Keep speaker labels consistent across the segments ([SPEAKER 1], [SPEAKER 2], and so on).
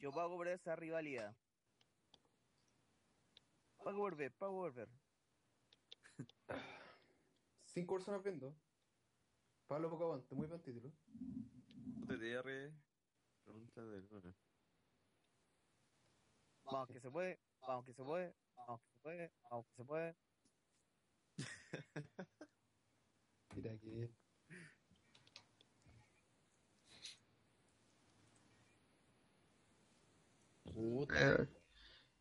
[SPEAKER 1] Yo pago por esa rivalidad. Pago por ver, pago por ver.
[SPEAKER 2] Cinco personas viendo. Pablo Pocahontas, muy buen título.
[SPEAKER 3] TTR. Pregunta del. bueno.
[SPEAKER 1] Vamos que se puede, vamos que se puede, vamos que se puede, vamos que se puede.
[SPEAKER 2] Mira que.
[SPEAKER 4] Eh,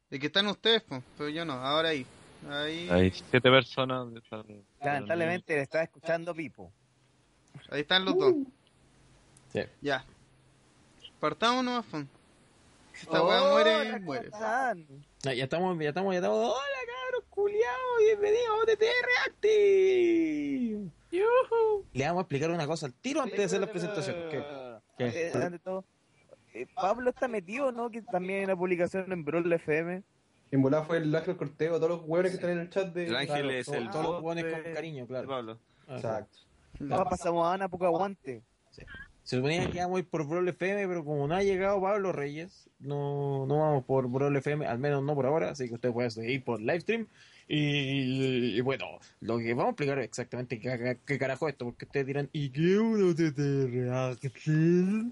[SPEAKER 4] de que están ustedes, po, pero yo no, ahora ahí. Ahí,
[SPEAKER 5] Hay siete personas. de tal-
[SPEAKER 1] Lamentablemente le está escuchando Pipo.
[SPEAKER 4] ahí están los dos.
[SPEAKER 6] Sí.
[SPEAKER 4] Ya. Partamos nomás, po. Si esta
[SPEAKER 1] Hola,
[SPEAKER 4] weá muere,
[SPEAKER 1] ¿cómo
[SPEAKER 4] muere.
[SPEAKER 1] están?
[SPEAKER 6] No, ya estamos, ya estamos, ya estamos. ¡Hola, cabros culiados! ¡Bienvenidos a OTTR Active! Le vamos a explicar una cosa al tiro antes de hacer la presentación. ¿Qué? Este-
[SPEAKER 1] Eh,
[SPEAKER 6] ¿Qué?
[SPEAKER 1] ante todo, eh, Pablo está metido, ¿no? Que también hay una publicación en Brawl FM.
[SPEAKER 2] En volada fue el Ángel Corteo, todos los hueones que están en el chat de.
[SPEAKER 3] El Ángel es
[SPEAKER 6] Todos
[SPEAKER 3] el
[SPEAKER 6] todos los
[SPEAKER 3] bot
[SPEAKER 6] buenos con
[SPEAKER 3] de-
[SPEAKER 6] cariño,
[SPEAKER 3] de
[SPEAKER 6] claro.
[SPEAKER 3] Pablo.
[SPEAKER 6] Ajá.
[SPEAKER 2] Exacto.
[SPEAKER 1] No pasamos a Ana, poco aguante.
[SPEAKER 6] Se suponía que íbamos a ir por Brawl FM, pero como no ha llegado Pablo Reyes, no, no vamos por Brawl FM, al menos no por ahora, así que usted puede seguir por Livestream. Y, y bueno, lo que vamos a explicar es exactamente qué, qué- qué carajo es esto, porque ustedes dirán, ¿y qué es un OTTR Active?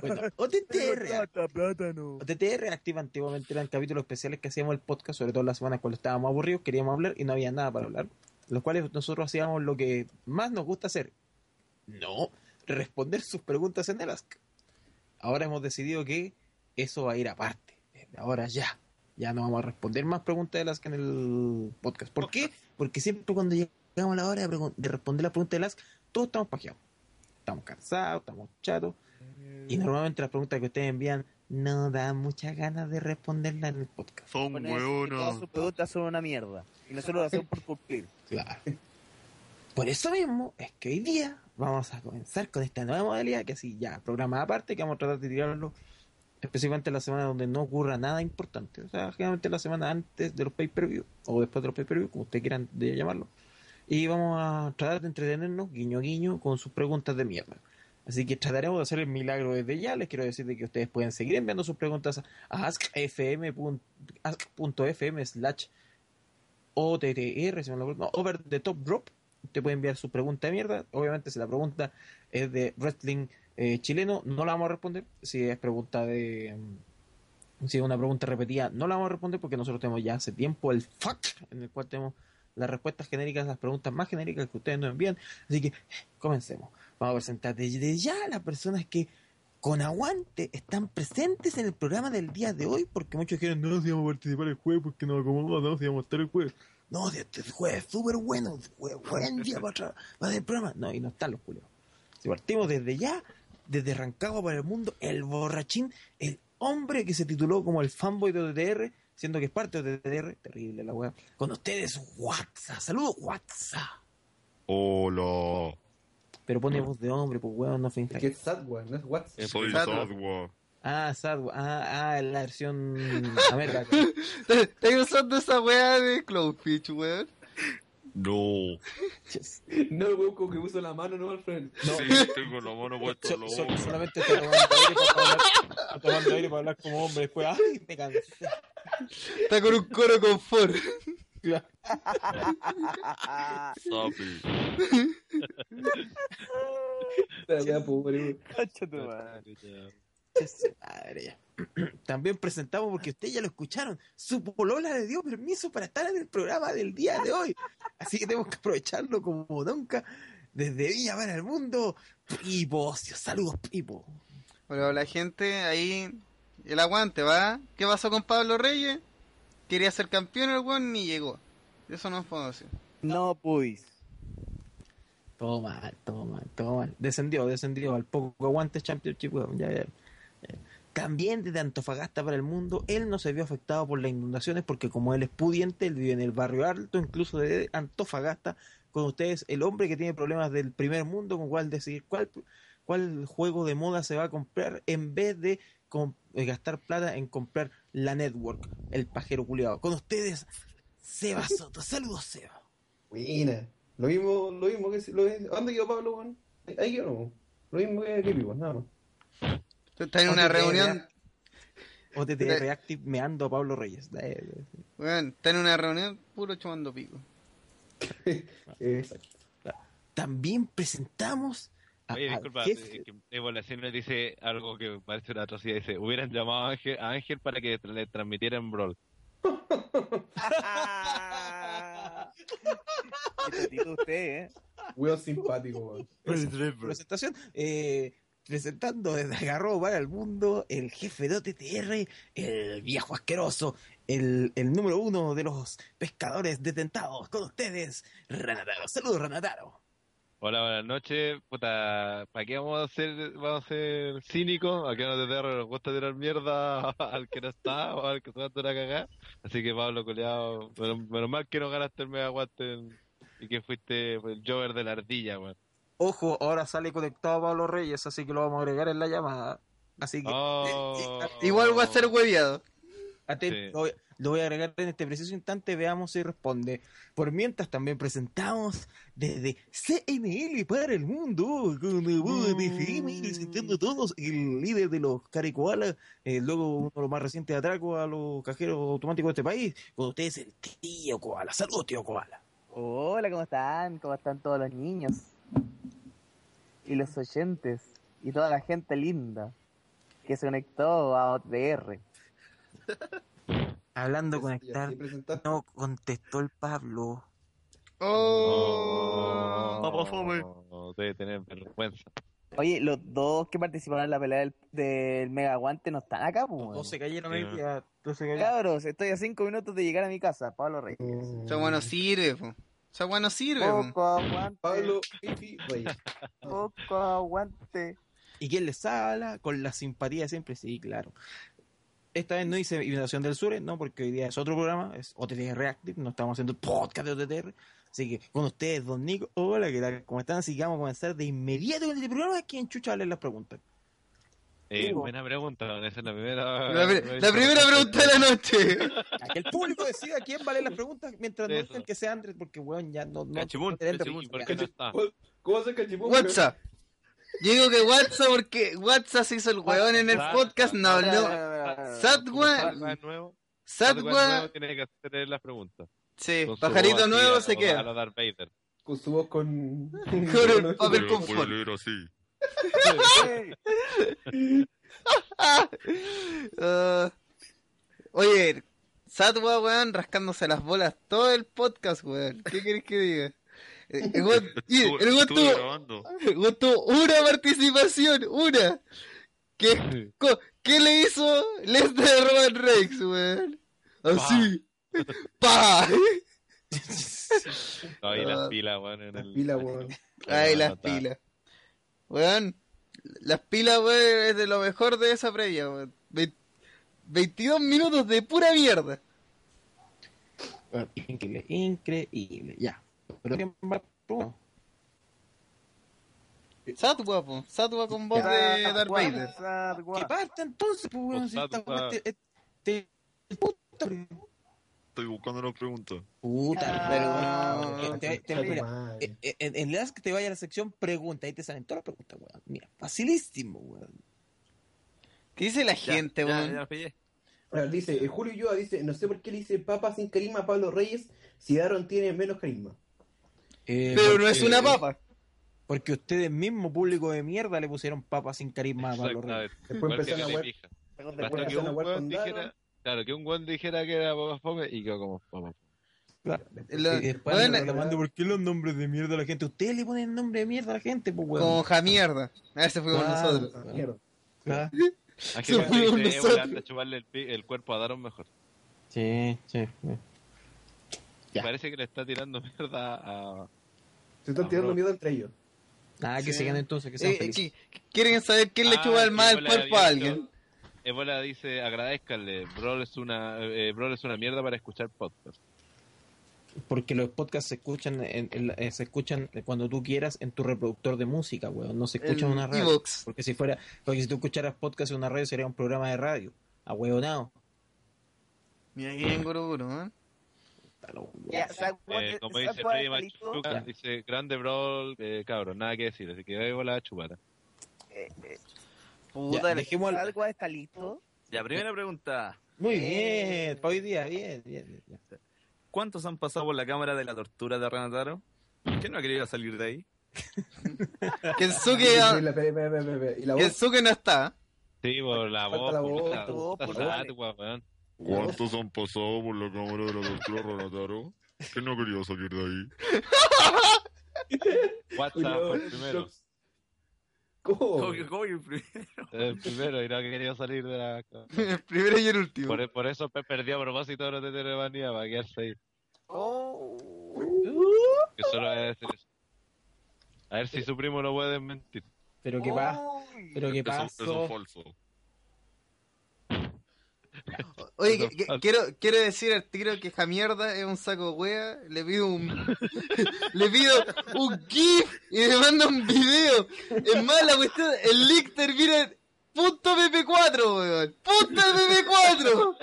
[SPEAKER 6] Bueno, OTTR Active.
[SPEAKER 1] plátano.
[SPEAKER 6] OTTR Activa antiguamente eran capítulos especiales que hacíamos el podcast, sobre todo las semanas cuando estábamos aburridos, queríamos hablar y no había nada para hablar. Los cuales nosotros hacíamos lo que más nos gusta hacer. No, responder sus preguntas en el Ask. Ahora hemos decidido que eso va a ir aparte. Desde Ahora ya. Ya no vamos a responder más preguntas de las que en el podcast. ¿Por qué? Porque siempre cuando llegamos a la hora de, pregun- de responder las preguntas de las, todos estamos pajeados. Estamos cansados, estamos chatos. Y normalmente las preguntas que ustedes envían no dan muchas ganas de responderlas en el podcast.
[SPEAKER 4] Son
[SPEAKER 1] Todas sus preguntas son una mierda. Y nosotros lo hacemos por cumplir.
[SPEAKER 6] Claro. Por eso mismo es que hoy día vamos a comenzar con esta nueva modalidad que así ya, programa aparte, que vamos a tratar de tirarlo específicamente en la semana donde no ocurra nada importante. O sea, generalmente la semana antes de los pay-per-view o después de los pay-per-view, como ustedes quieran de llamarlo. Y vamos a tratar de entretenernos guiño guiño con sus preguntas de mierda. Así que trataremos de hacer el milagro desde ya. Les quiero decir de que ustedes pueden seguir enviando sus preguntas a askfm.fm slash OTTR, si no me acuerdo, no, Over the Top Drop. Te puede enviar su pregunta de mierda. Obviamente, si la pregunta es de wrestling eh, chileno, no la vamos a responder. Si es pregunta de. mm, Si es una pregunta repetida, no la vamos a responder porque nosotros tenemos ya hace tiempo el fuck en el cual tenemos las respuestas genéricas, las preguntas más genéricas que ustedes nos envían. Así que comencemos. Vamos a presentar desde ya a las personas que con aguante están presentes en el programa del día de hoy porque muchos dijeron no, si vamos a participar el jueves porque nos acomodamos, no, si vamos a estar el jueves. No, de este jueves súper bueno, jue- buen día para, tra- para hacer el programa. No, y no están los culeros. Si partimos desde ya, desde Rancagua para el mundo, el borrachín, el hombre que se tituló como el fanboy de OTR, siendo que es parte de OTR, terrible la weá. Con ustedes, WhatsApp. Saludos, WhatsApp.
[SPEAKER 7] Hola,
[SPEAKER 6] Pero pone voz de hombre, pues weón, no fue
[SPEAKER 2] Es
[SPEAKER 6] Instagram.
[SPEAKER 2] que es sad, weón, no es WhatsApp.
[SPEAKER 7] soy
[SPEAKER 4] Sadwa.
[SPEAKER 7] Sadwa.
[SPEAKER 6] Ah, sad, ah, ah, la versión América.
[SPEAKER 4] Estoy usando esa weá de Cloudfish, weón.
[SPEAKER 7] No.
[SPEAKER 2] No, el weón como que puso la mano, no al frente.
[SPEAKER 7] Sí, tengo la mano puesta
[SPEAKER 6] eh, So-
[SPEAKER 7] en la
[SPEAKER 6] so-
[SPEAKER 7] boca.
[SPEAKER 6] solamente está tomando aire para hablar, está tomando aire para hablar como hombre. Después, ay, me cansé.
[SPEAKER 4] Está con un coro con Ford.
[SPEAKER 1] Ah,
[SPEAKER 7] Sapi.
[SPEAKER 2] La wea pobre, weón.
[SPEAKER 1] Cacha tu madre.
[SPEAKER 6] Chas, madre ya. También presentamos, porque ustedes ya lo escucharon, su polola le dio permiso para estar en el programa del día de hoy. Así que tenemos que aprovecharlo como nunca. Desde Villa para el mundo, Pipo, Ocio. saludos Pipo.
[SPEAKER 4] Bueno, la gente ahí, el aguante, ¿va? ¿Qué pasó con Pablo Reyes? Quería ser campeón el weón ni llegó. Eso no es famoso.
[SPEAKER 1] No, pues.
[SPEAKER 6] Todo mal, todo mal, todo mal. Descendió, descendió al poco aguante Championship. weón, ya, ya. También desde Antofagasta para el mundo, él no se vio afectado por las inundaciones porque como él es pudiente, él vive en el barrio alto, incluso de Antofagasta, con ustedes, el hombre que tiene problemas del primer mundo, con cuál decidir cuál, cuál juego de moda se va a comprar en vez de com- eh, gastar plata en comprar la network, el pajero culiado. Con ustedes, Seba Soto. Saludos, Seba.
[SPEAKER 2] Buena. Lo mismo, lo mismo que. Lo, que- ¿Dónde quedó Pablo, weón? Ahí- Ahí quedó, weón. Lo mismo que Kipi, weón, nada más.
[SPEAKER 4] Está en
[SPEAKER 6] Oye,
[SPEAKER 4] una
[SPEAKER 6] qué
[SPEAKER 4] reunión.
[SPEAKER 6] OTT Reactive meando a Pablo Reyes. Eh, eh,
[SPEAKER 4] Weón, está en una reunión puro chumando pico. Ah.
[SPEAKER 2] Exacto.
[SPEAKER 6] También presentamos a,
[SPEAKER 5] Oye,
[SPEAKER 6] al
[SPEAKER 5] disculpa,
[SPEAKER 6] jefe-
[SPEAKER 5] eh, que Evolución nos dice algo que parece una atrocidad. Dice, hubieran llamado a Ángel, a Ángel para que tra- le transmitiera en Brawl.
[SPEAKER 6] Ah.
[SPEAKER 1] Qué tetito usted, ¿eh?
[SPEAKER 2] Weón simpático, weón.
[SPEAKER 6] presentación. eh, presentando desde Agarró para el mundo el jefe de OTTR, el viejo asqueroso, el, el número uno de los pescadores detentados con ustedes, Ranataro. Saludos, Ranataro.
[SPEAKER 5] Hola, buenas noches. Puta, ¿para qué vamos a ser, vamos a ser cínicos? ¿A qué no te derre? Nos gusta tirar mierda al que no está o al que se va a hacer a cagar. Así que Pablo Coleado, menos, menos mal que no ganaste el megawatt en- y que fuiste el Jover de la ardilla, weón.
[SPEAKER 6] Ojo, ahora sale conectado Pablo Reyes, así que lo vamos a agregar en la llamada. Así que
[SPEAKER 5] Oh.
[SPEAKER 4] Igual va a ser hueviado.
[SPEAKER 6] Atento,
[SPEAKER 5] Sí.
[SPEAKER 6] lo, voy, lo voy a agregar en este preciso instante, veamos si responde. Por mientras también presentamos desde CNL para el mundo, con la voz de FM, presentando a todos el líder de los Caricoala, luego uno de los más recientes atracos a los cajeros automáticos de este país, con ustedes el tío Koala. Saludos, tío Koala.
[SPEAKER 1] Hola, ¿cómo están? ¿Cómo están todos los niños? Y los oyentes. Y toda la gente linda que se conectó a OTR.
[SPEAKER 6] Hablando
[SPEAKER 2] Y así presentar.
[SPEAKER 6] no contestó el Pablo.
[SPEAKER 4] Oh.
[SPEAKER 5] No, debe tener vergüenza.
[SPEAKER 1] Oye, los dos que participaron en la pelea del, del Mega Guante no están acá, pues.
[SPEAKER 6] Todos se cayeron
[SPEAKER 5] Sí.
[SPEAKER 6] hoy día, todos se cayeron.
[SPEAKER 1] Cabros, estoy a cinco minutos de llegar a mi casa, Pablo Rey.
[SPEAKER 4] Esa weá no sirve, po. Esa weá no sirve, po.
[SPEAKER 1] Poco aguante,
[SPEAKER 2] Pablo Pipi Reyes.
[SPEAKER 1] poco aguante.
[SPEAKER 6] ¿Y quién les habla? Con la simpatía siempre, sí, claro. Esta vez no hice Inundación del Sur, no, porque hoy día es otro programa, es OTTR Reactive, no estamos haciendo el podcast de OTTR. Así que con ustedes, don Nico, hola, ¿qué tal? ¿Cómo están? Así que vamos a comenzar de inmediato con este programa. aquí en chucha va a leer las preguntas?
[SPEAKER 5] Eh,
[SPEAKER 1] Digo.
[SPEAKER 5] buena pregunta, weón, esa es la primera.
[SPEAKER 4] La, pri- la primera pregunta de la noche.
[SPEAKER 6] A que el público decida quién va a leer las preguntas mientras no
[SPEAKER 5] Eso.
[SPEAKER 6] es el que sea Andrés, porque weón ya no. no
[SPEAKER 7] Cachimún,
[SPEAKER 6] no tenemos
[SPEAKER 7] cachimún,
[SPEAKER 5] ¿Por
[SPEAKER 6] preguntas.
[SPEAKER 5] qué no está?
[SPEAKER 2] ¿Cómo hace cachipún? weón?
[SPEAKER 4] WhatsApp. Yo digo que WhatsApp porque WhatsApp se hizo el weón en el
[SPEAKER 5] WhatsApp.
[SPEAKER 4] podcast. No habló.
[SPEAKER 5] Satwa
[SPEAKER 4] Satwa.
[SPEAKER 5] nuevo? Satwa
[SPEAKER 4] Satwa.
[SPEAKER 5] nuevo tiene que hacer las preguntas.
[SPEAKER 4] Sí,
[SPEAKER 5] Con su voz
[SPEAKER 4] pajarito
[SPEAKER 5] así,
[SPEAKER 4] nuevo
[SPEAKER 5] a-
[SPEAKER 4] se
[SPEAKER 5] A
[SPEAKER 4] queda.
[SPEAKER 5] la Darth Vader.
[SPEAKER 2] Con su voz con.
[SPEAKER 4] Con el papel.
[SPEAKER 7] Pero lo puede leer así.
[SPEAKER 4] Ah. oye, Satwa, weón, rascándose las bolas todo el podcast, weón. ¿Qué querés que diga? Eh, El weón y
[SPEAKER 7] Estuve-
[SPEAKER 4] el weón
[SPEAKER 7] estuve
[SPEAKER 4] tuvo-
[SPEAKER 7] grabando.
[SPEAKER 4] el weón tuvo una participación, una. ¿Qué, co- ¿qué le hizo Lester a Roman Reigns, weón? Así. Pa.
[SPEAKER 5] No, ahí
[SPEAKER 4] Ah.
[SPEAKER 5] las pilas, weón. en
[SPEAKER 2] Las
[SPEAKER 5] el-
[SPEAKER 2] pilas, weón.
[SPEAKER 4] Ay,
[SPEAKER 5] no,
[SPEAKER 4] las
[SPEAKER 5] no está.
[SPEAKER 4] pilas. Weón, las pilas, weón, es de lo mejor de esa previa, weón. Ve- 22 minutos de pura mierda.
[SPEAKER 6] Ah, Increíble, increíble, ya. Pero ¿quién va primero?
[SPEAKER 4] Satwa, po. Satwa con voz de Darth Vader.
[SPEAKER 6] Que parte entonces, pues weón, si esta
[SPEAKER 5] Contacta.
[SPEAKER 6] weá te- te- te- puta,
[SPEAKER 7] Estoy buscando la pregunta.
[SPEAKER 6] Puta,
[SPEAKER 1] Ah,
[SPEAKER 6] pero te- te-
[SPEAKER 2] Concha tu
[SPEAKER 6] mira,
[SPEAKER 2] madre.
[SPEAKER 6] eh, eh, en, en las que te vaya a la sección pregunta, ahí te salen todas las preguntas, weón. Mira, facilísimo, weón.
[SPEAKER 4] ¿Qué dice la
[SPEAKER 3] Ya,
[SPEAKER 4] gente,
[SPEAKER 3] ya,
[SPEAKER 4] weón?
[SPEAKER 3] ya la pillé.
[SPEAKER 2] Ahora, dice, eh, Julio Ulloa dice, no sé por qué le dice papa sin carisma a Pablo Reyes si Daron tiene menos carisma.
[SPEAKER 4] Pero no es una papa.
[SPEAKER 6] Eh, Porque ustedes mismos, público de mierda, le pusieron papas sin carisma a Pablo Reyes.
[SPEAKER 5] Exactamente.
[SPEAKER 2] Después
[SPEAKER 5] Igual que
[SPEAKER 2] empezaron a
[SPEAKER 5] Pepe
[SPEAKER 2] web.
[SPEAKER 5] Pija.
[SPEAKER 2] Después
[SPEAKER 5] Basta que
[SPEAKER 2] empezaron a
[SPEAKER 5] un
[SPEAKER 2] web
[SPEAKER 5] weón
[SPEAKER 2] con Daron.
[SPEAKER 5] dijera. Claro, que un weón dijera que era Papa Fome y quedó como Papa Fome.
[SPEAKER 4] Lo-
[SPEAKER 6] Y después
[SPEAKER 4] weón,
[SPEAKER 6] andan reclamando, ¿por qué los nombres de mierda a la gente? Ustedes le ponen nombre de mierda a la gente, pues,
[SPEAKER 4] Con
[SPEAKER 6] weón.
[SPEAKER 4] jamierda. Ah, Ese fuimos
[SPEAKER 6] Ah.
[SPEAKER 4] nosotros.
[SPEAKER 2] Ah, mierda.
[SPEAKER 6] Ah,
[SPEAKER 5] Ángel
[SPEAKER 4] Se fuimos
[SPEAKER 5] cuando dice, eh,
[SPEAKER 4] nosotros.
[SPEAKER 5] weón, anda a chuparle el, pi- el cuerpo a Daron mejor.
[SPEAKER 6] Sí, sí. Ya.
[SPEAKER 5] Parece que le está tirando mierda a.
[SPEAKER 2] Se están
[SPEAKER 5] Ah,
[SPEAKER 2] tirando
[SPEAKER 5] bro.
[SPEAKER 2] miedo entre ellos.
[SPEAKER 6] Nada, que
[SPEAKER 4] Sí.
[SPEAKER 6] sigan entonces, que sean
[SPEAKER 4] Eh, eh,
[SPEAKER 6] felices.
[SPEAKER 4] ¿qu- ¿Quieren saber quién le
[SPEAKER 5] Ah,
[SPEAKER 4] chupa el
[SPEAKER 5] que
[SPEAKER 4] mal
[SPEAKER 5] Ebola
[SPEAKER 4] cuerpo a
[SPEAKER 5] había
[SPEAKER 4] alguien?
[SPEAKER 5] dicho- Ebola dice, agradezcanle, Brawl es una, eh, Brawl es una mierda para escuchar podcast.
[SPEAKER 6] Porque los podcasts se escuchan en- en la- eh, se escuchan cuando tú quieras en tu reproductor de música, weón. No se escucha en una
[SPEAKER 4] El
[SPEAKER 6] radio.
[SPEAKER 4] Evox.
[SPEAKER 6] Porque si fuera, porque si tú escucharas podcast en una radio sería un programa de radio. A huevonao.
[SPEAKER 4] Mira que bien guruguru, ¿eh?
[SPEAKER 5] Eh, como dice Freddy Machuca, dice, grande Brawl, eh, cabrón, nada que decir, así que Ebola chupara.
[SPEAKER 6] Ya,
[SPEAKER 1] Puta,
[SPEAKER 6] dejemos al-
[SPEAKER 1] ¿Algo está listo?
[SPEAKER 3] La primera pregunta.
[SPEAKER 6] Muy bien, pa' hoy día, bien, bien. bien, bien.
[SPEAKER 3] ¿Cuántos han pasado por la cámara de la tortura de Renataro? ¿Quién no ha querido salir de ahí?
[SPEAKER 4] Kensuke,
[SPEAKER 2] Y
[SPEAKER 4] ah,
[SPEAKER 2] la- pe- pe- pe- pe- pe- y la voz.
[SPEAKER 4] Kensuke no está.
[SPEAKER 5] Sí, por la
[SPEAKER 2] Falta
[SPEAKER 5] voz,
[SPEAKER 2] la
[SPEAKER 5] por
[SPEAKER 2] voz,
[SPEAKER 5] la-
[SPEAKER 2] tu
[SPEAKER 1] voz,
[SPEAKER 5] por
[SPEAKER 1] por
[SPEAKER 5] la
[SPEAKER 1] la-
[SPEAKER 5] atua, weón.
[SPEAKER 7] ¿Cuántos han pasado por la cámara de la tortura Ranataro? Que no quería salir de ahí.
[SPEAKER 5] WhatsApp fue el primero.
[SPEAKER 2] ¿Cómo?
[SPEAKER 3] ¿Cómo que- cómo que el primero?
[SPEAKER 5] El primero y no quería salir de la.
[SPEAKER 4] El primero y el último.
[SPEAKER 5] Por, e, por eso pe- perdió a propósito ahora de Terebanía para quedarse ahí. Que solo voy a decir eso. A ver si su primo lo puede mentir.
[SPEAKER 6] Pero
[SPEAKER 4] Oh.
[SPEAKER 6] qué pasa, pero qué
[SPEAKER 7] Eso, eso
[SPEAKER 6] pasó.
[SPEAKER 7] es falso.
[SPEAKER 4] Oye, que- que- quiero, quiero decir al tiro que esa mierda es un saco de wea. Le pido un. le pido un GIF y me manda un video. Es más, la cuestión. El link termina en. Punto .mp4, weón. Punto .mp4.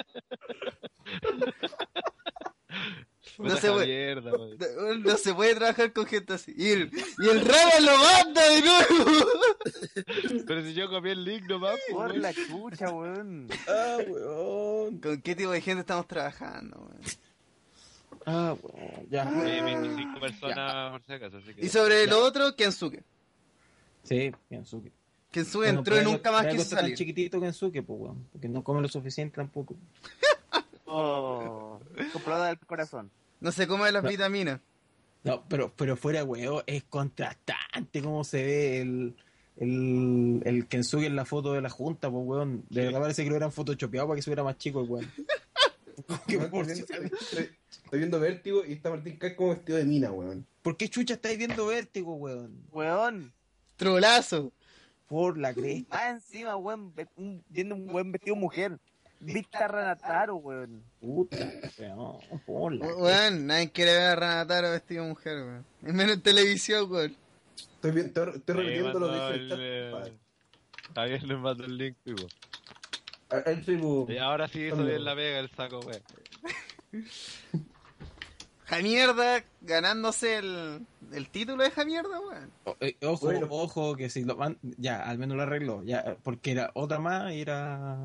[SPEAKER 4] No
[SPEAKER 5] Puta
[SPEAKER 4] se puede.
[SPEAKER 5] mierda, weón.
[SPEAKER 4] No, no se puede trabajar con gente así. Y el, y el Rama lo manda de nuevo.
[SPEAKER 5] Pero si yo copié el link nomás, pues,
[SPEAKER 1] Por
[SPEAKER 5] weón.
[SPEAKER 1] la chucha, weón.
[SPEAKER 6] Ah, weón.
[SPEAKER 4] ¿Con qué tipo de gente estamos trabajando, weón?
[SPEAKER 6] Ah, weón. Ya.
[SPEAKER 5] Sí, 25 personas por si acaso, así que.
[SPEAKER 4] Y sobre el otro, Kensuke.
[SPEAKER 6] Sí, Kensuke.
[SPEAKER 4] Kensuke
[SPEAKER 6] Bueno,
[SPEAKER 4] entró
[SPEAKER 6] por
[SPEAKER 4] y
[SPEAKER 6] algo-
[SPEAKER 4] nunca más
[SPEAKER 6] por algo
[SPEAKER 4] quiso
[SPEAKER 6] está tan
[SPEAKER 4] salir.
[SPEAKER 6] chiquitito Kensuke, pues, weón. Porque no come lo suficiente tampoco.
[SPEAKER 1] Oh, comprada del corazón.
[SPEAKER 4] No se come las
[SPEAKER 6] No.
[SPEAKER 4] vitaminas.
[SPEAKER 6] No, pero, pero fuera, weón, es contrastante cómo se ve el, el, el Kensuke en la foto de la junta, pues, weón. De verdad parece que lo hubieran photoshopeado para que se viera más chico, el weón. ¿Qué por,
[SPEAKER 2] Estoy estoy viendo vértigo y está Martín Cal como vestido de mina, weón.
[SPEAKER 6] por qué chucha estáis viendo vértigo, weón?
[SPEAKER 1] Weón,
[SPEAKER 4] Trolazo.
[SPEAKER 6] Por la cresta.
[SPEAKER 1] más encima, weón, ve- un- tiene un buen vestido mujer. Vista Ranataro, weón.
[SPEAKER 6] Puta, weón. Por la cresta.
[SPEAKER 4] Weón, nadie quiere ver a Ranataro vestido de mujer, weón. Es menos en televisión, weón.
[SPEAKER 2] Estoy, vi- estoy, estoy
[SPEAKER 5] Ahí
[SPEAKER 2] repitiendo lo que
[SPEAKER 5] mandó
[SPEAKER 2] dice
[SPEAKER 5] el,
[SPEAKER 2] el chat.
[SPEAKER 5] eh,
[SPEAKER 2] compadre.
[SPEAKER 5] Javier le mandó el link, tipo.
[SPEAKER 2] A- a él soy bu-
[SPEAKER 5] Y ahora sí hizo
[SPEAKER 2] Ando.
[SPEAKER 5] bien la pega el saco, weón.
[SPEAKER 4] Jamierda ganándose el, el título de Jamierda, weón.
[SPEAKER 6] O- eh, Ojo,
[SPEAKER 2] Bueno.
[SPEAKER 6] ojo, que si lo van, ya, al menos lo arregló, ya, porque era otra más, era,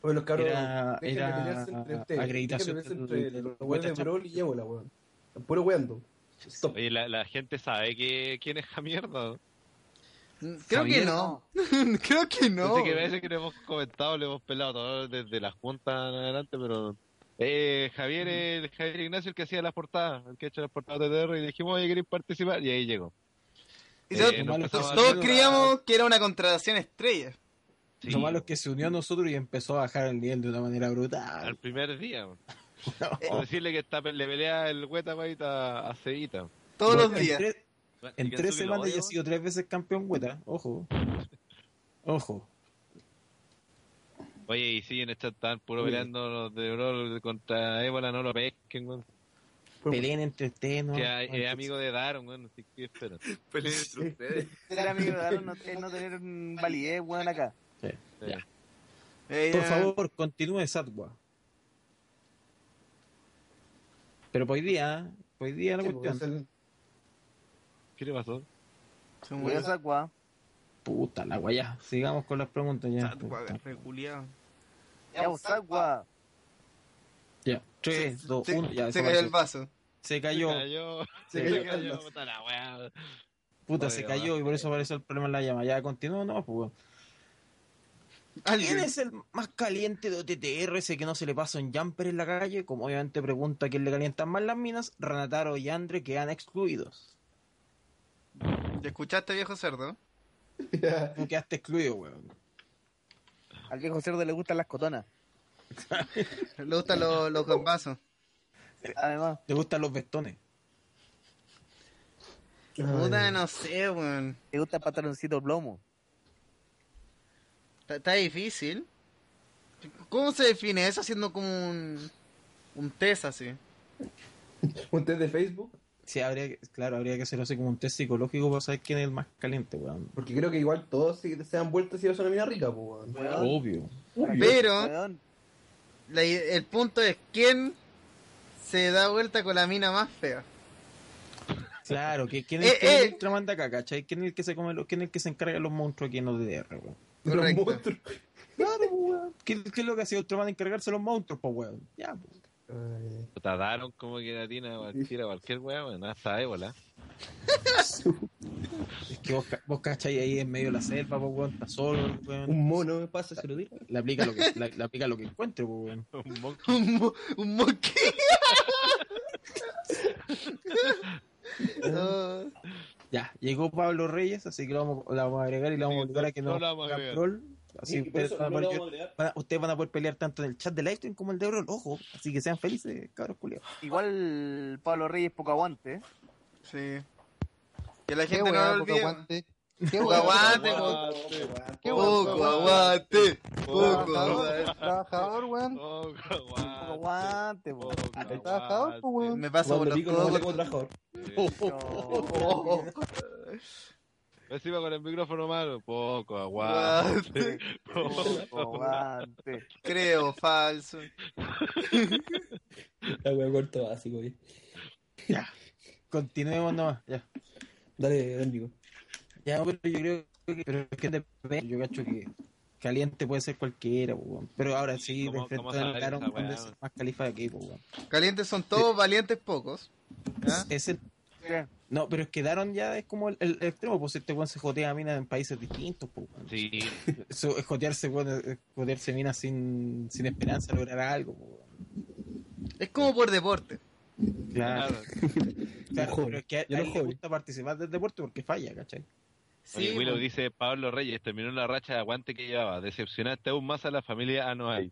[SPEAKER 2] Oye, los cabros,
[SPEAKER 6] era-
[SPEAKER 2] dejen de
[SPEAKER 6] era
[SPEAKER 2] pelearse entre ustedes.
[SPEAKER 6] acreditación
[SPEAKER 2] Dejen de pelearse entre
[SPEAKER 6] del-
[SPEAKER 2] los weones de Brawl y Ébola, weón. Están Puro weando. Stop.
[SPEAKER 5] Oye, la, la gente sabe que, quién es esa mierda. ¿no?
[SPEAKER 4] Creo que
[SPEAKER 6] Javier,
[SPEAKER 4] no. Creo que no.
[SPEAKER 5] Yo sé que
[SPEAKER 4] weón.
[SPEAKER 5] parece que le hemos comentado, le hemos pelado todo desde la junta en adelante, pero. Eh, Javier,
[SPEAKER 2] Mm.
[SPEAKER 5] el Javier Ignacio, el que hacía las portadas, el que ha hecho las portadas de TR, y le dijimos, oye, ¿queréis participar? Y ahí llegó.
[SPEAKER 4] Y
[SPEAKER 5] Eh,
[SPEAKER 4] todos-
[SPEAKER 5] nos
[SPEAKER 6] malo
[SPEAKER 5] empezamos a-
[SPEAKER 6] que-
[SPEAKER 4] todos creíamos que era una contratación estrella.
[SPEAKER 5] Sí,
[SPEAKER 6] lo malo es que se unió a nosotros y empezó a bajar el nivel de una manera
[SPEAKER 5] Al
[SPEAKER 6] brutal.
[SPEAKER 5] primer día, weón.
[SPEAKER 6] No.
[SPEAKER 5] Por decirle que está, le pelea el hueta, weón, a, a Cevita.
[SPEAKER 4] Todos
[SPEAKER 6] Bueno,
[SPEAKER 4] los
[SPEAKER 6] en
[SPEAKER 4] días.
[SPEAKER 6] tres- En
[SPEAKER 3] ¿Y Kensuke
[SPEAKER 6] tres
[SPEAKER 3] lo
[SPEAKER 6] semanas ya
[SPEAKER 3] odia,
[SPEAKER 6] ha sido tres veces campeón, güeta. Ojo. Ojo.
[SPEAKER 5] Oye, y sí, en esta están puro
[SPEAKER 6] Uy.
[SPEAKER 5] peleando los de Brawl contra Ébola, no lo pesquen, weón.
[SPEAKER 6] Peleen entre ustedes, ¿no?
[SPEAKER 5] Que hay- es
[SPEAKER 6] Entonces,
[SPEAKER 5] amigo de Daron, weón, así que espera.
[SPEAKER 3] Peleen entre ustedes.
[SPEAKER 1] Ser amigo de Daron no, es no tener mm, validez, weón, acá.
[SPEAKER 4] Eh,
[SPEAKER 6] Por favor, continúe Satwa. Pero por hoy día, por hoy día la
[SPEAKER 2] Sí, pues,
[SPEAKER 6] cuestión.
[SPEAKER 2] el-
[SPEAKER 5] ¿Qué le pasó?
[SPEAKER 4] se
[SPEAKER 1] Weón,
[SPEAKER 4] murió.
[SPEAKER 1] sacua.
[SPEAKER 6] Puta la guayá. Sigamos con las preguntas ya. Puta.
[SPEAKER 1] Ya, vos, sacua.
[SPEAKER 6] Ya. 3, 2, 1, ya.
[SPEAKER 4] se
[SPEAKER 6] desapareció.
[SPEAKER 4] cayó el vaso.
[SPEAKER 6] Se cayó.
[SPEAKER 5] cayó.
[SPEAKER 6] Se
[SPEAKER 5] Se
[SPEAKER 6] cayó.
[SPEAKER 5] cayó, puta la weá.
[SPEAKER 6] Puta, se
[SPEAKER 5] Oye,
[SPEAKER 6] cayó y por eso apareció el problema en la llama. Ya continúa, no, pues. weón. ¿Quién
[SPEAKER 4] Alguien.
[SPEAKER 6] es el más caliente de OTTR ese que no se le pasa un jumper en la calle? Como obviamente pregunta a quién le calientan más las minas, Ranataro y Andre quedan excluidos.
[SPEAKER 4] ¿Te escuchaste, viejo cerdo?
[SPEAKER 6] Tú quedaste excluido, weón.
[SPEAKER 1] Al viejo cerdo le gustan las cotonas.
[SPEAKER 4] Le gustan los, los gambazos.
[SPEAKER 1] Además,
[SPEAKER 6] Te gustan los vestones.
[SPEAKER 4] Puta, no sé, weón.
[SPEAKER 1] le gusta el pantaloncito plomo.
[SPEAKER 4] Está, está difícil. ¿Cómo se define eso haciendo como un, un test así?
[SPEAKER 2] Un test de Facebook,
[SPEAKER 6] Sí, habría que, claro, habría que hacer así como un test psicológico para saber quién es el más caliente, weón.
[SPEAKER 2] porque creo que igual todos se, se han vuelto si vas a una mina rica, pues, weón.
[SPEAKER 1] Weón,
[SPEAKER 6] Obvio.
[SPEAKER 4] Pero
[SPEAKER 1] weón,
[SPEAKER 4] la i- el punto es quién se da vuelta con la mina más fea.
[SPEAKER 5] pues.
[SPEAKER 6] Claro, que quién es
[SPEAKER 4] Eh,
[SPEAKER 6] el que
[SPEAKER 4] eh.
[SPEAKER 6] ultra manda caca, ¿cachai? ¿Quién es el que se come los, quién es el que se encarga de los monstruos aquí en OTTR, weón?
[SPEAKER 2] De los
[SPEAKER 4] Correcto.
[SPEAKER 2] monstruos.
[SPEAKER 6] Claro, pues, weón. ¿Qué, qué es lo que hacía Ultraman encargarse de los monstruos, pues, weón? Ya, pues.
[SPEAKER 2] Ay,
[SPEAKER 5] Puta, daron como que latina a cualquiera, cualquier weá, weón. Hasta ébola.
[SPEAKER 6] Es que vos, ca- vos cachai ahí en medio de la selva, pues, weón, está solo, weón.
[SPEAKER 2] Un mono me pasa, se lo digo.
[SPEAKER 6] Le aplica lo que, la- le aplica lo que encuentre, pues, weón.
[SPEAKER 5] Un moco.
[SPEAKER 4] Un, mo un monkey. Ah,
[SPEAKER 6] Ya, llegó Pablo Reyes, así que lo vamos, la vamos a agregar y la vamos a
[SPEAKER 5] Sí,
[SPEAKER 6] obligar a que
[SPEAKER 5] no
[SPEAKER 6] no
[SPEAKER 5] la vamos a agregar.
[SPEAKER 6] rol. Así
[SPEAKER 8] Sí, y por
[SPEAKER 6] ustedes,
[SPEAKER 8] eso
[SPEAKER 6] van a
[SPEAKER 8] no lo
[SPEAKER 6] poder-
[SPEAKER 8] vamos a agregar.
[SPEAKER 6] van a- ustedes van a poder pelear tanto en el chat de livestream como el de rol, ojo. Así que sean felices, cabros culiados.
[SPEAKER 1] Igual Pablo Reyes poco aguante. ¿eh?
[SPEAKER 4] sí. Que la
[SPEAKER 9] Qué
[SPEAKER 4] gente no
[SPEAKER 9] weá,
[SPEAKER 4] lo
[SPEAKER 9] poco
[SPEAKER 4] olvide.
[SPEAKER 9] aguante. Qué
[SPEAKER 4] Poco
[SPEAKER 9] weá, poco
[SPEAKER 4] aguante,
[SPEAKER 9] aguante.
[SPEAKER 4] po-
[SPEAKER 5] Aguante,
[SPEAKER 9] Qué
[SPEAKER 4] poco
[SPEAKER 9] weá,
[SPEAKER 4] aguante. Poco
[SPEAKER 9] Trabajador,
[SPEAKER 4] aguante.
[SPEAKER 9] trabajador, weón.
[SPEAKER 5] moco,
[SPEAKER 1] Poco
[SPEAKER 5] aguante.
[SPEAKER 1] aguante, Ah, po.
[SPEAKER 5] moco,
[SPEAKER 9] Trabajador, pues, weón.
[SPEAKER 4] Me paso por
[SPEAKER 8] Cuando
[SPEAKER 4] los
[SPEAKER 8] Pico no
[SPEAKER 4] codos.
[SPEAKER 8] sale como trabajador.
[SPEAKER 4] Oh,
[SPEAKER 1] No.
[SPEAKER 5] Encima con el micrófono malo. Poco, aguante.
[SPEAKER 4] Aguante.
[SPEAKER 1] Poco aguante.
[SPEAKER 4] Creo falso.
[SPEAKER 8] La wea corto básico, güey.
[SPEAKER 6] Continuemos nomás, ya.
[SPEAKER 8] Dale, don Nico.
[SPEAKER 6] Ya, pero yo creo que, pero es que depende, yo cacho que caliente puede ser cualquiera, po, weón. pero ahora sí,
[SPEAKER 5] ¿Cómo-
[SPEAKER 6] perfecto,
[SPEAKER 5] cómo sabe
[SPEAKER 6] claro,
[SPEAKER 5] esa
[SPEAKER 6] un montón de
[SPEAKER 5] weá?
[SPEAKER 6] ser más califa de aquí, po, weón.
[SPEAKER 4] Calientes son todos, valientes pocos. ¿Ah?
[SPEAKER 6] Es el-
[SPEAKER 1] Mira,
[SPEAKER 6] no, pero es que Daron ya es como el, el- el extremo, pues este weón se jotea a minas en países distintos, po, weón.
[SPEAKER 5] Sí,
[SPEAKER 6] Eso, es jotearse, weón, es jotearse minas sin, sin esperanza de lograr algo, po, weón.
[SPEAKER 4] Es como por deporte.
[SPEAKER 6] Claro,
[SPEAKER 5] claro.
[SPEAKER 6] claro,
[SPEAKER 8] Un hobby.
[SPEAKER 6] pero es que a, a
[SPEAKER 8] Yo no
[SPEAKER 6] él le
[SPEAKER 8] hobby.
[SPEAKER 6] gusta participar del deporte porque falla, ¿cachai?
[SPEAKER 4] Sí,
[SPEAKER 5] Oye, Willow
[SPEAKER 4] po.
[SPEAKER 5] dice Pablo Reyes terminó la racha de aguante que llevaba. Decepcionaste aún más a la familia Anoa'i.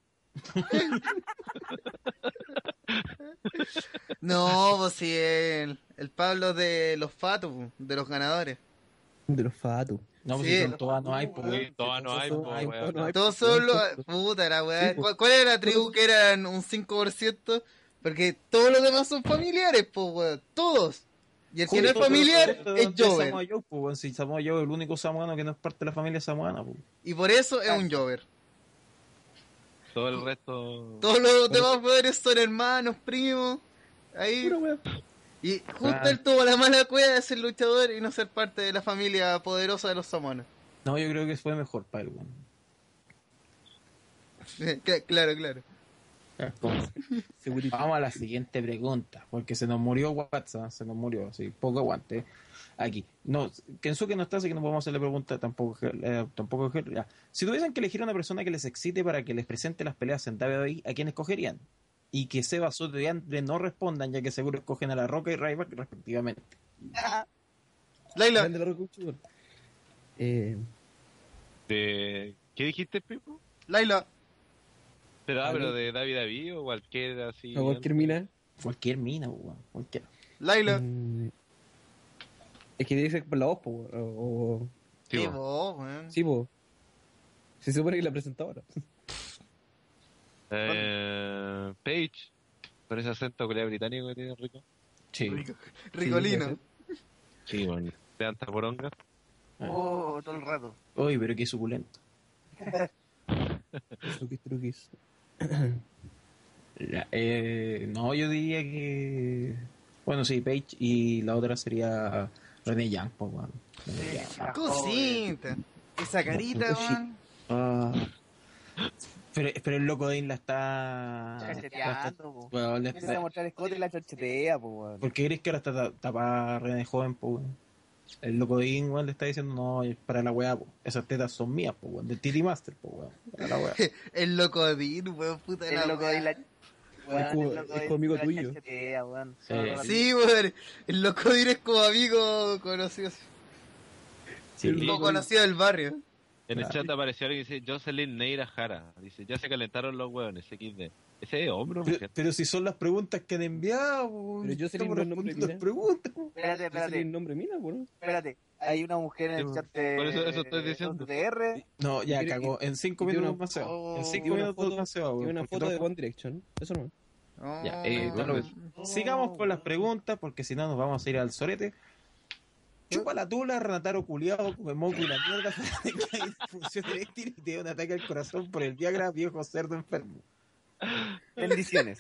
[SPEAKER 4] No, pues si el, el Pablo de los Fatos, po, de los ganadores.
[SPEAKER 8] De los fatos.
[SPEAKER 6] No, pues
[SPEAKER 4] Sí.
[SPEAKER 6] si son todas no hay, po,
[SPEAKER 5] Sí,
[SPEAKER 6] weón.
[SPEAKER 5] todas no hay, po,
[SPEAKER 6] Ay,
[SPEAKER 5] weón.
[SPEAKER 8] no hay.
[SPEAKER 4] Todos son los. Puta la weá.
[SPEAKER 8] Sí, po.
[SPEAKER 4] ¿Cuál, cuál era la tribu que eran un 5%? Porque todos los demás son familiares, pues weón. Todos. Y el que no es
[SPEAKER 6] Justo,
[SPEAKER 4] familiar
[SPEAKER 6] justo,
[SPEAKER 4] es
[SPEAKER 6] justo, Samoa
[SPEAKER 4] Jover.
[SPEAKER 6] Joe, po, weón. Si Samoa Joe es el único samoano que no es parte de la familia samoana, pues. po.
[SPEAKER 4] Y por eso es un Jover.
[SPEAKER 5] Todo el resto.
[SPEAKER 4] Todos los demás poderes son hermanos, primos. Ahí.
[SPEAKER 8] Pura wea.
[SPEAKER 4] Y justo
[SPEAKER 6] Ah.
[SPEAKER 4] él tuvo la mala cueva de ser luchador y no ser parte de la familia poderosa de los samoanos.
[SPEAKER 6] No, yo creo que fue mejor para él, weón.
[SPEAKER 4] Cla- claro, claro. Ah,
[SPEAKER 8] Segurito.
[SPEAKER 6] Vamos a la siguiente pregunta, porque se nos murió WhatsApp, se nos murió, así, poco aguante. Aquí. No, Kensuke no está, así que no podemos hacerle pregunta tampoco. eh, tampoco ya. Si tuviesen que elegir una persona que les excite para que les presente las peleas en WWE, ¿a quién escogerían? Y que Seba, Soto y Andre no respondan, ya que seguro escogen a La Roca y Ryback respectivamente.
[SPEAKER 4] Laila,
[SPEAKER 8] Grande la roca, un chupón. Eh,
[SPEAKER 5] de- ¿Qué dijiste, Pipo?
[SPEAKER 4] Laila.
[SPEAKER 5] Pero, ah,
[SPEAKER 8] Ah,
[SPEAKER 5] pero
[SPEAKER 8] no.
[SPEAKER 5] de David David o cualquier
[SPEAKER 2] Eh,
[SPEAKER 5] así.
[SPEAKER 8] a cualquier mina.
[SPEAKER 6] Cualquier mina, weón, cualquier.
[SPEAKER 4] Laila.
[SPEAKER 8] Mm, Es que tiene que ser por la voz, po, o, o-
[SPEAKER 5] Sí,
[SPEAKER 4] Sí,
[SPEAKER 5] po.
[SPEAKER 4] vos, weón.
[SPEAKER 8] Sí, po. Se supone que la presentadora.
[SPEAKER 5] Eh, Page. Con ese acento culiao británico que tiene rico.
[SPEAKER 6] Sí.
[SPEAKER 4] Ricolino.
[SPEAKER 5] Sí, bueno. De Antaporonga.
[SPEAKER 1] Oh, todo el rato.
[SPEAKER 6] Uy, pero qué suculento.
[SPEAKER 8] Truquis, truquis.
[SPEAKER 6] Ya, eh, no, yo diría que. Bueno, sí, Paige y la otra sería René Young, pues, weón. Renee Young.
[SPEAKER 4] Cosita. Esa carita, weón.
[SPEAKER 6] Ah. Pero, pero el loco de
[SPEAKER 1] Ah.
[SPEAKER 6] la está. la está-
[SPEAKER 1] Chacheteando, po.
[SPEAKER 6] weón, la
[SPEAKER 1] Empieza a
[SPEAKER 6] está-
[SPEAKER 1] mostrar escote y la chachetea, pues, po, weón.
[SPEAKER 6] ¿Por qué crees que ahora está tapada René joven, po, weón? El loco de weón, le está diciendo, no, es para la weá, po. esas tetas son mías, po, weón, del Titi Master, po, weón. Para la weá.
[SPEAKER 4] El locodín, weón, puta la
[SPEAKER 1] El loco de la...
[SPEAKER 8] Es como-
[SPEAKER 1] el loco
[SPEAKER 8] es
[SPEAKER 1] de-
[SPEAKER 8] como amigo
[SPEAKER 1] la
[SPEAKER 8] tuyo.
[SPEAKER 1] chachetea, weón.
[SPEAKER 6] Sí.
[SPEAKER 1] Todo el rato.
[SPEAKER 4] Sí, weón. El locodín es como amigo conocido.
[SPEAKER 6] Sí.
[SPEAKER 4] Como conocido del barrio.
[SPEAKER 5] En el
[SPEAKER 6] Ah.
[SPEAKER 5] chat apareció alguien que dice Jocelyn Neira Jara. Dice, ya se calentaron los hueones, XD. Ese es hombre, o
[SPEAKER 6] Pero,
[SPEAKER 5] mujer.
[SPEAKER 6] pero si son las preguntas que han enviado, po,
[SPEAKER 8] Pero yo sería
[SPEAKER 6] estamos
[SPEAKER 8] un buen nombre,
[SPEAKER 6] respondiendo
[SPEAKER 8] mira.
[SPEAKER 6] las preguntas, po.
[SPEAKER 1] Espérate,
[SPEAKER 8] ¿Ese es el
[SPEAKER 1] espérate,
[SPEAKER 8] nombre mina, po, no?
[SPEAKER 1] espérate. Hay una mujer en el chat de...
[SPEAKER 5] Por eso- eso estoy diciendo.
[SPEAKER 1] DR.
[SPEAKER 6] No, ya
[SPEAKER 8] Mira,
[SPEAKER 6] cagó. En cinco
[SPEAKER 8] y tiene
[SPEAKER 6] minutos
[SPEAKER 8] una-
[SPEAKER 6] más se va.
[SPEAKER 1] oh,
[SPEAKER 6] En
[SPEAKER 8] tiene
[SPEAKER 6] cinco
[SPEAKER 8] una
[SPEAKER 6] minutos
[SPEAKER 8] foto-
[SPEAKER 6] más se va,
[SPEAKER 8] Tiene
[SPEAKER 6] weón,
[SPEAKER 8] una
[SPEAKER 6] porque
[SPEAKER 8] foto
[SPEAKER 6] todo-
[SPEAKER 8] de One Direction. Eso no.
[SPEAKER 6] Ya, eh,
[SPEAKER 4] Oh.
[SPEAKER 6] todo lo- Sigamos con las preguntas porque si no nos vamos a ir al
[SPEAKER 8] ¿Eh?
[SPEAKER 6] sorete. Chupa la tula, Renataro culiado, come moco y la mierda, te cae disfunción eréctil y te da un ataque al corazón por el Viagra, viejo cerdo enfermo.
[SPEAKER 1] Bendiciones.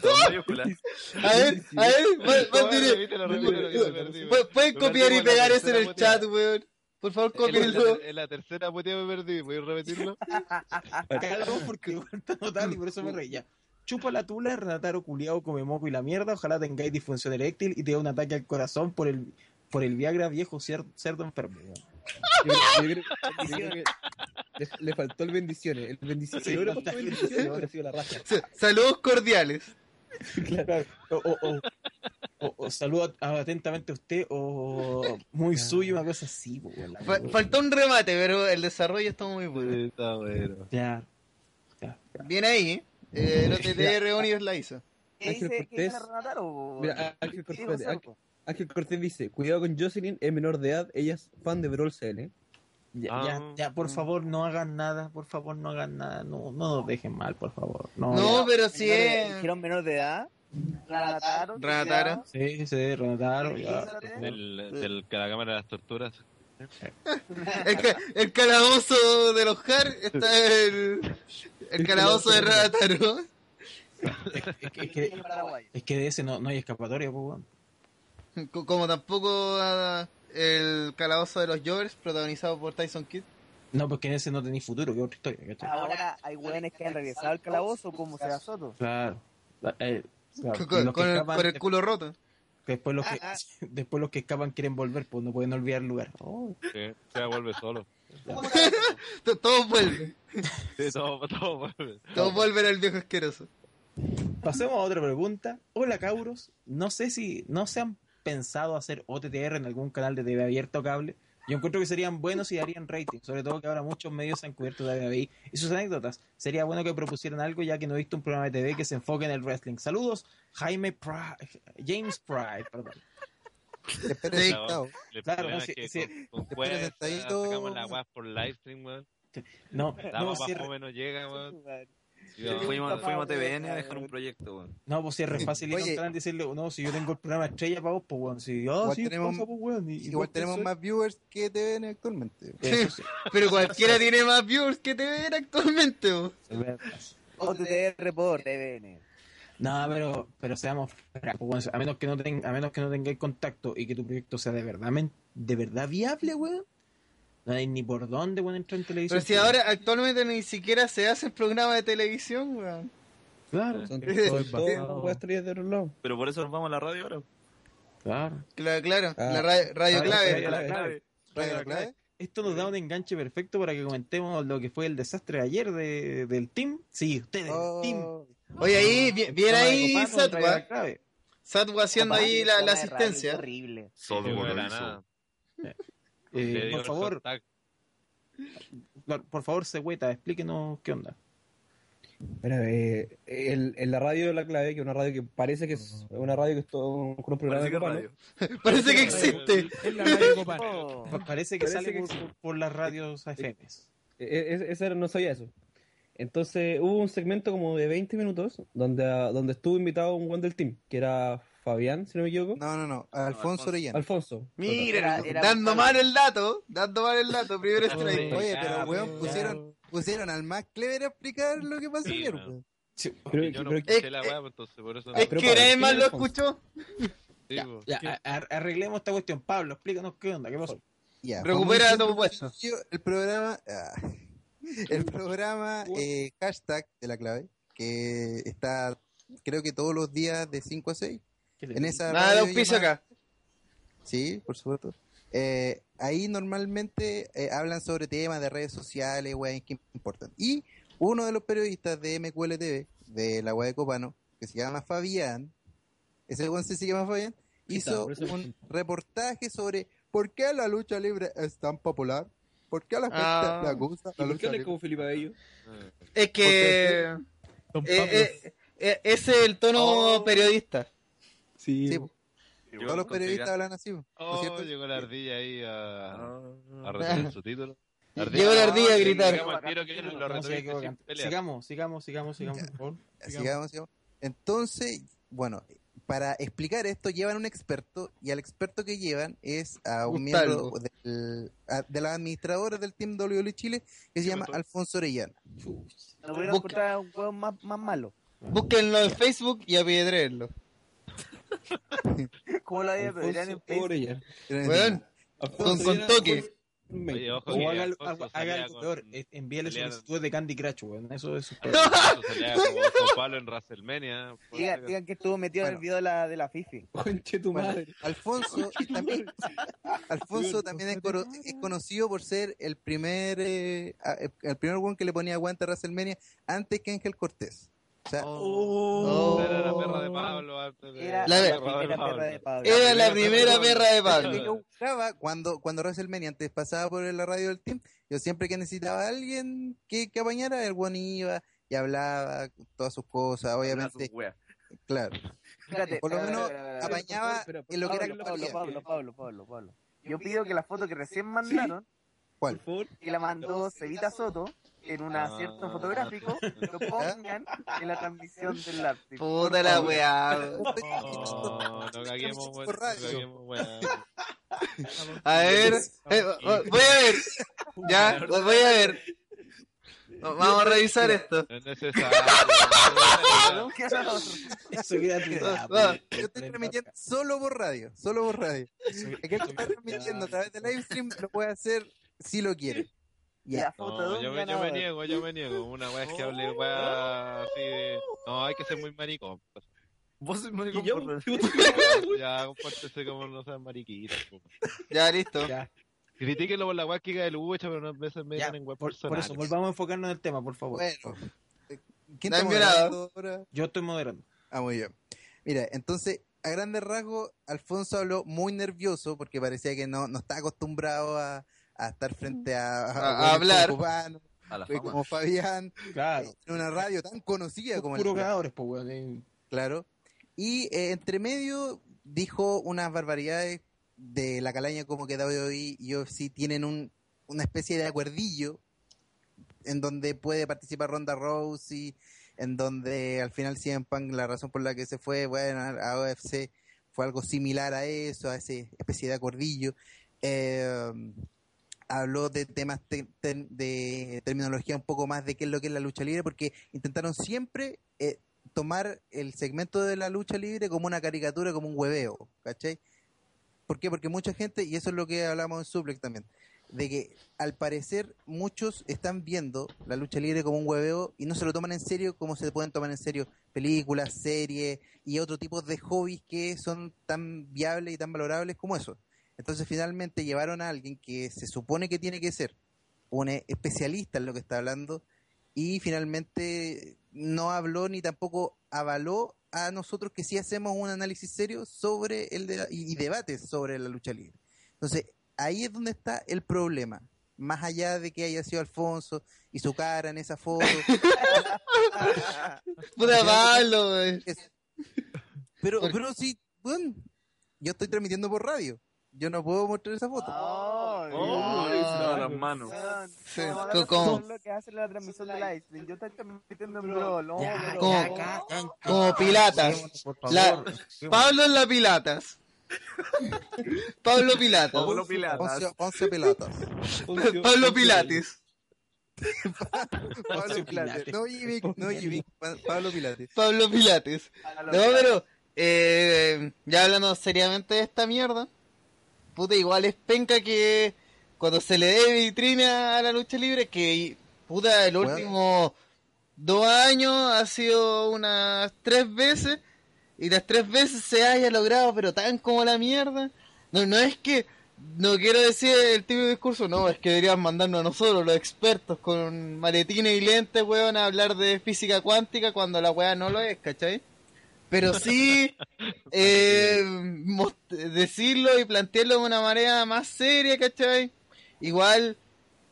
[SPEAKER 5] Todo en mayúsculas.
[SPEAKER 4] A ver, a ver,
[SPEAKER 5] No,
[SPEAKER 4] va- va-
[SPEAKER 5] repítelo,
[SPEAKER 4] diré.
[SPEAKER 5] repítelo, que se perdió.
[SPEAKER 4] Pu- Pueden
[SPEAKER 5] Lo
[SPEAKER 4] copiar y
[SPEAKER 5] perdimos la
[SPEAKER 4] pegar eso en
[SPEAKER 5] tercera
[SPEAKER 4] el
[SPEAKER 5] botella.
[SPEAKER 4] chat, weón. Por
[SPEAKER 1] Eh,
[SPEAKER 4] favor,
[SPEAKER 5] En la,
[SPEAKER 4] cópienlo.
[SPEAKER 5] en la tercera puteada me perdí, ¿puedes repetirlo?
[SPEAKER 6] Cagó porque Roberto no tal y por eso me reía. Chupa la tula, Renataro culiao, come moco y la mierda. Ojalá tengáis disfunción eréctil y te dé un ataque al corazón por el, por el Viagra viejo cier- cerdo enfermo.
[SPEAKER 8] Yo creo, yo creo- yo creo que le, le faltó el bendiciones. El bendiciones.
[SPEAKER 6] Sí,
[SPEAKER 8] le hubiera
[SPEAKER 6] falta
[SPEAKER 8] puesto
[SPEAKER 6] el
[SPEAKER 8] bendiciones,
[SPEAKER 6] bendiciones.
[SPEAKER 8] hubiera sido la raja.
[SPEAKER 4] Sa- Saludos cordiales.
[SPEAKER 6] Claro. O, o, o, o- o saludo a- atentamente a usted o muy suyo, una cosa así. po, weón.
[SPEAKER 4] Fa- faltó un remate, pero el desarrollo está muy bueno.
[SPEAKER 5] Está bueno.
[SPEAKER 6] Claro.
[SPEAKER 4] Bien ahí, ¿eh? eh el OTT Reunidos la hizo.
[SPEAKER 1] ¿Qué
[SPEAKER 8] Ángel
[SPEAKER 1] dice que dice
[SPEAKER 8] Cortés.
[SPEAKER 1] Renataro? po?
[SPEAKER 2] ah,
[SPEAKER 8] Mira, Ángel
[SPEAKER 1] ¿Qué
[SPEAKER 8] Cortés,
[SPEAKER 1] dijo ese
[SPEAKER 8] Ángel-
[SPEAKER 1] loco?
[SPEAKER 8] Ángel Cortés dice: Cuidado con Jocelyn, es menor de edad, ella es fan de Brawl Cell, ¿eh?
[SPEAKER 6] Ya,
[SPEAKER 5] Ah.
[SPEAKER 6] ya, ya, por favor, no hagan nada. Por favor, no hagan nada. No, no nos dejen mal, por favor. No,
[SPEAKER 4] No, pero sí
[SPEAKER 1] Menor de-
[SPEAKER 4] es.
[SPEAKER 1] Dijeron menor de edad. Renataro.
[SPEAKER 4] Renataro.
[SPEAKER 6] Sí, sí, Renataro. ya.
[SPEAKER 5] Del, del, de la cámara de las torturas.
[SPEAKER 4] El, ca- el calabozo de los Har está el. El calabozo de Radataro.
[SPEAKER 6] Es que, es
[SPEAKER 1] culiao.
[SPEAKER 6] que- es que de ese no, no hay escapatoria, po, weón.
[SPEAKER 4] Co- Como tampoco ah, el calabozo de los Jovers, protagonizado por Tyson Kidd.
[SPEAKER 6] No, porque en ese no tenéis futuro, que es otra historia, ¿cachai?
[SPEAKER 1] Ahora hay hueones que han regresado al calabozo como Seba Soto.
[SPEAKER 6] Claro. Eh, claro,
[SPEAKER 4] Co- co-
[SPEAKER 6] los que
[SPEAKER 4] Con, el, Ah,
[SPEAKER 6] escapan-
[SPEAKER 4] con el culo roto.
[SPEAKER 6] Después los que, después los que escapan quieren volver, pues no pueden olvidar el lugar. Oh,
[SPEAKER 5] Sí, se vuelve solo.
[SPEAKER 4] To- Todo vuelve.
[SPEAKER 5] Sí, todo, todo vuelve.
[SPEAKER 4] Todo vuelve al viejo asqueroso.
[SPEAKER 6] Pasemos a otra pregunta. Hola, Cauros. No sé si no se han pensado hacer OTTR en algún canal de TV abierto o cable. Yo encuentro que serían buenos y darían rating, sobre todo que ahora muchos medios se han cubierto de ABI y sus anécdotas. Sería bueno que propusieran algo ya que no he visto un programa de TV que se enfoque en el wrestling. Saludos, Jaime Pride, James Pride, perdón.
[SPEAKER 4] Sí,
[SPEAKER 5] Claro, El
[SPEAKER 6] Claro,
[SPEAKER 5] problema
[SPEAKER 6] no, sí,
[SPEAKER 5] es que
[SPEAKER 6] sí.
[SPEAKER 5] con, con
[SPEAKER 4] Después
[SPEAKER 5] cuevas,
[SPEAKER 4] sentadito,
[SPEAKER 5] sacamos
[SPEAKER 4] bueno.
[SPEAKER 5] la weá por livestream, weón.
[SPEAKER 6] No,
[SPEAKER 5] La
[SPEAKER 6] no,
[SPEAKER 5] más
[SPEAKER 6] si es-
[SPEAKER 5] joven no llega, weón. Y
[SPEAKER 1] Sí,
[SPEAKER 5] vamos-
[SPEAKER 1] Papá,
[SPEAKER 3] Fuimos, fuimos a TVN a
[SPEAKER 1] weón.
[SPEAKER 3] dejar un proyecto, weón.
[SPEAKER 6] No, pues si es re fácil ir a un
[SPEAKER 10] Oye.
[SPEAKER 6] canal y decirle, no, si yo tengo el programa estrella para vos, pues weón. Si, ah,
[SPEAKER 10] Igual
[SPEAKER 6] sí,
[SPEAKER 10] tenemos-
[SPEAKER 6] pasa, pues, weón, y- y
[SPEAKER 10] Igual
[SPEAKER 6] vos
[SPEAKER 10] tenemos
[SPEAKER 6] pensás-
[SPEAKER 10] más viewers que TVN actualmente.
[SPEAKER 6] Eso sí,
[SPEAKER 4] Pero cualquiera tiene más viewers que te ven actualmente. bo.
[SPEAKER 6] es verdad.
[SPEAKER 1] OTTR por TVN.
[SPEAKER 6] No, pero, pero seamos fracos, weón. a menos que no ten- a menos que no tengáis contacto y que tu proyecto sea de verdad men- de verdad viable, weón. No hay ni por dónde weón entrar en televisión.
[SPEAKER 4] Pero si ahora actualmente ni siquiera se hacen programas de televisión, weón.
[SPEAKER 6] claro,
[SPEAKER 8] Son
[SPEAKER 4] Eh,
[SPEAKER 8] todos
[SPEAKER 6] eh,
[SPEAKER 8] todas estrellas de los lados.
[SPEAKER 3] Pero por eso nos vamos a la radio ahora.
[SPEAKER 6] claro.
[SPEAKER 4] Claro, claro.
[SPEAKER 8] Ah.
[SPEAKER 4] La radio, radio
[SPEAKER 6] Ah,
[SPEAKER 4] clave.
[SPEAKER 6] radio clave.
[SPEAKER 10] Radio La Clave.
[SPEAKER 6] Esto nos da un enganche perfecto para que comentemos lo que fue el desastre de ayer de, del team. Sí, ustedes,
[SPEAKER 10] Oh,
[SPEAKER 6] el team.
[SPEAKER 4] Oye, ahí, bien, bien
[SPEAKER 6] Toma de
[SPEAKER 4] ahí
[SPEAKER 6] Copano, Radio La
[SPEAKER 4] Satwa.
[SPEAKER 6] Clave.
[SPEAKER 4] Satwa haciendo
[SPEAKER 1] Papá,
[SPEAKER 4] ahí
[SPEAKER 1] qué
[SPEAKER 4] la,
[SPEAKER 1] forma
[SPEAKER 4] la
[SPEAKER 1] de radio,
[SPEAKER 4] asistencia.
[SPEAKER 1] Horrible.
[SPEAKER 7] Salvo
[SPEAKER 5] de
[SPEAKER 7] para
[SPEAKER 5] la
[SPEAKER 7] eso.
[SPEAKER 5] nada.
[SPEAKER 6] Eh,
[SPEAKER 5] Le dio
[SPEAKER 6] por
[SPEAKER 5] el
[SPEAKER 6] favor,
[SPEAKER 5] contacto.
[SPEAKER 6] Por- Por favor, Següeta, explíquenos qué onda.
[SPEAKER 8] Mira, eh, el- en la radio de la clave, que es una radio que parece que es una radio que es todo un, con un programa
[SPEAKER 3] Parece
[SPEAKER 8] de
[SPEAKER 3] que es
[SPEAKER 8] Copano.
[SPEAKER 3] radio.
[SPEAKER 4] Parece que existe.
[SPEAKER 11] Es la radio Copano.
[SPEAKER 1] Oh,
[SPEAKER 6] Pa- Parece que
[SPEAKER 8] Parece
[SPEAKER 6] sale
[SPEAKER 8] que
[SPEAKER 6] por,
[SPEAKER 8] sí.
[SPEAKER 6] por- por las radios AFMs.
[SPEAKER 8] E- e- ese era- no sabía eso. Entonces hubo un segmento como de 20 minutos donde, donde estuvo invitado un one del team, que era Fabián, si no me equivoco.
[SPEAKER 10] No, no, no. Alfonso
[SPEAKER 3] Alfonso.
[SPEAKER 10] Orellana.
[SPEAKER 8] Alfonso.
[SPEAKER 4] Mira,
[SPEAKER 1] Era- era
[SPEAKER 4] dando
[SPEAKER 1] buscar-
[SPEAKER 4] mal el dato, dando mal el dato, primero strike.
[SPEAKER 10] Oye,
[SPEAKER 5] Ya,
[SPEAKER 10] pero weón,
[SPEAKER 5] ya.
[SPEAKER 10] pusieron, pusieron al más clever a explicar lo que pasó
[SPEAKER 5] Sí,
[SPEAKER 10] ayer,
[SPEAKER 5] no.
[SPEAKER 10] weón.
[SPEAKER 8] Pero-
[SPEAKER 5] Y yo no
[SPEAKER 8] pero-
[SPEAKER 5] escuché la weá, pues, entonces por eso no.
[SPEAKER 4] Es
[SPEAKER 8] pero
[SPEAKER 4] que
[SPEAKER 8] para
[SPEAKER 4] nadie
[SPEAKER 8] qué, pues?
[SPEAKER 4] más lo
[SPEAKER 8] Alfonso?
[SPEAKER 4] escuchó.
[SPEAKER 5] Sí, pues.
[SPEAKER 6] Ya, a- a- arreglemos esta cuestión. Pablo, explícanos qué onda, qué pasó.
[SPEAKER 10] Ya, fue muy
[SPEAKER 4] Recupera
[SPEAKER 10] simple.
[SPEAKER 4] tu puesto.
[SPEAKER 10] Yo, El programa, ah, el programa eh, hashtag de la clave, que está creo que todos los días de 5 a 6. En esa
[SPEAKER 4] Nada de
[SPEAKER 10] radio
[SPEAKER 4] auspicio
[SPEAKER 10] llamada-
[SPEAKER 4] acá.
[SPEAKER 10] Sí, por supuesto. Eh, ahí normalmente eh, hablan sobre temas de redes sociales, weas que importan. Y uno de los periodistas de MQLTV, de la web de Copano, que se llama Fabián, ese weón sí se llama Fabián, hizo
[SPEAKER 8] por eso-
[SPEAKER 10] un reportaje sobre por qué la lucha libre es tan popular, por qué a la gente
[SPEAKER 4] Ah.
[SPEAKER 10] le gusta
[SPEAKER 8] ¿Y
[SPEAKER 10] la
[SPEAKER 8] por qué
[SPEAKER 10] lucha
[SPEAKER 8] hablas
[SPEAKER 10] libre.
[SPEAKER 8] como Felipe Abello?
[SPEAKER 4] Es que.
[SPEAKER 11] Don
[SPEAKER 4] eh,
[SPEAKER 11] Pablo.
[SPEAKER 4] eh, eh, ese es el tono
[SPEAKER 1] Oh.
[SPEAKER 4] periodista.
[SPEAKER 8] Sí.
[SPEAKER 10] Sí, po.
[SPEAKER 3] Yo
[SPEAKER 10] todos los
[SPEAKER 3] conseguirá-
[SPEAKER 10] periodistas hablan así, po, ¿no es
[SPEAKER 5] Oh,
[SPEAKER 10] cierto?
[SPEAKER 5] llegó la ardilla ahí a,
[SPEAKER 3] Ah,
[SPEAKER 5] a recibir su título.
[SPEAKER 4] Llegó la ardilla a gritar.
[SPEAKER 5] Digamos, tiro que lo
[SPEAKER 6] No, sí,
[SPEAKER 5] retuviste
[SPEAKER 6] qué
[SPEAKER 5] sin
[SPEAKER 6] bacán.
[SPEAKER 5] pelear.
[SPEAKER 6] sigamos, sigamos, sigamos, sigamos, por favor.
[SPEAKER 10] Sigamos, sigamos. Entonces, bueno, para explicar esto llevan un experto y al experto que llevan es a un
[SPEAKER 4] Gustavo.
[SPEAKER 10] miembro del- a- de las administradoras del Team WWE Chile que se llama Alfonso Orellana.
[SPEAKER 1] No pudieron
[SPEAKER 4] Busca-
[SPEAKER 1] encontrar un hueón más, más malo.
[SPEAKER 4] Búsquenlo en Facebook y apiedrenlo.
[SPEAKER 1] ¿Cómo lo había
[SPEAKER 8] Alfonso
[SPEAKER 1] en Facebook?
[SPEAKER 8] Orellana.
[SPEAKER 4] Weón, con, con toque.
[SPEAKER 5] Oye, ojo que
[SPEAKER 6] O haga,
[SPEAKER 5] Alfonso
[SPEAKER 6] haga-
[SPEAKER 5] salía
[SPEAKER 6] haga algo
[SPEAKER 5] con-
[SPEAKER 6] peor, eh, envíale
[SPEAKER 5] salía-
[SPEAKER 6] solicitudes de Candy Crush, weón. Eso es súper-
[SPEAKER 5] Alfonso salía como Don Pablo en WrestleMania.
[SPEAKER 1] Digan, digan que estuvo metido en el
[SPEAKER 10] Bueno.
[SPEAKER 1] video de la, de la Fifi.
[SPEAKER 8] Conche tu
[SPEAKER 10] Bueno,
[SPEAKER 8] madre.
[SPEAKER 10] Alfonso también, Alfonso también es, coro- es conocido por ser el primer eh, a- el primer one que le ponía guante a WrestleMania antes que Ángel Cortés. O sea,
[SPEAKER 5] Oh, Era la perra de Pablo antes de...
[SPEAKER 1] Era
[SPEAKER 4] La-
[SPEAKER 1] la primera perra de Pablo.
[SPEAKER 4] Era la primera perra de
[SPEAKER 10] que
[SPEAKER 4] Pablo.
[SPEAKER 10] yo buscaba cuando, cuando WrestleMania antes pasaba por la radio del team, yo siempre que necesitaba a alguien que, que apañara, el one iba y hablaba todas sus cosas, obviamente, claro.
[SPEAKER 1] Espérate,
[SPEAKER 10] Por lo
[SPEAKER 1] espérate,
[SPEAKER 10] menos
[SPEAKER 1] espérate, espérate.
[SPEAKER 10] apañaba
[SPEAKER 8] pero, pero,
[SPEAKER 10] en lo que era
[SPEAKER 1] Pablo, Pablo,
[SPEAKER 10] capacidad.
[SPEAKER 1] Pablo, Pablo, Pablo, Pablo. Yo pido que la foto que recién mandaron,
[SPEAKER 10] ¿Cuál?
[SPEAKER 1] que la mandó Cevita Soto en un
[SPEAKER 5] Ah.
[SPEAKER 1] acierto fotográfico, lo pongan en la transmisión del lápiz.
[SPEAKER 4] Oh, Puta la weá.
[SPEAKER 5] Oh, no caguemos, weón. No caguemos, weón.
[SPEAKER 4] A ver, eh, va- voy a ver. Ya, voy a ver. Va- Vamos a revisar esto.
[SPEAKER 5] No es necesario.
[SPEAKER 6] Eso queda tu
[SPEAKER 4] Va-
[SPEAKER 6] edad,
[SPEAKER 4] va.
[SPEAKER 10] Yo estoy transmitiendo solo por radio, solo por radio. Aquel que está transmitiendo a través de live stream lo puede hacer si lo quiere.
[SPEAKER 1] La foto de
[SPEAKER 5] No,
[SPEAKER 1] un
[SPEAKER 5] yo, me, yo me
[SPEAKER 1] ganador.
[SPEAKER 5] niego, yo me niego. Una weá es que hable weá así de. No, hay que ser muy maricón. pues,
[SPEAKER 3] Vos sois maricón
[SPEAKER 8] Y yo,
[SPEAKER 3] por-
[SPEAKER 5] Ya, compórtese como no sean mariquitas. po.
[SPEAKER 4] Ya, listo.
[SPEAKER 6] Ya,
[SPEAKER 5] Critíquenlo por la weá que cae el Ucha, pero unas veces me
[SPEAKER 6] Ya,
[SPEAKER 5] dicen en weá
[SPEAKER 6] por, por
[SPEAKER 5] personales.
[SPEAKER 6] eso, volvamos a enfocarnos en el tema, por favor.
[SPEAKER 10] Bueno, eh, ¿quién
[SPEAKER 4] No
[SPEAKER 10] está
[SPEAKER 4] hay violado.
[SPEAKER 10] moderando ahora?
[SPEAKER 6] Yo estoy moderando.
[SPEAKER 10] Ah, muy bien. Mira, entonces, a grandes rasgos, Alfonso habló muy nervioso porque parecía que no, no está acostumbrado a, a estar frente a,
[SPEAKER 4] A- a
[SPEAKER 10] buenos
[SPEAKER 4] hablar.
[SPEAKER 10] cubanos,
[SPEAKER 3] A la
[SPEAKER 10] fue
[SPEAKER 3] fama.
[SPEAKER 10] como Fabián,
[SPEAKER 6] Claro.
[SPEAKER 10] en una radio tan conocida como
[SPEAKER 6] Puros
[SPEAKER 10] la
[SPEAKER 6] ganadores, pues, weón. eh.
[SPEAKER 10] Claro. Y eh, entre medio dijo unas barbaridades de la calaña como que WWE y UFC tienen un, una especie de acuerdillo en donde puede participar Ronda Rousey, en donde al final CM Punk, la razón por la que se fue, bueno, a a UFC fue algo similar a eso, a esa especie de acuerdillo. Eh, habló de temas te- te- de terminología un poco más de qué es lo que es la lucha libre, porque intentaron siempre eh, tomar el segmento de la lucha libre como una caricatura, como un hueveo, ¿cachai? ¿Por qué? Porque mucha gente, y eso es lo que hablamos en Suplex también, de que al parecer muchos están viendo la lucha libre como un hueveo y no se lo toman en serio como se pueden tomar en serio películas, series y otro tipo de hobbies que son tan viables y tan valorables como eso. Entonces finalmente llevaron a alguien que se supone que tiene que ser un eh, especialista en lo que está hablando y finalmente no habló ni tampoco avaló a nosotros que sí hacemos un análisis serio sobre el de- y, y debates sobre la lucha libre. Entonces ahí es donde está el problema. Más allá de que haya sido Alfonso y su cara en esa foto,
[SPEAKER 4] Puta Pablo, wey.
[SPEAKER 10] Es- Pero, pero sí, bueno, yo estoy transmitiendo por radio. Yo no puedo mostrar esa foto.
[SPEAKER 1] Ah, Ay,
[SPEAKER 3] Oh,
[SPEAKER 1] ay,
[SPEAKER 3] no, las manos.
[SPEAKER 1] weón.
[SPEAKER 4] Sí,
[SPEAKER 1] No, ahora
[SPEAKER 4] co-
[SPEAKER 1] eso
[SPEAKER 4] como-
[SPEAKER 1] es lo que hace la transmisión de live stream. Yo estoy transmitiendo en bro, no,
[SPEAKER 6] Ya,
[SPEAKER 1] bro.
[SPEAKER 4] como-
[SPEAKER 6] ya, ca- ca-
[SPEAKER 4] como pilatas.
[SPEAKER 6] Por
[SPEAKER 4] La-
[SPEAKER 6] favor.
[SPEAKER 4] Pablo en la Pilatas. Pablo Pilatas.
[SPEAKER 3] Pablo Pilatas.
[SPEAKER 10] Poncio, Poncio Pilatos.
[SPEAKER 4] Pablo Pilates.
[SPEAKER 10] Pablo Pilates.
[SPEAKER 6] Pilates.
[SPEAKER 10] No, Jimmy, no, Jimmy, Pa- Pablo Pilates.
[SPEAKER 4] Pablo Pilates.
[SPEAKER 1] A
[SPEAKER 4] No,
[SPEAKER 1] lo que-
[SPEAKER 4] pero eh, ya hablando seriamente de esta mierda, puta, igual es penca que cuando se le dé vitrina a la lucha libre, que puta, el
[SPEAKER 10] Bueno.
[SPEAKER 4] último dos años ha sido unas tres veces, y las tres veces se haya logrado, pero tan como la mierda. No, no es que, no quiero decir el tipo de discurso, no, es que deberían mandarnos a nosotros, los expertos, con maletines y lentes, weón, a hablar de física cuántica cuando la weá no lo es, ¿cachai? Pero sí, eh, mos- decirlo y plantearlo de una manera más seria, ¿cachai? Igual,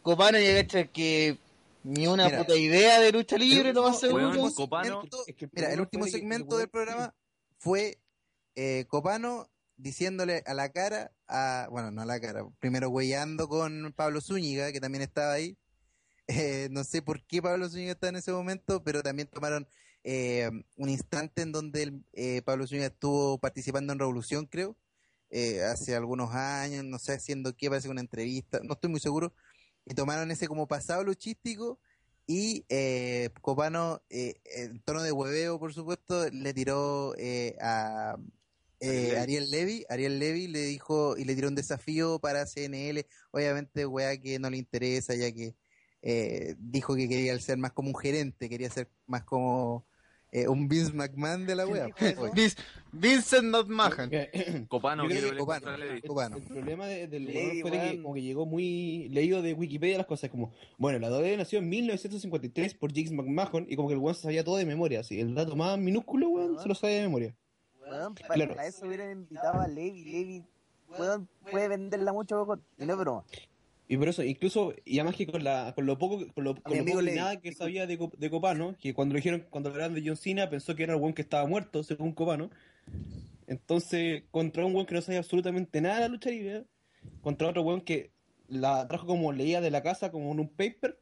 [SPEAKER 4] Copano ya cacha que ni una
[SPEAKER 10] Mira,
[SPEAKER 4] puta idea de lucha libre, lo más seguro.
[SPEAKER 3] Weón, Copano.
[SPEAKER 10] segmento- mira, el último segmento del programa fue eh, Copano diciéndole a la cara, a, bueno, no a la cara, primero huellando con Pablo Zúñiga, que también estaba ahí. Eh, no sé por qué Pablo Zúñiga está en ese momento, pero también tomaron eh, un instante en donde el, eh, Pablo Zúñiga estuvo participando en Revolución, creo, eh, hace algunos años, no sé, haciendo qué, parece que una entrevista, no estoy muy seguro, y tomaron ese como pasado luchístico y eh, Copano, eh, en tono de hueveo, por supuesto, le tiró eh, a, eh, Ariel Levy, Ariel Levy le dijo y le tiró un desafío para CNL, obviamente weá que no le interesa ya que eh, dijo que quería ser más como un gerente, quería ser más como eh, un Vince McMahon de la weá.
[SPEAKER 4] Vince- Vincent Not Mahan.
[SPEAKER 3] Copano,
[SPEAKER 8] Yo creo
[SPEAKER 3] quiero
[SPEAKER 8] que
[SPEAKER 3] ver
[SPEAKER 10] Copano,
[SPEAKER 3] a Levi.
[SPEAKER 10] cubano.
[SPEAKER 8] El problema de- del
[SPEAKER 1] Lady
[SPEAKER 8] weón fue de que,
[SPEAKER 1] Wan.
[SPEAKER 8] como que llegó muy leído de Wikipedia las cosas, como, bueno, la WWE nació en 1953 por James McMahon y como que el weón se sabía todo de memoria, así, el dato más minúsculo, weón, se lo sabe de memoria.
[SPEAKER 1] Weón, pa- para,
[SPEAKER 8] Claro.
[SPEAKER 1] eso hubieran invitado a Levi. Levi, weón, puede venderla mucho, weón. Y no es broma.
[SPEAKER 8] Y por eso, incluso, y además que con, la, con lo poco, con lo, con
[SPEAKER 1] mi
[SPEAKER 8] lo
[SPEAKER 1] amigo
[SPEAKER 8] poco y
[SPEAKER 1] Ley.
[SPEAKER 8] nada que sabía de, Co- de Copano, que cuando lo dijeron, cuando hablaron de John Cena, pensó que era el weón que estaba muerto, según Copano. Entonces, contra un weón que no sabía absolutamente nada de la lucha libre, contra otro weón que la trajo como leía de la casa, como en un paper,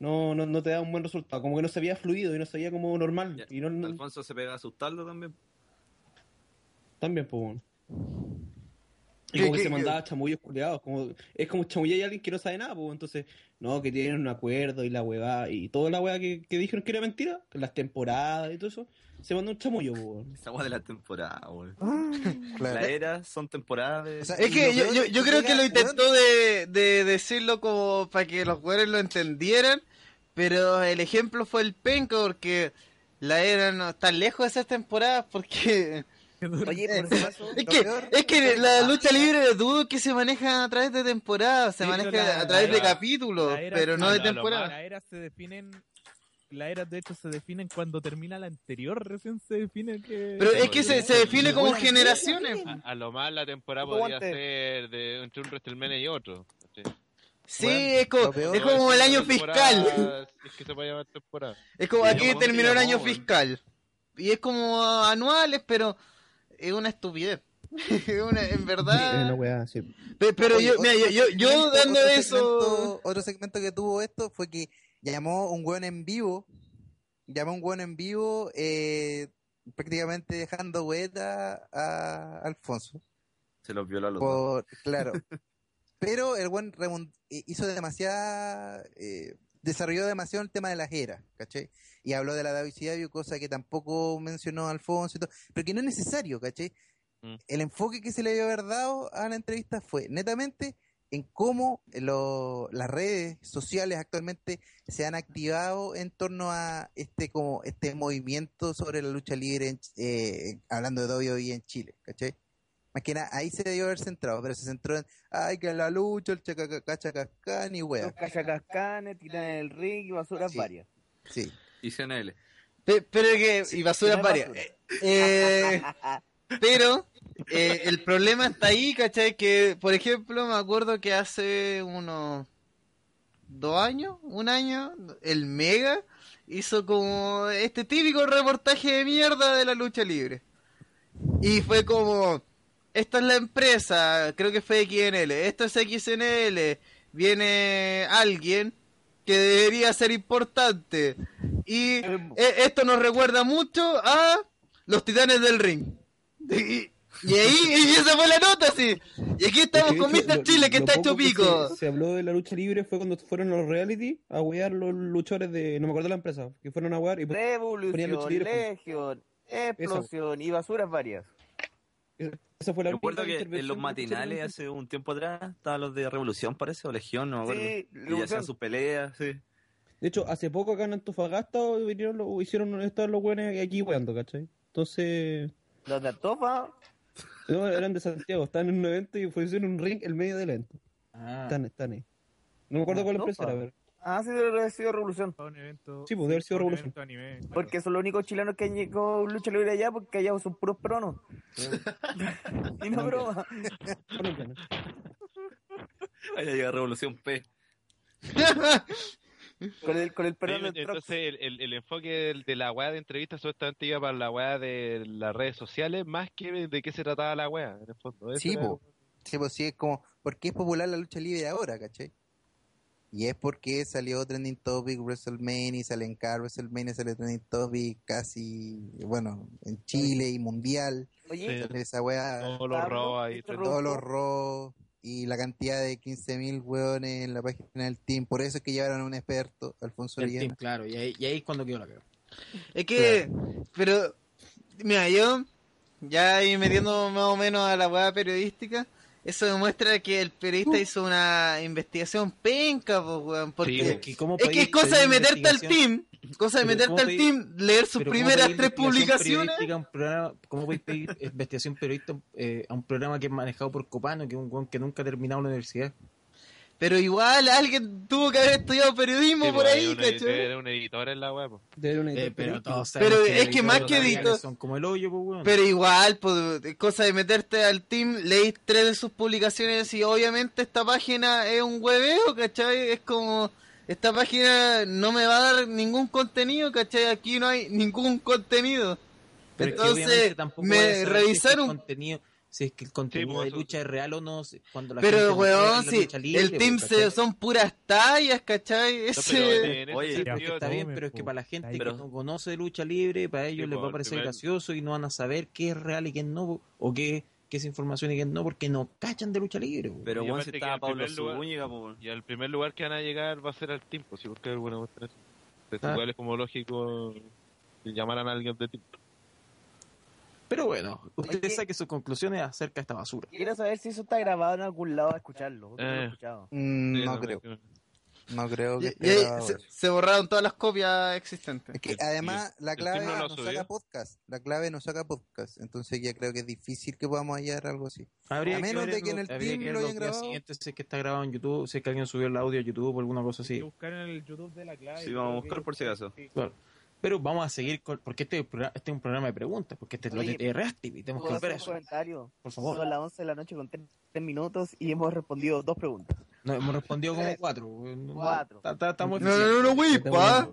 [SPEAKER 8] no, no, no te da un buen resultado. Como que no se había fluido y no se veía como normal.
[SPEAKER 3] Ya,
[SPEAKER 8] Y no, no-
[SPEAKER 3] Alfonso se pega a asustarlo también.
[SPEAKER 8] también, pues, weón. Y
[SPEAKER 4] ¿Qué-
[SPEAKER 8] como
[SPEAKER 4] qué-
[SPEAKER 8] que se
[SPEAKER 4] qué-
[SPEAKER 8] mandaba chamullos culiados, como, es como chamullar a alguien que no sabe nada, pues entonces, no, que tienen un acuerdo y la huevada, y toda la huevada que, que dijeron que era mentira, que las temporadas y todo eso, se mandó un chamullo, pues. weón.
[SPEAKER 3] Esa weá de la temporada, weón.
[SPEAKER 10] Claro.
[SPEAKER 3] La era son temporadas de.
[SPEAKER 10] O sea,
[SPEAKER 4] Es que
[SPEAKER 10] lo
[SPEAKER 4] yo,
[SPEAKER 10] peor
[SPEAKER 4] yo,
[SPEAKER 10] es
[SPEAKER 4] yo creo que
[SPEAKER 10] llega,
[SPEAKER 4] lo
[SPEAKER 10] weón,
[SPEAKER 4] intentó de, de decirlo como para que los jugadores lo entendieran, pero el ejemplo fue el penco porque la era no está lejos de esas temporadas porque
[SPEAKER 1] Oye, por si acaso,
[SPEAKER 4] es
[SPEAKER 10] Lo
[SPEAKER 4] que
[SPEAKER 10] peor-
[SPEAKER 4] es que la lucha libre de dudo que se maneja a través de temporadas, se
[SPEAKER 11] Sí,
[SPEAKER 4] maneja
[SPEAKER 11] pero la-
[SPEAKER 4] a través
[SPEAKER 11] la
[SPEAKER 4] de
[SPEAKER 11] era-
[SPEAKER 4] capítulos,
[SPEAKER 11] la era-
[SPEAKER 4] pero no
[SPEAKER 5] Ah,
[SPEAKER 4] de
[SPEAKER 5] no, lo
[SPEAKER 4] temporadas.
[SPEAKER 11] Las eras se definen, las eras de hecho se definen cuando termina la anterior, recién se define que...
[SPEAKER 4] Pero es que se, se define como
[SPEAKER 5] Bueno,
[SPEAKER 4] generaciones.
[SPEAKER 5] A, a lo más la temporada
[SPEAKER 1] Como
[SPEAKER 5] podría
[SPEAKER 1] antes.
[SPEAKER 5] ser de entre un WrestleMania y otro. Sí.
[SPEAKER 4] Sí,
[SPEAKER 10] Bueno,
[SPEAKER 4] es como,
[SPEAKER 10] lo peor-
[SPEAKER 4] es como el año
[SPEAKER 5] Temporada,
[SPEAKER 4] fiscal.
[SPEAKER 5] Es que se puede llamar temporada.
[SPEAKER 4] Es como
[SPEAKER 5] Sí,
[SPEAKER 4] aquí
[SPEAKER 5] llamó-
[SPEAKER 4] terminó el
[SPEAKER 5] llamó,
[SPEAKER 4] año
[SPEAKER 5] weón.
[SPEAKER 4] fiscal. Y es como ah, anuales, pero es una estupidez. Es una- en
[SPEAKER 8] Es una
[SPEAKER 4] verdad.
[SPEAKER 8] huevada, eh, sí.
[SPEAKER 4] Pe- Pero
[SPEAKER 10] Oye,
[SPEAKER 4] yo,
[SPEAKER 10] otro
[SPEAKER 4] mira, yo, yo, yo
[SPEAKER 10] segmento-
[SPEAKER 4] dando
[SPEAKER 10] otro
[SPEAKER 4] eso.
[SPEAKER 10] segmento- otro segmento que tuvo esto fue que llamó un weón en vivo, llamó un weón en vivo, eh, prácticamente dejando hueta a Alfonso.
[SPEAKER 3] Se los violó a los dos.
[SPEAKER 10] Por, claro. Pero el buen remon- eh, hizo demasiada. eh, desarrolló demasiado el tema de las eras, ¿cachai? Y habló de la WCW, cosa que tampoco mencionó Alfonso y todo. Pero que no es necesario, ¿cachai?
[SPEAKER 5] Mm.
[SPEAKER 10] El enfoque que se le dio haber dado a la entrevista fue netamente en cómo lo- las redes sociales actualmente se han activado en torno a este como este movimiento sobre la lucha libre, en Ch- eh, hablando de WWE en Chile, ¿cachai? Más que nada, ahí se debió haber centrado, pero se centró en, ay, que la lucha, el chacacacachacascán y
[SPEAKER 1] los
[SPEAKER 10] wea.
[SPEAKER 1] cachacascanes, tiran el ring y basuras
[SPEAKER 10] Sí.
[SPEAKER 1] varias.
[SPEAKER 10] Sí.
[SPEAKER 3] Y CNL.
[SPEAKER 4] pe- Pero que. Y basura
[SPEAKER 1] no es
[SPEAKER 4] varias.
[SPEAKER 1] basura.
[SPEAKER 4] Eh, pero eh, el problema está ahí, ¿cachai? Que, por ejemplo, me acuerdo que hace unos dos años, un año, el Mega hizo como este típico reportaje de mierda de la lucha libre. Y fue como, esta es la empresa, creo que fue XNL, esto es XNL, viene alguien que debería ser importante. Y eh, esto nos recuerda mucho a los titanes del ring. Y, y ahí, y esa fue la nota, sí. Y aquí estamos
[SPEAKER 8] Es que,
[SPEAKER 4] con
[SPEAKER 8] de hecho,
[SPEAKER 4] Mr.
[SPEAKER 8] lo-
[SPEAKER 4] Chile, que
[SPEAKER 8] lo
[SPEAKER 4] está
[SPEAKER 8] poco
[SPEAKER 4] hecho pico.
[SPEAKER 8] Se, se habló de la lucha libre fue cuando fueron los reality a huear los luchadores de, no me acuerdo la empresa, que fueron a huear y Ponía lucha
[SPEAKER 1] Revolución,
[SPEAKER 8] libre, pues.
[SPEAKER 1] legión, explosión y basuras varias.
[SPEAKER 8] esa fue la
[SPEAKER 3] Recuerdo
[SPEAKER 8] única
[SPEAKER 3] que en
[SPEAKER 8] intervención
[SPEAKER 3] los
[SPEAKER 8] de lucha libre
[SPEAKER 3] matinales
[SPEAKER 8] que-
[SPEAKER 3] hace un tiempo atrás estaban los de Revolución, parece, o Legión, no me acuerdo.
[SPEAKER 1] Sí,
[SPEAKER 3] y
[SPEAKER 1] Revolución.
[SPEAKER 3] hacían sus peleas, sí.
[SPEAKER 8] De hecho, hace poco acá en Antofagasta vinieron los- hicieron estar los buenos aquí weando, ¿cachai? Entonces,
[SPEAKER 1] Los de Antofa,
[SPEAKER 8] no, eran de Santiago, estaban en un evento y hicieron un ring en medio del evento.
[SPEAKER 6] Ah,
[SPEAKER 8] Están, están ahí. No me acuerdo cuál
[SPEAKER 1] Antofa.
[SPEAKER 8] empresa era, pero.
[SPEAKER 1] ah, sí, debe haber sido Revolución.
[SPEAKER 11] Fue un evento...
[SPEAKER 8] Sí, pues, debe haber sido
[SPEAKER 11] fue un
[SPEAKER 8] Revolución.
[SPEAKER 11] evento anime, claro.
[SPEAKER 1] Porque son los únicos chilenos que han llegado a lucha libre allá, porque allá son puros pronos. y no broma.
[SPEAKER 8] fueron buenos.
[SPEAKER 3] Ahí llega Revolución P.
[SPEAKER 1] Con el, con el perón
[SPEAKER 5] Oye,
[SPEAKER 1] del
[SPEAKER 5] Entonces,
[SPEAKER 1] Trox.
[SPEAKER 5] el, el- el enfoque del- de, la weá de entrevista supuestamente iba para la weá de las redes sociales, más que de qué se trataba la weá, en el fondo. Eso
[SPEAKER 10] Sí,
[SPEAKER 5] era-
[SPEAKER 10] po. Sí, pues sí, es como, ¿por qué es popular la lucha libre ahora, caché? Y es porque salió Trending Topic, WrestleMania, sale en Car, WrestleMania, sale Trending Topic casi, bueno, en Chile y Mundial,
[SPEAKER 1] Oye,
[SPEAKER 5] Sí.
[SPEAKER 10] sale esa weá,
[SPEAKER 5] Todos los
[SPEAKER 1] Pablo,
[SPEAKER 5] robos ahí.
[SPEAKER 1] este
[SPEAKER 5] trending.
[SPEAKER 10] todos los Raw y la cantidad de 15.000 weones en la página del team. Por eso es que llevaron a un experto, Alfonso
[SPEAKER 6] el team,
[SPEAKER 10] Orellana.
[SPEAKER 6] claro. Y ahí, y ahí es cuando quedó la cagada.
[SPEAKER 4] Es que, pero, mira, yo ya ahí metiendo más o menos a la hueá periodística, eso demuestra que el periodista
[SPEAKER 6] Uh.
[SPEAKER 4] hizo una investigación penca, pues, weón. Porque
[SPEAKER 6] es que ¿cómo
[SPEAKER 4] es, que es
[SPEAKER 6] podéis
[SPEAKER 4] cosa de
[SPEAKER 6] pedir
[SPEAKER 4] meterte al team,
[SPEAKER 6] investigación?
[SPEAKER 4] cosa de
[SPEAKER 6] Pero
[SPEAKER 4] meterte
[SPEAKER 6] ¿cómo
[SPEAKER 4] al
[SPEAKER 6] pedí-
[SPEAKER 4] team, leer sus
[SPEAKER 6] pero ¿cómo
[SPEAKER 4] primeras
[SPEAKER 6] pedí
[SPEAKER 4] tres
[SPEAKER 6] investigación
[SPEAKER 4] publicaciones.
[SPEAKER 6] periodística a un programa- ¿Cómo podéis pedir investigación periodística eh, a un programa que es manejado por Copano, que es un weón que nunca ha terminado la universidad?
[SPEAKER 4] Pero igual alguien tuvo que haber estudiado periodismo
[SPEAKER 5] Sí,
[SPEAKER 4] por
[SPEAKER 5] pues, hay
[SPEAKER 4] ahí,
[SPEAKER 5] un
[SPEAKER 4] ¿cachai?
[SPEAKER 5] editor- Era un editor en la web.
[SPEAKER 6] Eh, pero todos
[SPEAKER 4] Pero
[SPEAKER 6] sabemos
[SPEAKER 4] es que más
[SPEAKER 6] los
[SPEAKER 4] que
[SPEAKER 6] radiales
[SPEAKER 4] editor-
[SPEAKER 6] Son como el hoyo, pues, weón.
[SPEAKER 4] Pero igual, pues, es cosa de meterte al team, leís tres de sus publicaciones y obviamente esta página es un hueveo, ¿cachai? Es como, esta página no me va a dar ningún contenido, ¿cachai? Aquí no hay ningún contenido.
[SPEAKER 6] Pero es que obviamente
[SPEAKER 4] Entonces,
[SPEAKER 6] tampoco vaya a
[SPEAKER 4] me
[SPEAKER 6] saber si es que
[SPEAKER 4] revisaron...
[SPEAKER 6] el contenido, si es que el contenido de lucha es real o no, si- cuando la gente
[SPEAKER 4] Pero,
[SPEAKER 6] no cree
[SPEAKER 4] weón,
[SPEAKER 6] en la
[SPEAKER 4] si
[SPEAKER 6] lucha libre,
[SPEAKER 4] el
[SPEAKER 6] pues,
[SPEAKER 4] team
[SPEAKER 6] ¿cachai?
[SPEAKER 4] se, son puras tallas, ¿cachai? Ese...
[SPEAKER 6] Oye,
[SPEAKER 4] sí,
[SPEAKER 6] sí, porque está bien, pero es que para la gente que no conoce de lucha libre, para ellos les va a parecer gracioso y no van a saber qué es real y qué no, po, o qué, qué es información y qué no, porque no cachan de lucha libre. po.
[SPEAKER 5] Y aparte que al primer lugar- Y al primer lugar que van a llegar va a ser al team, pues, si buscas alguna muestra. Entonces,
[SPEAKER 6] Ah.
[SPEAKER 5] igual es como lógico que llamaran a alguien de team.
[SPEAKER 6] Pero bueno, usted saque sus conclusiones acerca de esta basura.
[SPEAKER 1] Quiero saber si eso está grabado en algún lado a escucharlo. porque no lo he
[SPEAKER 6] Eh.
[SPEAKER 1] escuchado.
[SPEAKER 10] Mm,
[SPEAKER 6] Sí,
[SPEAKER 10] no
[SPEAKER 6] no,
[SPEAKER 10] creo. No creo que
[SPEAKER 4] Y-
[SPEAKER 10] esté
[SPEAKER 4] y ahí
[SPEAKER 10] grabado
[SPEAKER 4] se,
[SPEAKER 10] eso.
[SPEAKER 4] se borraron todas las copias existentes.
[SPEAKER 10] Es que además la clave nos saca podcast, la clave nos saca podcast, entonces ya creo que es difícil que podamos hallar algo así. a menos de que en el team lo hayan grabado.
[SPEAKER 6] si es que está grabado en YouTube, si es que alguien subió el audio a YouTube o alguna cosa así.
[SPEAKER 11] Buscar en el YouTube de la clave.
[SPEAKER 3] pues. Sí, vamos a buscar por si acaso.
[SPEAKER 6] Claro. Pero vamos a seguir con, porque este, es el programa- este es un programa de preguntas, porque este es lo
[SPEAKER 1] Oye,
[SPEAKER 6] de TR Active y tenemos que
[SPEAKER 10] pues,
[SPEAKER 1] ¿Puedo hacer
[SPEAKER 6] volver a
[SPEAKER 1] un
[SPEAKER 6] eso.
[SPEAKER 1] comentario?
[SPEAKER 6] Por favor.
[SPEAKER 1] Son las 11 de la noche con 3 minutos y hemos respondido dos preguntas.
[SPEAKER 6] No, hemos respondido como cuatro. weón.
[SPEAKER 1] Cuatro.
[SPEAKER 6] Está- está- estamos
[SPEAKER 1] No, no, no, no,
[SPEAKER 6] eficientes.
[SPEAKER 1] güey, pa.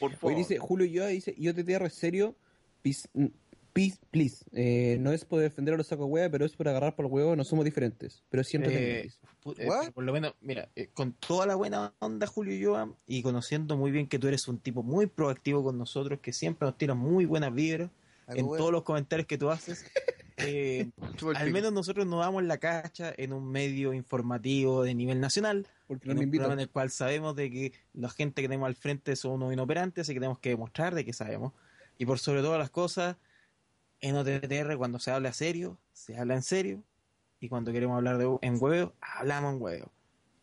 [SPEAKER 3] Por
[SPEAKER 8] Hoy dice Julio Yoa, dice, yo te tierro es serio, peace, mm, peace, please. Eh, no es por defender a los saco hueá, pero es por agarrar por el huevo, no somos diferentes. Pero siempre
[SPEAKER 6] Eh, pu- eh, pero por lo menos, mira, eh, con toda la buena onda, Julio Yoa, y conociendo muy bien que tú eres un tipo muy proactivo con nosotros, que siempre nos tiras muy buenas vibras
[SPEAKER 10] Algo
[SPEAKER 6] en
[SPEAKER 10] bueno.
[SPEAKER 6] todos los comentarios que tú haces. eh, al menos nosotros nos damos la cacha en un medio informativo de nivel nacional,
[SPEAKER 8] Porque
[SPEAKER 6] en
[SPEAKER 8] nos
[SPEAKER 6] un
[SPEAKER 8] invitan.
[SPEAKER 6] programa en el cual sabemos de que la gente que tenemos al frente son unos inoperantes, así que tenemos que demostrar de que sabemos. Y por sobre todas las cosas, en OTTR cuando se habla serio, se habla en serio, y cuando queremos hablar de, en hueveo, hablamos en hueveo.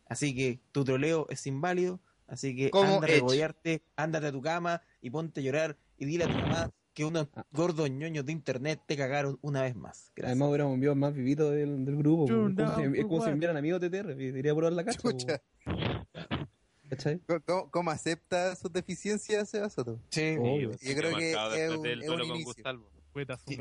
[SPEAKER 6] Así que tu troleo es inválido, así que
[SPEAKER 4] Como
[SPEAKER 6] anda a
[SPEAKER 4] Edge.
[SPEAKER 6] regodearte, ándate a tu cama y ponte a llorar y dile a tu mamá que unos gordos ñoños de internet te cagaron una vez más. Gracias.
[SPEAKER 8] Además hubiéramos enviado más vivitos del, del grupo.
[SPEAKER 6] Turn
[SPEAKER 8] weón. Es como
[SPEAKER 6] down
[SPEAKER 8] si- es
[SPEAKER 6] for
[SPEAKER 8] como si
[SPEAKER 6] what?
[SPEAKER 8] enviaran amigos de TTR, y diría probar la cacha. pues,
[SPEAKER 10] Chucha. ¿Cómo, cómo acepta sus deficiencias, Sebas Soto?
[SPEAKER 6] Sí,
[SPEAKER 5] oh,
[SPEAKER 10] Obvio.
[SPEAKER 6] obvio.
[SPEAKER 10] yo creo que
[SPEAKER 5] Marcado
[SPEAKER 10] es
[SPEAKER 5] después
[SPEAKER 10] un,
[SPEAKER 5] del
[SPEAKER 10] es
[SPEAKER 5] duelo
[SPEAKER 10] un
[SPEAKER 5] con
[SPEAKER 10] inicio.
[SPEAKER 5] Gustavo.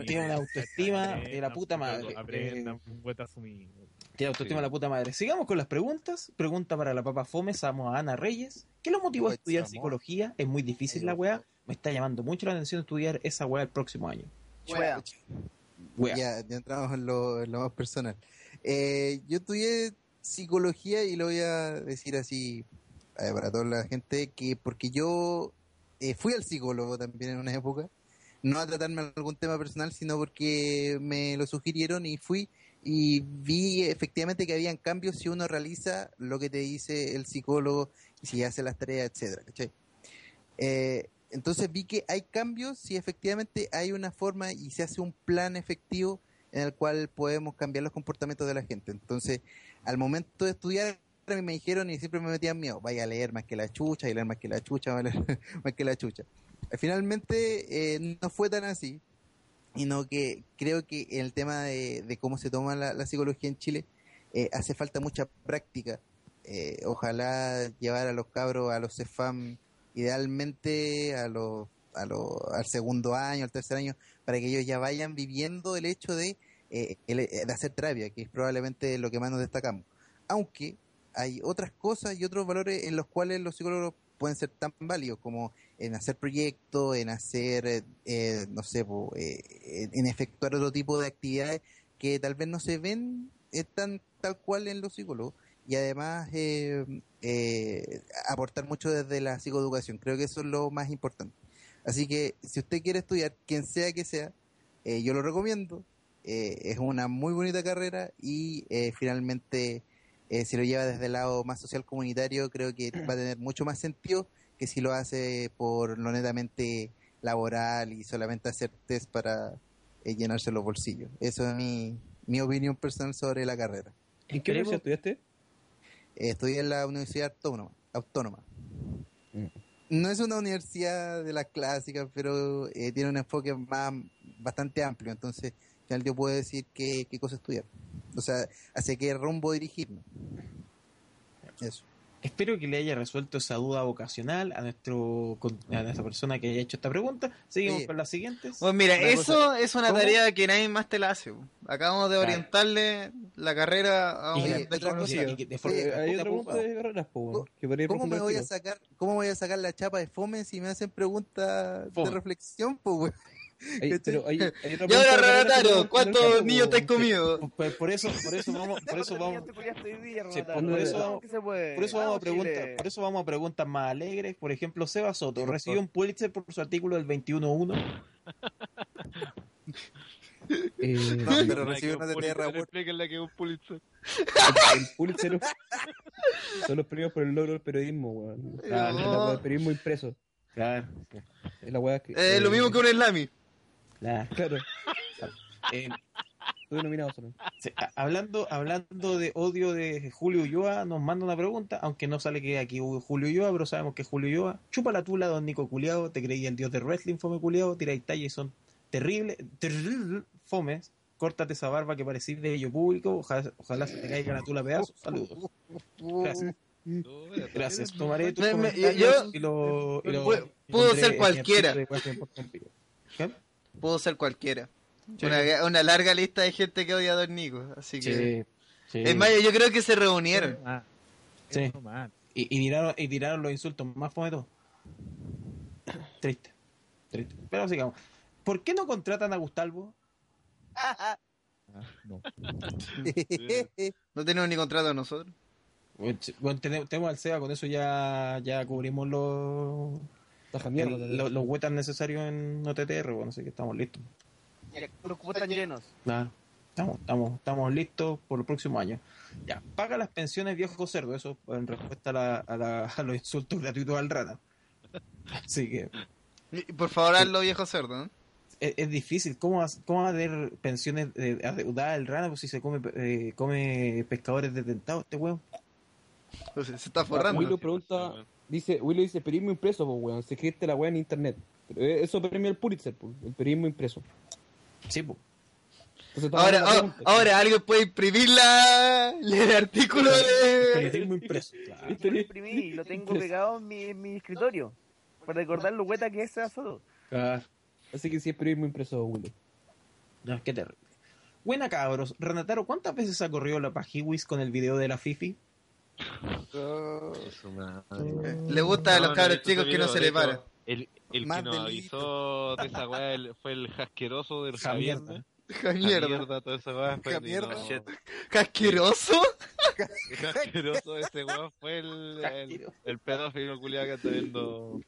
[SPEAKER 6] Tiene una autoestima de la puta madre. Eh.
[SPEAKER 11] Aprendan, vuelta a asumir.
[SPEAKER 6] Tiene autoestima de la puta madre. Sigamos con las preguntas. Pregunta para la papa Fomes, amo a Ana Reyes. ¿Qué lo motivó a estudiar psicología? Es muy difícil la weá. Me está llamando mucho la atención estudiar esa weá el próximo año.
[SPEAKER 1] Wea.
[SPEAKER 6] Wea.
[SPEAKER 10] Ya, ya entramos en lo, en lo más personal. Eh, yo estudié psicología y lo voy a decir así eh, para toda la gente, que porque yo eh, fui al psicólogo también en una época, no a tratarme algún tema personal, sino porque me lo sugirieron y fui y vi efectivamente que habían cambios si uno realiza lo que te dice el psicólogo, si hace las tareas, etcétera, ¿cachai? Eh, entonces vi que hay cambios si efectivamente hay una forma y se hace un plan efectivo en el cual podemos cambiar los comportamientos de la gente. Entonces, al momento de estudiar, a mí me dijeron y siempre me metían miedo, vaya a leer más que la chucha, y leer más que la chucha, va a leer más que la chucha. Eh, Finalmente, eh, no fue tan así, sino que creo que el tema de, de cómo se toma la, la psicología en Chile eh, hace falta mucha práctica. Eh, ojalá llevar a los cabros, a los CEFAM, idealmente a los, a los- al segundo año, al tercer año, para que ellos ya vayan viviendo el hecho de, eh, el- eh, de hacer terapia, que es probablemente lo que más nos destacamos. Aunque hay otras cosas y otros valores en los cuales los psicólogos pueden ser tan válidos como en hacer proyectos, en hacer, eh, eh, no sé, po, eh, en, en efectuar otro tipo de actividades que tal vez no se ven eh, tan tal cual en los psicólogos y además eh, eh, aportar mucho desde la psicoeducación. Creo que eso es lo más importante. Así que si usted quiere estudiar, quien sea que sea, eh, yo lo recomiendo. Eh, es una muy bonita carrera y eh, finalmente eh, si lo lleva desde el lado más social comunitario creo que va a tener mucho más sentido que si lo hace por lo netamente laboral y solamente hacer test para es llenarse los bolsillos. Eso es mi, mi opinión personal sobre la carrera.
[SPEAKER 8] ¿En qué universidad
[SPEAKER 4] eh,
[SPEAKER 8] estudiaste?
[SPEAKER 10] Estudié Eh, en la Universidad Autónoma. autónoma. Mm. No es una universidad de las clásicas, pero eh, tiene un enfoque más, bastante amplio. Entonces, al final yo puedo decir qué, qué cosa estudiar. O sea, hacia qué rumbo dirigirme. Eso.
[SPEAKER 6] Espero que le haya resuelto esa duda vocacional a nuestro con- a nuestra persona que haya hecho esta pregunta. Seguimos
[SPEAKER 4] Sí.
[SPEAKER 6] con las
[SPEAKER 4] Bueno,
[SPEAKER 6] siguientes.
[SPEAKER 4] Pues mira,
[SPEAKER 6] Una
[SPEAKER 4] eso
[SPEAKER 6] cosa-
[SPEAKER 4] es una
[SPEAKER 6] ¿Cómo?
[SPEAKER 4] tarea que nadie más te la hace. po. Acabamos de
[SPEAKER 6] Claro.
[SPEAKER 4] orientarle la carrera a
[SPEAKER 6] Y
[SPEAKER 4] un
[SPEAKER 6] la-
[SPEAKER 4] desconocido.
[SPEAKER 6] y que de forma-
[SPEAKER 10] Oye,
[SPEAKER 8] Eh, Hay
[SPEAKER 6] poca
[SPEAKER 8] otra pregunta
[SPEAKER 6] pupa.
[SPEAKER 8] de carreras, po, weón, que podría
[SPEAKER 10] ¿Cómo me
[SPEAKER 8] responder
[SPEAKER 10] voy a
[SPEAKER 8] tú.
[SPEAKER 10] sacar, cómo voy a sacar la chapa de fome si me hacen preguntas
[SPEAKER 6] Fome.
[SPEAKER 10] de reflexión, pues, weón?
[SPEAKER 8] Hay-
[SPEAKER 10] ¿Cachai?
[SPEAKER 8] pero hay- hay otra
[SPEAKER 4] Y
[SPEAKER 8] pregunta
[SPEAKER 4] ahora,
[SPEAKER 8] de carreras que podría
[SPEAKER 4] Renataro,
[SPEAKER 8] responder
[SPEAKER 4] ¿cuántos
[SPEAKER 8] Carlos,
[SPEAKER 4] niños te has
[SPEAKER 8] weón?
[SPEAKER 4] comido?
[SPEAKER 6] Por, por eso, por eso vamos, por eso vamos,
[SPEAKER 1] este
[SPEAKER 6] Sí, por,
[SPEAKER 8] Renataro.
[SPEAKER 6] eso
[SPEAKER 8] Vamos
[SPEAKER 6] vamos, por eso vamos a preguntas, por eso vamos a preguntas más alegres. Por ejemplo, Seba Soto recibió un Pulitzer por su artículo del 21.1.
[SPEAKER 8] Eh,
[SPEAKER 10] No,
[SPEAKER 8] el-
[SPEAKER 10] pero
[SPEAKER 5] La
[SPEAKER 10] recibe
[SPEAKER 5] que
[SPEAKER 10] una
[SPEAKER 5] un
[SPEAKER 10] de
[SPEAKER 5] Pulitzer,
[SPEAKER 10] Terra World.
[SPEAKER 5] explíquenle que es un Pulitzer.
[SPEAKER 8] el Pulitzer es- son los premios por el logro del periodismo, weón.
[SPEAKER 4] Ah,
[SPEAKER 8] Es
[SPEAKER 4] no.
[SPEAKER 8] la weá del periodismo impreso.
[SPEAKER 6] Claro,
[SPEAKER 8] Es la weá que.
[SPEAKER 4] Eh, lo mismo que un eslami.
[SPEAKER 6] claro.
[SPEAKER 8] Claro,
[SPEAKER 6] Eh,
[SPEAKER 8] estuve nominado solo.
[SPEAKER 6] Sí, a- hablando, hablando de odio de Julio Ulloa, nos manda una pregunta, aunque no sale que aquí hubo Julio Ulloa, pero sabemos que es Julio Ulloa. Chupa la tula, don Nico Culeado, te creí el dios del wrestling, fome Culeado, tira y talla y son terribles, terribles fomes. Córtate esa barba que parecís de ello público, ojalá, ojalá se te caiga la tula a pedazos. Saludos. Gracias, gracias. Tomaré tus
[SPEAKER 4] Me- me-
[SPEAKER 6] comentarios
[SPEAKER 4] yo-
[SPEAKER 6] y lo, y lo
[SPEAKER 4] Pu- pudo
[SPEAKER 6] pondré
[SPEAKER 4] ser
[SPEAKER 6] en el
[SPEAKER 4] cualquiera.
[SPEAKER 6] artículo de wrestling.com. ¿Qué?
[SPEAKER 4] Pudo ser cualquiera. Una, una larga lista de gente que odia a Don Nico. Así que.
[SPEAKER 6] Sí, sí.
[SPEAKER 4] Es más, yo creo que se reunieron.
[SPEAKER 11] Ah,
[SPEAKER 6] Sí.
[SPEAKER 11] es normal.
[SPEAKER 6] Y, y tiraron, y tiraron los insultos más fome de todo. Triste. Triste. Pero sigamos. ¿Por qué no contratan a Gustavo?
[SPEAKER 11] Ah, no.
[SPEAKER 4] No tenemos ni contrato nosotros.
[SPEAKER 6] Bueno, ch- bueno, tenemos, tenemos al SEA, con eso ya, ya cubrimos los,
[SPEAKER 8] Taja
[SPEAKER 6] el-
[SPEAKER 8] mierda.
[SPEAKER 6] los, los huecos necesarios en OTTR, bueno, así que estamos listos.
[SPEAKER 1] Los cubos están llenos.
[SPEAKER 6] Claro. Estamos, estamos, estamos listos por el próximo año. Ya, paga las pensiones viejo cerdo, eso en respuesta a, la- a la- a los insultos gratuitos al rana. Así que
[SPEAKER 4] Y- Por favor, hazlo, viejo cerdo. ¿no?
[SPEAKER 6] es, es difícil. ¿Cómo va, ¿Cómo va a tener pensiones eh, adeudadas el rana pues, si se come eh, come pescadores detentados este weón?
[SPEAKER 4] Entonces, se está
[SPEAKER 8] Ah, Willow
[SPEAKER 4] forrando.
[SPEAKER 5] Sí,
[SPEAKER 8] pregunta,
[SPEAKER 5] pues,
[SPEAKER 8] dice, Willow dice, periodismo impreso, pues weón, se escribiste la weá en internet. Pero, eh, Eso premia el Pulitzer, pues, el periodismo impreso.
[SPEAKER 6] Sí, po.
[SPEAKER 8] Entonces, estamos
[SPEAKER 4] Ahora,
[SPEAKER 8] hablando de la
[SPEAKER 4] ahora,
[SPEAKER 8] pregunta.
[SPEAKER 4] ahora alguien puede imprimir la, el artículo de.
[SPEAKER 6] Periodismo impreso. claro.
[SPEAKER 1] Yo lo imprimí y lo tengo pegado en mi, en mi escritorio. Para recordar lo hueta que es ese asunto.
[SPEAKER 6] Claro.
[SPEAKER 8] Así que sí es periodismo impreso, Willow.
[SPEAKER 6] No, qué terrible. Buena cabros. Renataro, ¿cuántas veces ha corrido la Pajiwis con el video de la Fifi?
[SPEAKER 5] su madre.
[SPEAKER 4] Le gusta a
[SPEAKER 5] No,
[SPEAKER 4] los
[SPEAKER 5] no he
[SPEAKER 4] cabros
[SPEAKER 5] visto
[SPEAKER 4] chicos
[SPEAKER 5] ese
[SPEAKER 4] que no
[SPEAKER 5] video,
[SPEAKER 4] se
[SPEAKER 5] de
[SPEAKER 4] le
[SPEAKER 5] hecho,
[SPEAKER 4] para.
[SPEAKER 5] El, el
[SPEAKER 10] Más
[SPEAKER 5] que nos
[SPEAKER 10] delito.
[SPEAKER 5] avisó de esa weá el- fue el jasqueroso del
[SPEAKER 6] Ja
[SPEAKER 5] Javier.
[SPEAKER 6] mierda.
[SPEAKER 5] ¿no?
[SPEAKER 4] Ja,
[SPEAKER 5] Ja
[SPEAKER 4] mierda.
[SPEAKER 5] mierda, toda esa weá fue
[SPEAKER 10] Ja
[SPEAKER 5] el-
[SPEAKER 10] mierda.
[SPEAKER 5] no,
[SPEAKER 10] Shit.
[SPEAKER 4] ¿Qué asqueroso?
[SPEAKER 5] el jasqueroso ese weá fue el, el, el pedófilo culiado que está viendo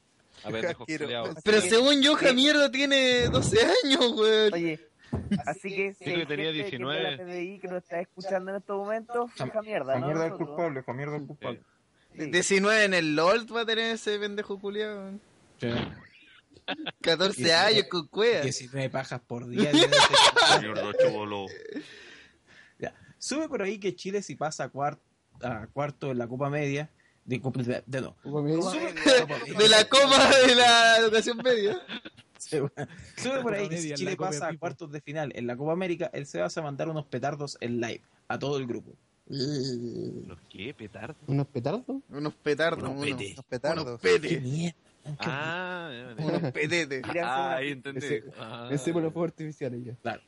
[SPEAKER 5] a pendejos
[SPEAKER 10] Jasqueroso.
[SPEAKER 5] culiados.
[SPEAKER 4] Pero
[SPEAKER 1] que-
[SPEAKER 4] según yo, ja
[SPEAKER 1] sí.
[SPEAKER 4] mierda tiene 12 años, weón.
[SPEAKER 1] Oye, así que si
[SPEAKER 5] Creo
[SPEAKER 1] hay
[SPEAKER 5] que tenía
[SPEAKER 1] gente que es de
[SPEAKER 5] 19.
[SPEAKER 1] la PDI que nos está escuchando en estos momentos,
[SPEAKER 6] Jam-
[SPEAKER 1] fija mierda, ¿no? Nosotros.
[SPEAKER 6] mierda el culpable.
[SPEAKER 8] Eh,
[SPEAKER 1] Sí.
[SPEAKER 4] 19 en el LOL va a tener ese pendejo culiado. 14 años con cuea.
[SPEAKER 6] 19 pajas por día.
[SPEAKER 7] Mierda, chubolo.
[SPEAKER 6] Ya. Sube por ahí que Chile si pasa a, cuar- a cuarto en la Copa Media. De, de, de no.
[SPEAKER 4] De la copa de la educación media.
[SPEAKER 6] Sí, bueno. Sube por
[SPEAKER 11] Copa
[SPEAKER 6] ahí que si
[SPEAKER 11] Media,
[SPEAKER 6] Chile
[SPEAKER 11] la Copa
[SPEAKER 6] pasa a
[SPEAKER 11] Pipo.
[SPEAKER 6] cuartos de final en la Copa América, él se va a mandar unos petardos en live a todo el grupo.
[SPEAKER 5] ¿Los qué? ¿Petardo?
[SPEAKER 8] ¿Unos petardos?
[SPEAKER 4] Unos petardos,
[SPEAKER 10] Unos
[SPEAKER 4] unos,
[SPEAKER 10] unos
[SPEAKER 4] unos
[SPEAKER 10] petardos.
[SPEAKER 6] Eh,
[SPEAKER 4] petes.
[SPEAKER 5] Ah, ya, ya.
[SPEAKER 4] Unos petetes.
[SPEAKER 1] Mira,
[SPEAKER 3] Ah,
[SPEAKER 1] hace
[SPEAKER 3] ahí
[SPEAKER 1] una-
[SPEAKER 3] entendí.
[SPEAKER 8] Ese-
[SPEAKER 5] Ah.
[SPEAKER 8] Ese por los fuegos artificiales ya.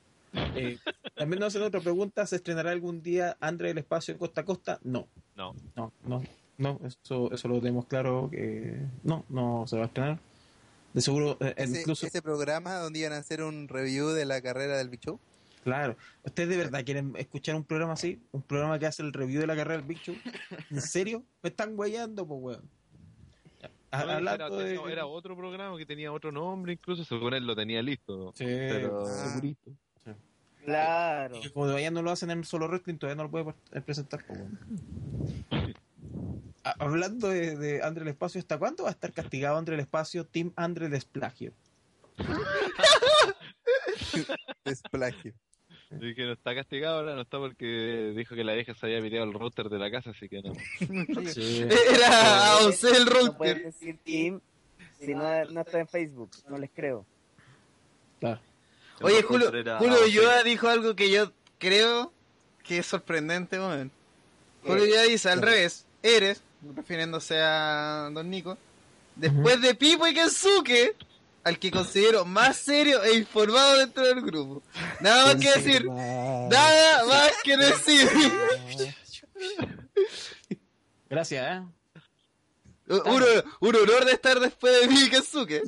[SPEAKER 6] Eh, también nos hacen otra pregunta, ¿se estrenará algún día André del Espacio en Costa a Costa? No.
[SPEAKER 5] No.
[SPEAKER 6] No, no, no, eso, eso lo tenemos claro que no, no se va a estrenar. De seguro, eh,
[SPEAKER 10] Ese,
[SPEAKER 6] incluso,
[SPEAKER 10] ese programa donde iban a hacer un review de la carrera del bicho.
[SPEAKER 6] claro, ¿ustedes de verdad quieren escuchar un programa así? ¿Un programa que hace el review de la carrera del Big Show? ¿En serio? ¿Me están guayando, pues, weón? Ya,
[SPEAKER 5] No, era-
[SPEAKER 6] Hablando de...
[SPEAKER 5] Ah, era, era otro programa que tenía otro nombre, incluso según él lo tenía listo.
[SPEAKER 6] Sí,
[SPEAKER 5] Pero-
[SPEAKER 10] Ah.
[SPEAKER 8] Segurito.
[SPEAKER 1] Claro.
[SPEAKER 6] Como todavía no lo hacen en solo wrestling, todavía no lo puede pre- presentar. po, weón. Ha- Hablando de, de Andre el Espacio, ¿hasta cuándo va a estar castigado Andre el Espacio, Team Andre el Desplagio?
[SPEAKER 10] es plagio.
[SPEAKER 5] Y que no está castigado ahora, no está porque dijo que la vieja se había piteado el router de la casa, así que no.
[SPEAKER 4] Era a
[SPEAKER 1] José
[SPEAKER 4] José Ah, el
[SPEAKER 1] No pueden
[SPEAKER 4] router.
[SPEAKER 1] decir Tim si no, no está en Facebook. No les creo.
[SPEAKER 4] Oye, Julio,
[SPEAKER 3] Contreras,
[SPEAKER 4] Julio
[SPEAKER 3] ah,
[SPEAKER 4] Ulloa dijo algo que yo creo que es sorprendente, weón.
[SPEAKER 10] Eh,
[SPEAKER 4] Julio Ulloa dice al revés, eres, refiriéndose a Don Nico, después de Pipo y Kensuke, al que considero más serio e informado dentro del grupo. Nada más que decir, nada más que decir.
[SPEAKER 6] Gracias, ¿eh?
[SPEAKER 4] Un, un honor de estar después de mí y Kensuke.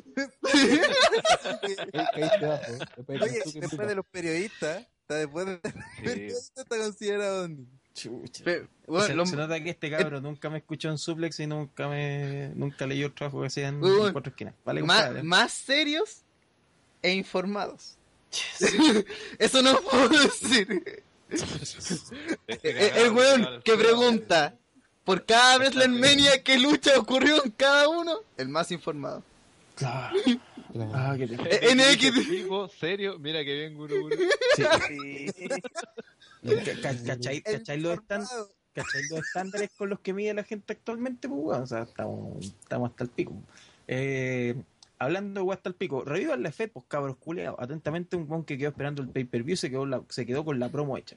[SPEAKER 10] Caíste abajo. Oye, después de los periodistas, está después de los periodistas está considerado Don Nico.
[SPEAKER 6] Chucha.
[SPEAKER 4] Pe- bueno,
[SPEAKER 6] se,
[SPEAKER 4] lo-
[SPEAKER 6] se nota que este cabro nunca me escuchó en suplex y nunca me nunca leyó el trabajo que hacía en
[SPEAKER 4] Weón.
[SPEAKER 6] cuatro esquinas. Vale,
[SPEAKER 4] Ma-
[SPEAKER 6] compadre.
[SPEAKER 4] más serios e informados. Eso no puedo decir.
[SPEAKER 5] Este
[SPEAKER 4] E-
[SPEAKER 5] cagado,
[SPEAKER 4] El weón
[SPEAKER 5] cagado.
[SPEAKER 4] que pregunta por cada Wrestling Mania que lucha ocurrió en cada uno, el más informado.
[SPEAKER 6] Claro. Ah, qué te-
[SPEAKER 4] E- NX.
[SPEAKER 5] Tipo, serio, mira que bien gurú. gurú.
[SPEAKER 6] Sí.
[SPEAKER 1] Sí.
[SPEAKER 6] Ca- ca- ¿Cachai, cachai los estan- cachai los estándares con los que mide la gente actualmente? Pues, weón? o sea, estamos, estamos hasta el pico. Eh, hablando de weón hasta el pico, revivan la fe, pues cabros culeados. Atentamente, un weón que quedó esperando el pay-per-view se quedó, la- se quedó con la promo hecha.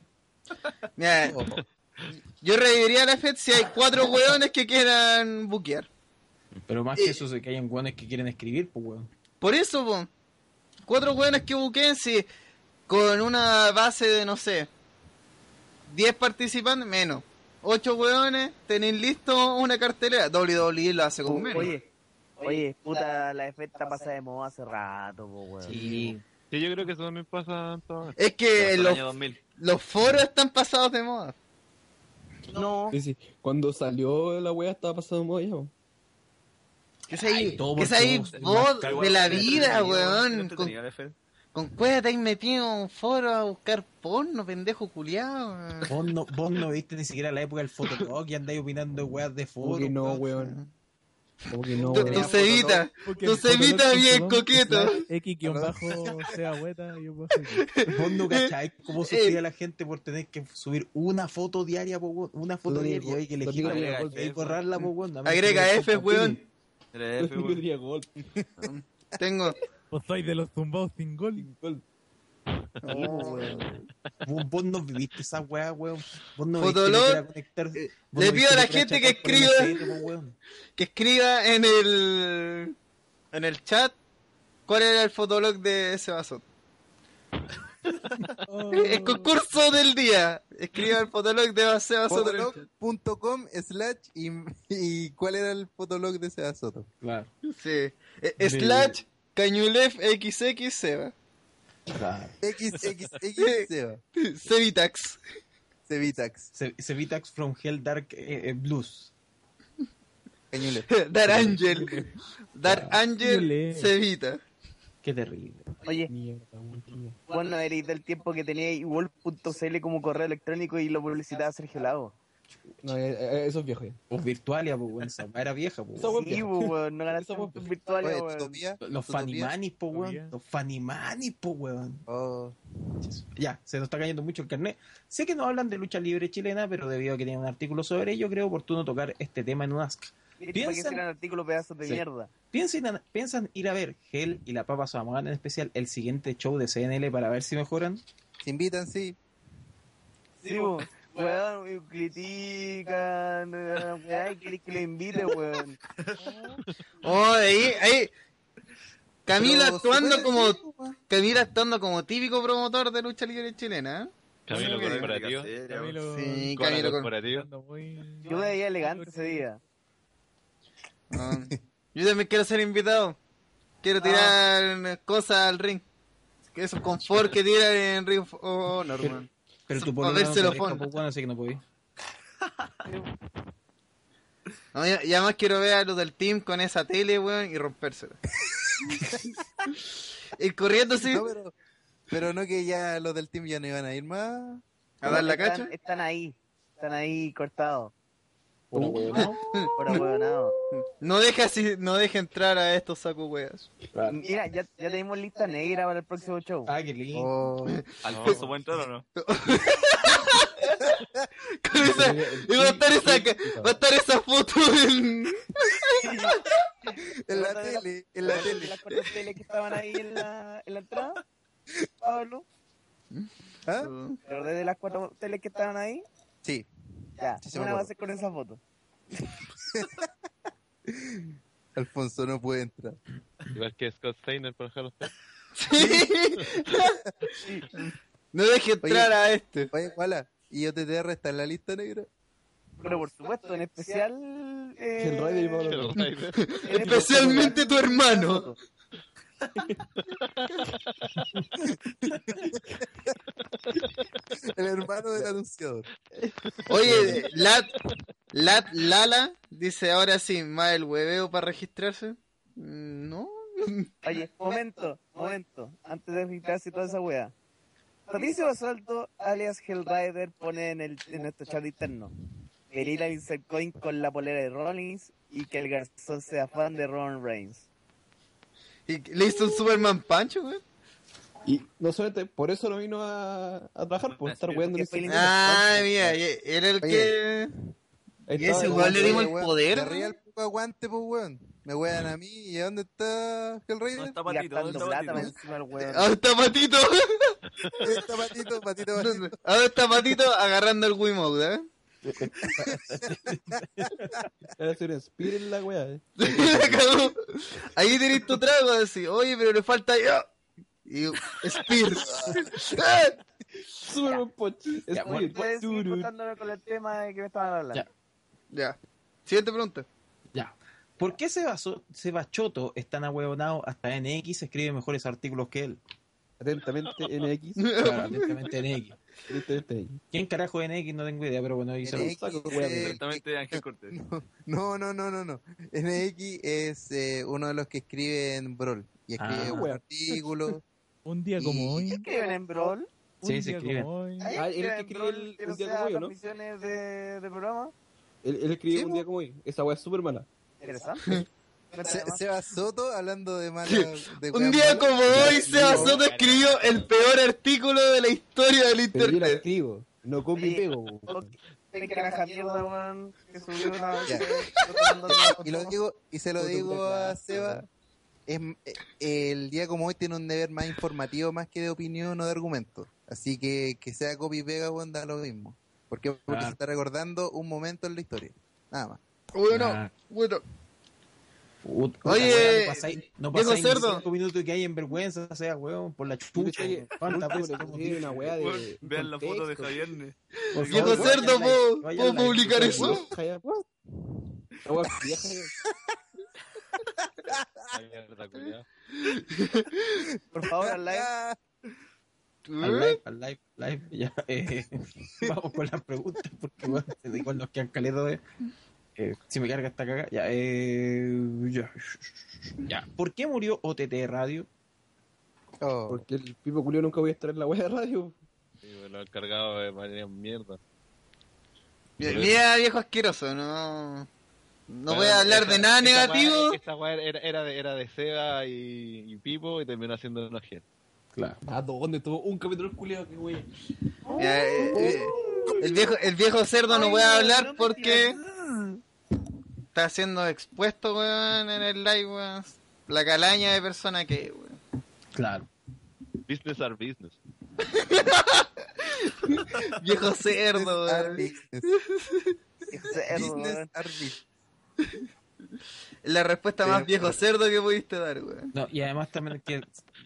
[SPEAKER 4] Mira, yo reviviría la FED si hay cuatro weones que quieran buquear.
[SPEAKER 6] Pero más que eso, se que hayan weones que quieren escribir, pues weón.
[SPEAKER 4] Por eso, po, cuatro weones que buqueen si con una base de, no sé, 10 participantes, menos. Ocho weones, tenéis listo una cartelera. WWE lo hace con menos.
[SPEAKER 1] Oh, Oye, oye, puta, la efecta pasa de moda hace rato, po, weón.
[SPEAKER 4] Sí.
[SPEAKER 5] Que yo creo que eso también pasa en todo.
[SPEAKER 4] Es que
[SPEAKER 3] Hasta el
[SPEAKER 4] los,
[SPEAKER 3] año 2000.
[SPEAKER 4] los foros están pasados de moda.
[SPEAKER 1] No,
[SPEAKER 8] Sí, sí. Cuando salió la wea estaba pasando moda ya. po.
[SPEAKER 4] Que se ahí,
[SPEAKER 6] todo
[SPEAKER 4] que
[SPEAKER 6] por
[SPEAKER 4] se ahí
[SPEAKER 6] todos.
[SPEAKER 4] vos
[SPEAKER 3] Pero
[SPEAKER 4] de
[SPEAKER 3] igual,
[SPEAKER 4] la
[SPEAKER 3] era
[SPEAKER 4] vida,
[SPEAKER 3] entretenido, era
[SPEAKER 4] weón. Con,
[SPEAKER 3] entretenido la FED.
[SPEAKER 4] con cueva te has metido a un foro a buscar porno, pendejo culiado. weón.
[SPEAKER 6] Vos no, vos no viste ni siquiera la época del Fotolog y andáis opinando de weas de
[SPEAKER 8] Como
[SPEAKER 6] foro.
[SPEAKER 8] que no,
[SPEAKER 6] weón.
[SPEAKER 8] weón. Como que no,
[SPEAKER 4] Tu-
[SPEAKER 8] weón.
[SPEAKER 4] tu cevita,
[SPEAKER 11] Porque
[SPEAKER 4] tu
[SPEAKER 11] el
[SPEAKER 4] cevita
[SPEAKER 11] Fotolog
[SPEAKER 4] bien
[SPEAKER 11] funcionó,
[SPEAKER 4] coqueto.
[SPEAKER 11] slash X guión bajo sea hueta, guión bajo X.
[SPEAKER 6] Vos
[SPEAKER 4] Eh,
[SPEAKER 6] no cacháis cómo sufría la gente por tener que subir una foto diaria, po, weón. una foto
[SPEAKER 8] Lo digo,
[SPEAKER 6] diaria y que
[SPEAKER 8] lo
[SPEAKER 6] elegir
[SPEAKER 8] digo,
[SPEAKER 6] la-
[SPEAKER 3] agrega
[SPEAKER 6] y
[SPEAKER 3] F,
[SPEAKER 6] borrarla, po, weón. A mí
[SPEAKER 4] Agrega
[SPEAKER 6] me
[SPEAKER 4] F,
[SPEAKER 6] compatible.
[SPEAKER 4] weón.
[SPEAKER 3] Era F,
[SPEAKER 8] Yo
[SPEAKER 3] weón.
[SPEAKER 8] diría gol.
[SPEAKER 4] Tengo.
[SPEAKER 11] Vos sois de los tumbados sin gol.
[SPEAKER 8] gol.
[SPEAKER 6] Vos, vos no viviste esa weá, weón. Vos no
[SPEAKER 4] Fotolog,
[SPEAKER 6] viste lo que era conectarse-
[SPEAKER 4] eh,
[SPEAKER 6] vos
[SPEAKER 4] le pido
[SPEAKER 6] no viste
[SPEAKER 4] a la
[SPEAKER 6] lo que era
[SPEAKER 4] gente que
[SPEAKER 6] chatear por
[SPEAKER 4] escriba-
[SPEAKER 6] MSN, po, weón.
[SPEAKER 4] que escriba en el en el chat cuál era el fotolog de ese vaso. El concurso del día. Escriba el fotolog de ese vaso.
[SPEAKER 10] Fotolog.com slash y, y cuál era el fotolog de ese Soto.
[SPEAKER 6] Claro,
[SPEAKER 4] Sí. Eh, slash cañulef xx seba.
[SPEAKER 6] claro.
[SPEAKER 10] XXX Seba.
[SPEAKER 4] Cevitax.
[SPEAKER 10] Cevitax.
[SPEAKER 6] Se, se Vitax from Hell Dark eh, eh, Blues.
[SPEAKER 10] Cañules.
[SPEAKER 4] Dar Angel. Dar Angel
[SPEAKER 11] Cañulef.
[SPEAKER 4] Cevita.
[SPEAKER 6] Qué terrible.
[SPEAKER 1] oye, vos no eres del tiempo que tenía igual.cl como correo electrónico y lo publicitaba Sergio Lago.
[SPEAKER 8] No, eh, eh, eso es viejo ya.
[SPEAKER 6] O Pues Virtualia, po, weón. Esa weá era vieja, po,
[SPEAKER 8] Esa
[SPEAKER 6] weón.
[SPEAKER 1] Sí, po, weón, no ganaste
[SPEAKER 8] Esa
[SPEAKER 1] puntos
[SPEAKER 10] Oye,
[SPEAKER 1] virtuales, weón.
[SPEAKER 10] Totopía.
[SPEAKER 6] Los
[SPEAKER 10] Totopía.
[SPEAKER 6] Fanimanis, po, weón.
[SPEAKER 11] Todavía.
[SPEAKER 6] Los Fanimanis, po, weón.
[SPEAKER 10] Oh.
[SPEAKER 6] Ya, se nos está cayendo mucho el carnet. Sé que no hablan de lucha libre chilena, pero debido a que tienen un artículo sobre ello, creo oportuno tocar este tema en un ask.
[SPEAKER 1] ¿Viste para qué
[SPEAKER 6] piensan-
[SPEAKER 1] hicieron artículos pedazos de
[SPEAKER 6] Sí.
[SPEAKER 1] mierda?
[SPEAKER 6] ¿Piensan, ¿Piensan ir a ver Hell y la Papa Samogana en especial el siguiente show de CNL para ver si mejoran?
[SPEAKER 10] Se invitan, sí.
[SPEAKER 1] Sí, po. Weón, y critican, eh, weón, querés que lo invite, weón.
[SPEAKER 4] Oh, ahí, ahí. Camila
[SPEAKER 10] Pero,
[SPEAKER 4] actuando
[SPEAKER 10] ¿se puede
[SPEAKER 4] como
[SPEAKER 10] decir, po,
[SPEAKER 4] Camila actuando como típico promotor de lucha libre chilena. ¿eh?
[SPEAKER 5] Camilo
[SPEAKER 10] Sí,
[SPEAKER 5] corporativo.
[SPEAKER 11] Camilo-
[SPEAKER 4] Sí,
[SPEAKER 5] Cola
[SPEAKER 4] Camilo con-
[SPEAKER 5] corporativo.
[SPEAKER 11] anda muy-
[SPEAKER 1] Yo me veía elegante ese día.
[SPEAKER 4] Ah, Yo también quiero ser invitado.
[SPEAKER 10] Ah.
[SPEAKER 4] Quiero tirar cosas al ring. Que esos confort que tiran en Ring of Honor, weón.
[SPEAKER 6] Pero tú
[SPEAKER 4] A
[SPEAKER 6] por
[SPEAKER 4] ver,
[SPEAKER 6] no
[SPEAKER 4] se lo
[SPEAKER 6] te
[SPEAKER 4] pon.
[SPEAKER 6] deja, po, weón, así que no podí.
[SPEAKER 4] No, y y además quiero ver a los del team con esa tele, weón, y rompérsela. y corriendo así,
[SPEAKER 10] No, pero, pero no que ya los del team ya no iban a ir más.
[SPEAKER 4] a dar la
[SPEAKER 1] Están-
[SPEAKER 4] cacha.
[SPEAKER 1] Están ahí, están ahí cortados.
[SPEAKER 10] Puro
[SPEAKER 1] huevonao. Puro huevonao.
[SPEAKER 4] No deja, si- no deja entrar a estos saco weas.
[SPEAKER 1] Mira, ya, ya tenemos lista negra para el próximo show.
[SPEAKER 6] Ah, qué lindo.
[SPEAKER 4] Oh.
[SPEAKER 3] ¿Alfonso puede entrar o no?
[SPEAKER 4] Con esa- y va a estar esa, va a estar esa foto en,
[SPEAKER 10] En la tele, en la tele.
[SPEAKER 1] Las cuatro teles que estaban ahí en la, en la entrada, Pablo. ¿Te acordás de las cuatro teles que estaban ahí?
[SPEAKER 10] ¿ah? Sí.
[SPEAKER 1] Ya,
[SPEAKER 10] Sí, sí me
[SPEAKER 1] una va a
[SPEAKER 10] acuerdo.
[SPEAKER 1] hacer con esa foto.
[SPEAKER 10] Alfonso no puede entrar.
[SPEAKER 5] Igual que Scott Steiner, por ejemplo.
[SPEAKER 4] No deje entrar a este.
[SPEAKER 10] Oye, Wala, ¿y OTTR está en la lista negra?
[SPEAKER 1] Pero por supuesto, en especial. eh,
[SPEAKER 10] El Raider y Pablo.
[SPEAKER 1] en
[SPEAKER 10] El Raider.
[SPEAKER 1] especial-
[SPEAKER 4] especialmente tu hermano.
[SPEAKER 10] El hermano del anunciador.
[SPEAKER 4] Oye, Lat, Lat Lala dice ahora sí, más el hueveo para registrarse. Mm, No.
[SPEAKER 1] Oye, momento, momento, antes de registrarse y toda esa wea. Patricio Basalto, alias Hellrider, pone en, el, en nuestro chat interno. Venir a Vincent Coin con la polera de Rollins y que el garzón sea fan de Roman Reigns.
[SPEAKER 4] ¿Y le hizo un Superman Pancho, güey?
[SPEAKER 8] Y no solamente, por eso no vino a, a trabajar, por estar weando en ese
[SPEAKER 4] Ah, mira, y- era el que. Y ese igual le dimos el
[SPEAKER 10] Weón,
[SPEAKER 4] poder.
[SPEAKER 10] De real poco aguante, pues, weón. Me wean a mí. ¿Y dónde está el rey?
[SPEAKER 3] No está Patito, ¿dónde está Patito?
[SPEAKER 10] Ah,
[SPEAKER 4] Ahora Ah, está Patito.
[SPEAKER 10] está Patito, Patito, Patito.
[SPEAKER 4] Ahora está Patito agarrando el Wiimote, ¿eh?
[SPEAKER 8] Era ser un speed en la wea. eh.
[SPEAKER 4] La cagó. Ahí tenés tu trago, así. Oye, pero le falta ya. Y Spear.
[SPEAKER 8] Superman Punch.
[SPEAKER 4] Ya,
[SPEAKER 8] Spear.
[SPEAKER 4] bueno.
[SPEAKER 1] Puedes seguir contándome con el tema de que me estaban hablando.
[SPEAKER 4] Ya. Siguiente pregunta.
[SPEAKER 6] Ya. ¿Por qué Seba, So- Seba Choto es tan ahueonado hasta NX escribe mejores artículos que él?
[SPEAKER 8] Atentamente NX.
[SPEAKER 6] Claro, atentamente NX.
[SPEAKER 8] Atentamente NX.
[SPEAKER 6] ¿Quién carajo es NX? No tengo idea, pero bueno, ahí se
[SPEAKER 10] NX,
[SPEAKER 6] lo
[SPEAKER 10] eh,
[SPEAKER 3] Directamente Ángel Cortés.
[SPEAKER 10] No, no, no, no, no. NX es eh, uno de los que escribe en Brawl. Y escribe
[SPEAKER 6] Ah,
[SPEAKER 10] un
[SPEAKER 6] weón.
[SPEAKER 10] artículo.
[SPEAKER 11] Un día como
[SPEAKER 10] Y-
[SPEAKER 11] hoy.
[SPEAKER 1] ¿Escriben en Brawl?
[SPEAKER 6] Sí,
[SPEAKER 11] un
[SPEAKER 6] se
[SPEAKER 11] día
[SPEAKER 6] escriben.
[SPEAKER 11] como hoy.
[SPEAKER 1] ¿Ahí
[SPEAKER 8] Ah, él
[SPEAKER 1] escriben
[SPEAKER 8] que
[SPEAKER 1] en
[SPEAKER 8] escribe
[SPEAKER 1] Brawl,
[SPEAKER 8] el-
[SPEAKER 1] que
[SPEAKER 8] el
[SPEAKER 1] no
[SPEAKER 8] día
[SPEAKER 1] sea
[SPEAKER 8] como hoy, ¿o no?
[SPEAKER 1] transmisiones de, de programa?
[SPEAKER 8] Él, él escribe
[SPEAKER 10] Sí,
[SPEAKER 8] un
[SPEAKER 10] mo.
[SPEAKER 8] día como hoy. Esa wea es súper mala.
[SPEAKER 1] Interesante.
[SPEAKER 10] Se, Seba Soto hablando de mala. de
[SPEAKER 4] Un
[SPEAKER 10] weas
[SPEAKER 4] día
[SPEAKER 10] malas.
[SPEAKER 4] como hoy, Seba Soto escribió el peor artículo de la historia del
[SPEAKER 8] Pero yo la
[SPEAKER 4] internet.
[SPEAKER 8] escribo. No copio y
[SPEAKER 1] Oye,
[SPEAKER 8] pego. weón.
[SPEAKER 1] Tienen que caja mierda, weón. Que subió una. eh,
[SPEAKER 10] Ya. Y lo digo, y se lo digo a Seba. Es, eh, el día como hoy tiene un deber más informativo más que de opinión o de argumento. Así que que sea copy pega weón, da lo mismo. ¿Por qué? Porque
[SPEAKER 6] Ah.
[SPEAKER 10] se está recordando un momento en la historia. Nada más.
[SPEAKER 4] Bueno,
[SPEAKER 6] Ah.
[SPEAKER 4] bueno.
[SPEAKER 6] Ut-
[SPEAKER 4] Oye,
[SPEAKER 6] puta, weón, no pasáis- no
[SPEAKER 4] Diego
[SPEAKER 6] pasáis
[SPEAKER 4] Cerdo.
[SPEAKER 6] ni cinco minutos que hay en vergüenza, sea weón, por la chucha.
[SPEAKER 8] Oye,
[SPEAKER 6] Falta,
[SPEAKER 8] por
[SPEAKER 6] pues,
[SPEAKER 8] último, le
[SPEAKER 6] como
[SPEAKER 8] pondría
[SPEAKER 6] dicho.
[SPEAKER 8] una wea de.
[SPEAKER 3] Weón, Vean la foto de
[SPEAKER 8] contexto.
[SPEAKER 3] Javier. eh. ¿no?
[SPEAKER 6] Por
[SPEAKER 3] Diego
[SPEAKER 6] favor,
[SPEAKER 4] Cerdo,
[SPEAKER 6] vayan
[SPEAKER 4] ¿puedo-
[SPEAKER 6] like, vayan
[SPEAKER 4] puedo
[SPEAKER 6] like,
[SPEAKER 4] publicar
[SPEAKER 6] vayan
[SPEAKER 4] eso?
[SPEAKER 6] like.
[SPEAKER 8] Vieja, ya. La wea vieja, ya.
[SPEAKER 5] La mierda, culiao.
[SPEAKER 1] Por favor, al live.
[SPEAKER 4] ¿Eh?
[SPEAKER 6] Al live, al live, live. Ya, eh, vamos con las preguntas, porque bueno, igual nos quedan caletos de. eh, si me carga esta caga, ya, eh, ya, ya. ¿Por qué murió OTT Radio?
[SPEAKER 10] Oh.
[SPEAKER 8] Porque el pipo culio nunca voy a estar en la wea de radio.
[SPEAKER 5] Sí, me lo han cargado de manera mierda.
[SPEAKER 4] Bien, Mira, viejo asqueroso, no. No
[SPEAKER 5] Pero
[SPEAKER 4] voy a hablar
[SPEAKER 5] esa-
[SPEAKER 4] de nada
[SPEAKER 5] esa
[SPEAKER 4] negativo.
[SPEAKER 5] weá- Esa weá era, era de, era de Seba y, y Pipo y terminó haciendo una gente.
[SPEAKER 6] Claro.
[SPEAKER 8] ¿A Ah, dónde tuvo un capítulo el culiao? Qué wea.
[SPEAKER 4] Ya, eh, eh, el, viejo, el viejo cerdo no voy a hablar porque está siendo expuesto, weón, en el live, weón. La calaña de persona que, weón.
[SPEAKER 6] Claro.
[SPEAKER 5] Business are business.
[SPEAKER 4] Viejo cerdo,
[SPEAKER 10] Business are
[SPEAKER 4] weón.
[SPEAKER 10] business.
[SPEAKER 1] Cerdo,
[SPEAKER 10] Business
[SPEAKER 1] weón.
[SPEAKER 10] are business.
[SPEAKER 4] La respuesta más viejo cerdo que pudiste dar, weón.
[SPEAKER 6] No, y además también que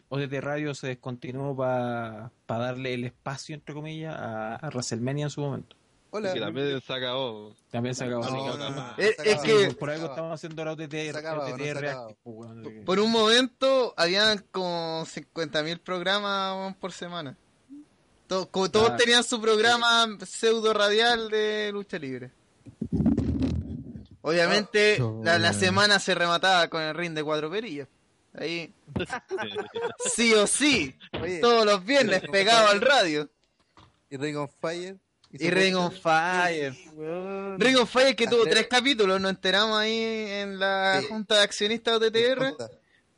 [SPEAKER 6] OTT Radio se descontinuó para darle el espacio, entre comillas, a, a WrestleMania en su momento.
[SPEAKER 5] Y que
[SPEAKER 10] Hola.
[SPEAKER 5] también se acabó.
[SPEAKER 6] También se acabó.
[SPEAKER 10] No,
[SPEAKER 6] así que-
[SPEAKER 10] no, no, no,
[SPEAKER 4] Eh,
[SPEAKER 10] se
[SPEAKER 4] es
[SPEAKER 10] acaba,
[SPEAKER 6] Sí,
[SPEAKER 4] que-
[SPEAKER 10] se
[SPEAKER 6] por, por algo
[SPEAKER 10] acaba.
[SPEAKER 6] estamos haciendo la OTT,
[SPEAKER 10] Se acaba,
[SPEAKER 6] OTT
[SPEAKER 10] no se acaba.
[SPEAKER 6] Reactive, pues, weón, así que-
[SPEAKER 4] Por un momento habían como 50.000 programas weón, por semana. To- como todos
[SPEAKER 6] Ah.
[SPEAKER 4] tenían su programa pseudo radial de lucha libre. Obviamente la, la semana se remataba con el ring de cuatro perillas. Ahí sí o sí,
[SPEAKER 10] Oye,
[SPEAKER 4] todos los viernes
[SPEAKER 10] Pero-
[SPEAKER 4] pegado al radio.
[SPEAKER 10] y Ring on Fire.
[SPEAKER 4] Y Ring of Fire. Ring of Fire que tuvo tres capítulos, nos enteramos ahí en la junta de accionistas de OTTR.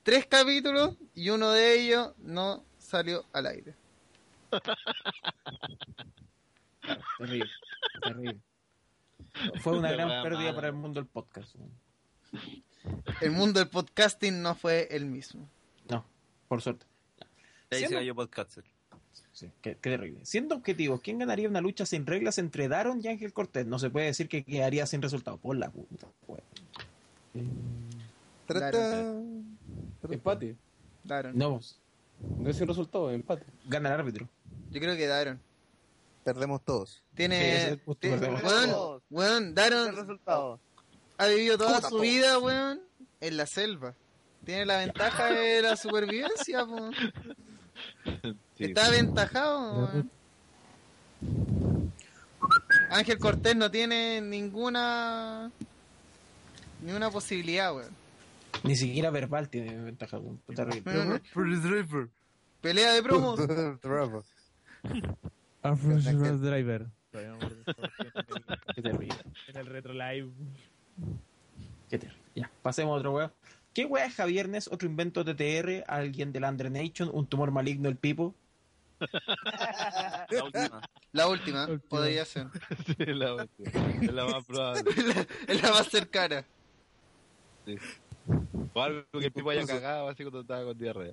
[SPEAKER 4] Tres capítulos y uno de ellos no salió al aire.
[SPEAKER 6] Terrible, terrible. Fue una
[SPEAKER 4] La
[SPEAKER 6] gran
[SPEAKER 4] wea
[SPEAKER 6] pérdida
[SPEAKER 4] mala.
[SPEAKER 6] para el mundo del podcast.
[SPEAKER 4] El mundo del podcasting no fue el mismo.
[SPEAKER 6] No, por suerte.
[SPEAKER 3] Ahí se
[SPEAKER 6] Siendo-
[SPEAKER 3] cayó podcaster.
[SPEAKER 6] Sí, qué, qué terrible. Siendo objetivos, ¿quién ganaría una lucha sin reglas entre Daron y Ángel Cortés? No se puede decir que quedaría sin resultado. Por la puta. wea.
[SPEAKER 8] Empate.
[SPEAKER 4] Daron.
[SPEAKER 6] No,
[SPEAKER 8] No es un resultado, empate.
[SPEAKER 6] Gana el árbitro.
[SPEAKER 4] Yo creo que Daron.
[SPEAKER 10] Perdemos todos.
[SPEAKER 4] Tiene.
[SPEAKER 10] Sí,
[SPEAKER 4] tiene-
[SPEAKER 10] perdemos
[SPEAKER 4] Weón,
[SPEAKER 10] todos.
[SPEAKER 4] weón,
[SPEAKER 10] Es el
[SPEAKER 4] Daron
[SPEAKER 10] resultado.
[SPEAKER 4] ha vivido toda
[SPEAKER 10] Puta,
[SPEAKER 4] su
[SPEAKER 10] po.
[SPEAKER 4] vida, weón, en la selva. Tiene la ventaja de la supervivencia, po. Está aventajado, weón. Ángel Cortés no tiene ninguna. Ni una posibilidad, weón.
[SPEAKER 6] Ni siquiera verbal tiene ventaja. weón. Fue terrible.
[SPEAKER 4] Pelea de promos.
[SPEAKER 11] Afro Driver.
[SPEAKER 6] Qué terrible.
[SPEAKER 11] En el Retro Live.
[SPEAKER 6] Qué terrible. Ya, pasemos a otro weón. ¿Qué weá es Javiernes? ¿Otro invento de TR? ¿Alguien del Under Nation? ¿Un tumor maligno el Pipo?
[SPEAKER 3] La última.
[SPEAKER 4] La última, podría ser.
[SPEAKER 5] Sí, la última. Es la más probable.
[SPEAKER 4] Es la más cercana.
[SPEAKER 5] Sí. O algo que el tipo haya cagado así cuando estaba con diarrea.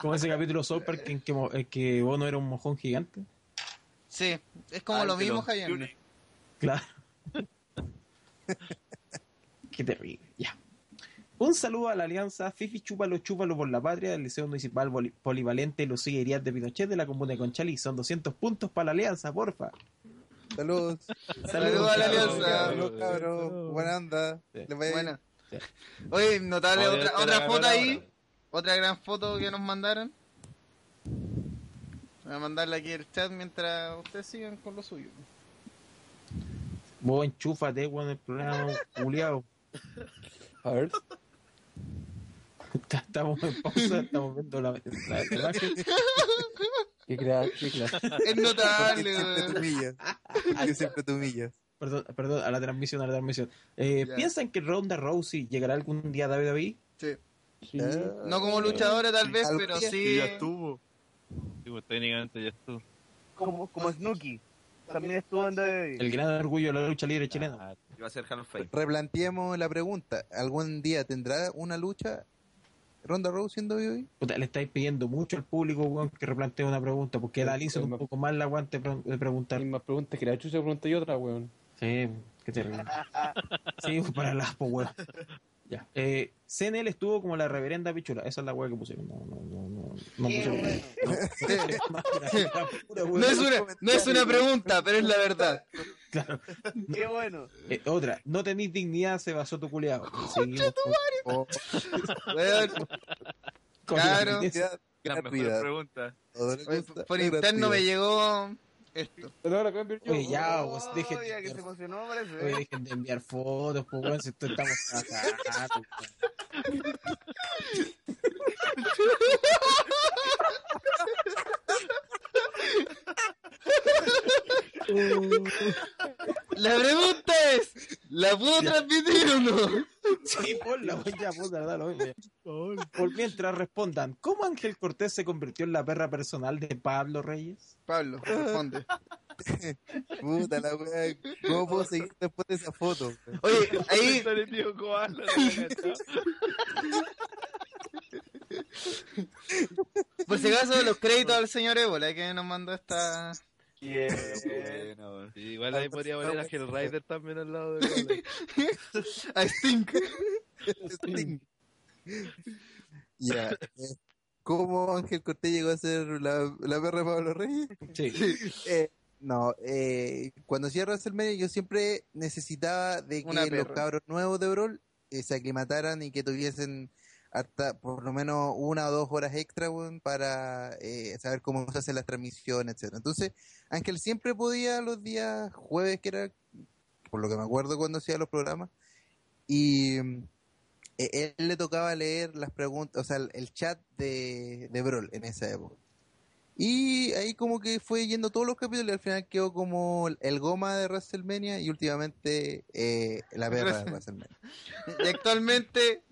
[SPEAKER 6] Como ese capítulo Super que, en que, mo- eh, que Bono era un mojón gigante.
[SPEAKER 4] Sí, es como
[SPEAKER 6] Ah,
[SPEAKER 4] lo
[SPEAKER 6] el de
[SPEAKER 4] mismo,
[SPEAKER 6] los
[SPEAKER 4] Javier.
[SPEAKER 6] Claro. Qué terrible. Ya. Un saludo a la alianza Fifi Chúpalo Chúpalo por la Patria del Liceo Municipal Boli- Polivalente Lucía Irías de Pinochet de la Comuna de Conchalí. Son 200 puntos para la alianza, porfa.
[SPEAKER 10] Saludos.
[SPEAKER 4] Saludos a la alianza.
[SPEAKER 10] Saludos, cabros. Buena onda. Les vaya bien.
[SPEAKER 4] Buena. Oye, notable
[SPEAKER 10] Oye,
[SPEAKER 4] otra,
[SPEAKER 10] te la
[SPEAKER 4] otra
[SPEAKER 10] ganó
[SPEAKER 4] foto
[SPEAKER 10] la
[SPEAKER 4] ahí. Otra gran foto que nos mandaron. Voy a mandarla aquí al chat mientras ustedes sigan con lo suyo.
[SPEAKER 6] Vos enchúfate, weón, el programa culiado. A ver. Estamos en pausa, estamos viendo la, la- la imagen. Qué crack, qué crack.
[SPEAKER 4] Es notable, weón.
[SPEAKER 10] Porque siempre te humillas. Porque siempre te humillas.
[SPEAKER 6] Perdón, perdón, a la transmisión, a la transmisión. Eh,
[SPEAKER 4] Ya.
[SPEAKER 6] ¿Piensan que Ronda Rousey llegará algún día a E? WWE?
[SPEAKER 4] Sí.
[SPEAKER 6] Sí.
[SPEAKER 10] Ah.
[SPEAKER 4] No como luchadora tal vez, pero sí.
[SPEAKER 5] Ya estuvo. Sí, pues, técnicamente ya estuvo.
[SPEAKER 1] Como, como Snooki. También estuvo en WWE.
[SPEAKER 6] El gran orgullo de la lucha
[SPEAKER 4] Ah.
[SPEAKER 6] libre chilena.
[SPEAKER 3] Iba a ser Hall of Fame.
[SPEAKER 10] Replanteemos la pregunta. ¿Algún día tendrá una lucha Ronda Rousey siendo hoy?
[SPEAKER 6] Puta, le estáis pidiendo mucho al público weón, que replantee una pregunta, porque la hizo un poco mal la aguante pre- de preguntar.
[SPEAKER 8] Más preguntas que la chucha pregunta y otra, weón.
[SPEAKER 6] Sí, qué terrible. Sí, para las po, weón. Ya. Eh, CNL estuvo como la reverenda pichula. Esa es la weá que pusieron. No, no, no, no. No
[SPEAKER 1] E.
[SPEAKER 6] pusieron.
[SPEAKER 4] No es, una, no es una pregunta, pero es la verdad.
[SPEAKER 1] Qué bueno.
[SPEAKER 6] Eh, otra, no tenéis dignidad, se basó tu culeado. Seguimos con-
[SPEAKER 4] Weón,
[SPEAKER 6] con la
[SPEAKER 4] Claro.
[SPEAKER 6] tristeza.
[SPEAKER 3] La mejor
[SPEAKER 10] Cuidado.
[SPEAKER 3] pregunta.
[SPEAKER 4] Oye, por interno me llegó esto.
[SPEAKER 6] Oye, ya, vos, dejen, de
[SPEAKER 1] Oye, que se
[SPEAKER 6] enviar-
[SPEAKER 1] emocionó, parece. eh.
[SPEAKER 6] oye, dejen de enviar fotos, po, weón, si esto estamos trabajando, weón.
[SPEAKER 4] La pregunta es, ¿la puedo transmitir o no?
[SPEAKER 6] Sí, ponla, weón, ya, ponla, dale, oye. Por mientras respondan, ¿cómo Ángel Cortés se convirtió en la perra personal de Pablo Reyes?
[SPEAKER 4] Pablo, responde.
[SPEAKER 10] Puta la weá. ¿Cómo puedo seguir después de esa foto?
[SPEAKER 4] Oye, ahí
[SPEAKER 5] Sale el tío Koala, la cachada.
[SPEAKER 4] Por si acaso, los créditos al señor Ébola que nos mandó esta.
[SPEAKER 3] Bueno,
[SPEAKER 5] Sí, igual ahí podría valer a Hellrider también al lado de
[SPEAKER 4] A Stink.
[SPEAKER 10] Sting. Ya. eh, ¿Cómo Ángel Cortés llegó a ser la, la perra de Pablo Reyes?
[SPEAKER 6] Sí.
[SPEAKER 10] Eh, no, eh, cuando hacía WrestleMania yo siempre necesitaba de
[SPEAKER 4] Una
[SPEAKER 10] que los
[SPEAKER 4] perra.
[SPEAKER 10] cabros nuevos de Brawl eh, se aclimataran y que tuviesen hasta por lo menos una o dos horas extra weón, para eh, saber cómo se hacen las transmisiones, etcétera. Entonces, Ángel siempre podía los días jueves, que era por lo que me acuerdo cuando hacía los programas, y mm, eh, él le tocaba leer las preguntas, o sea, el, el chat de, de Brawl en esa época. Y ahí como que fue yendo todos los capítulos y al final quedó como el goma de WrestleMania y últimamente eh, la perra de WrestleMania.
[SPEAKER 4] Y actualmente,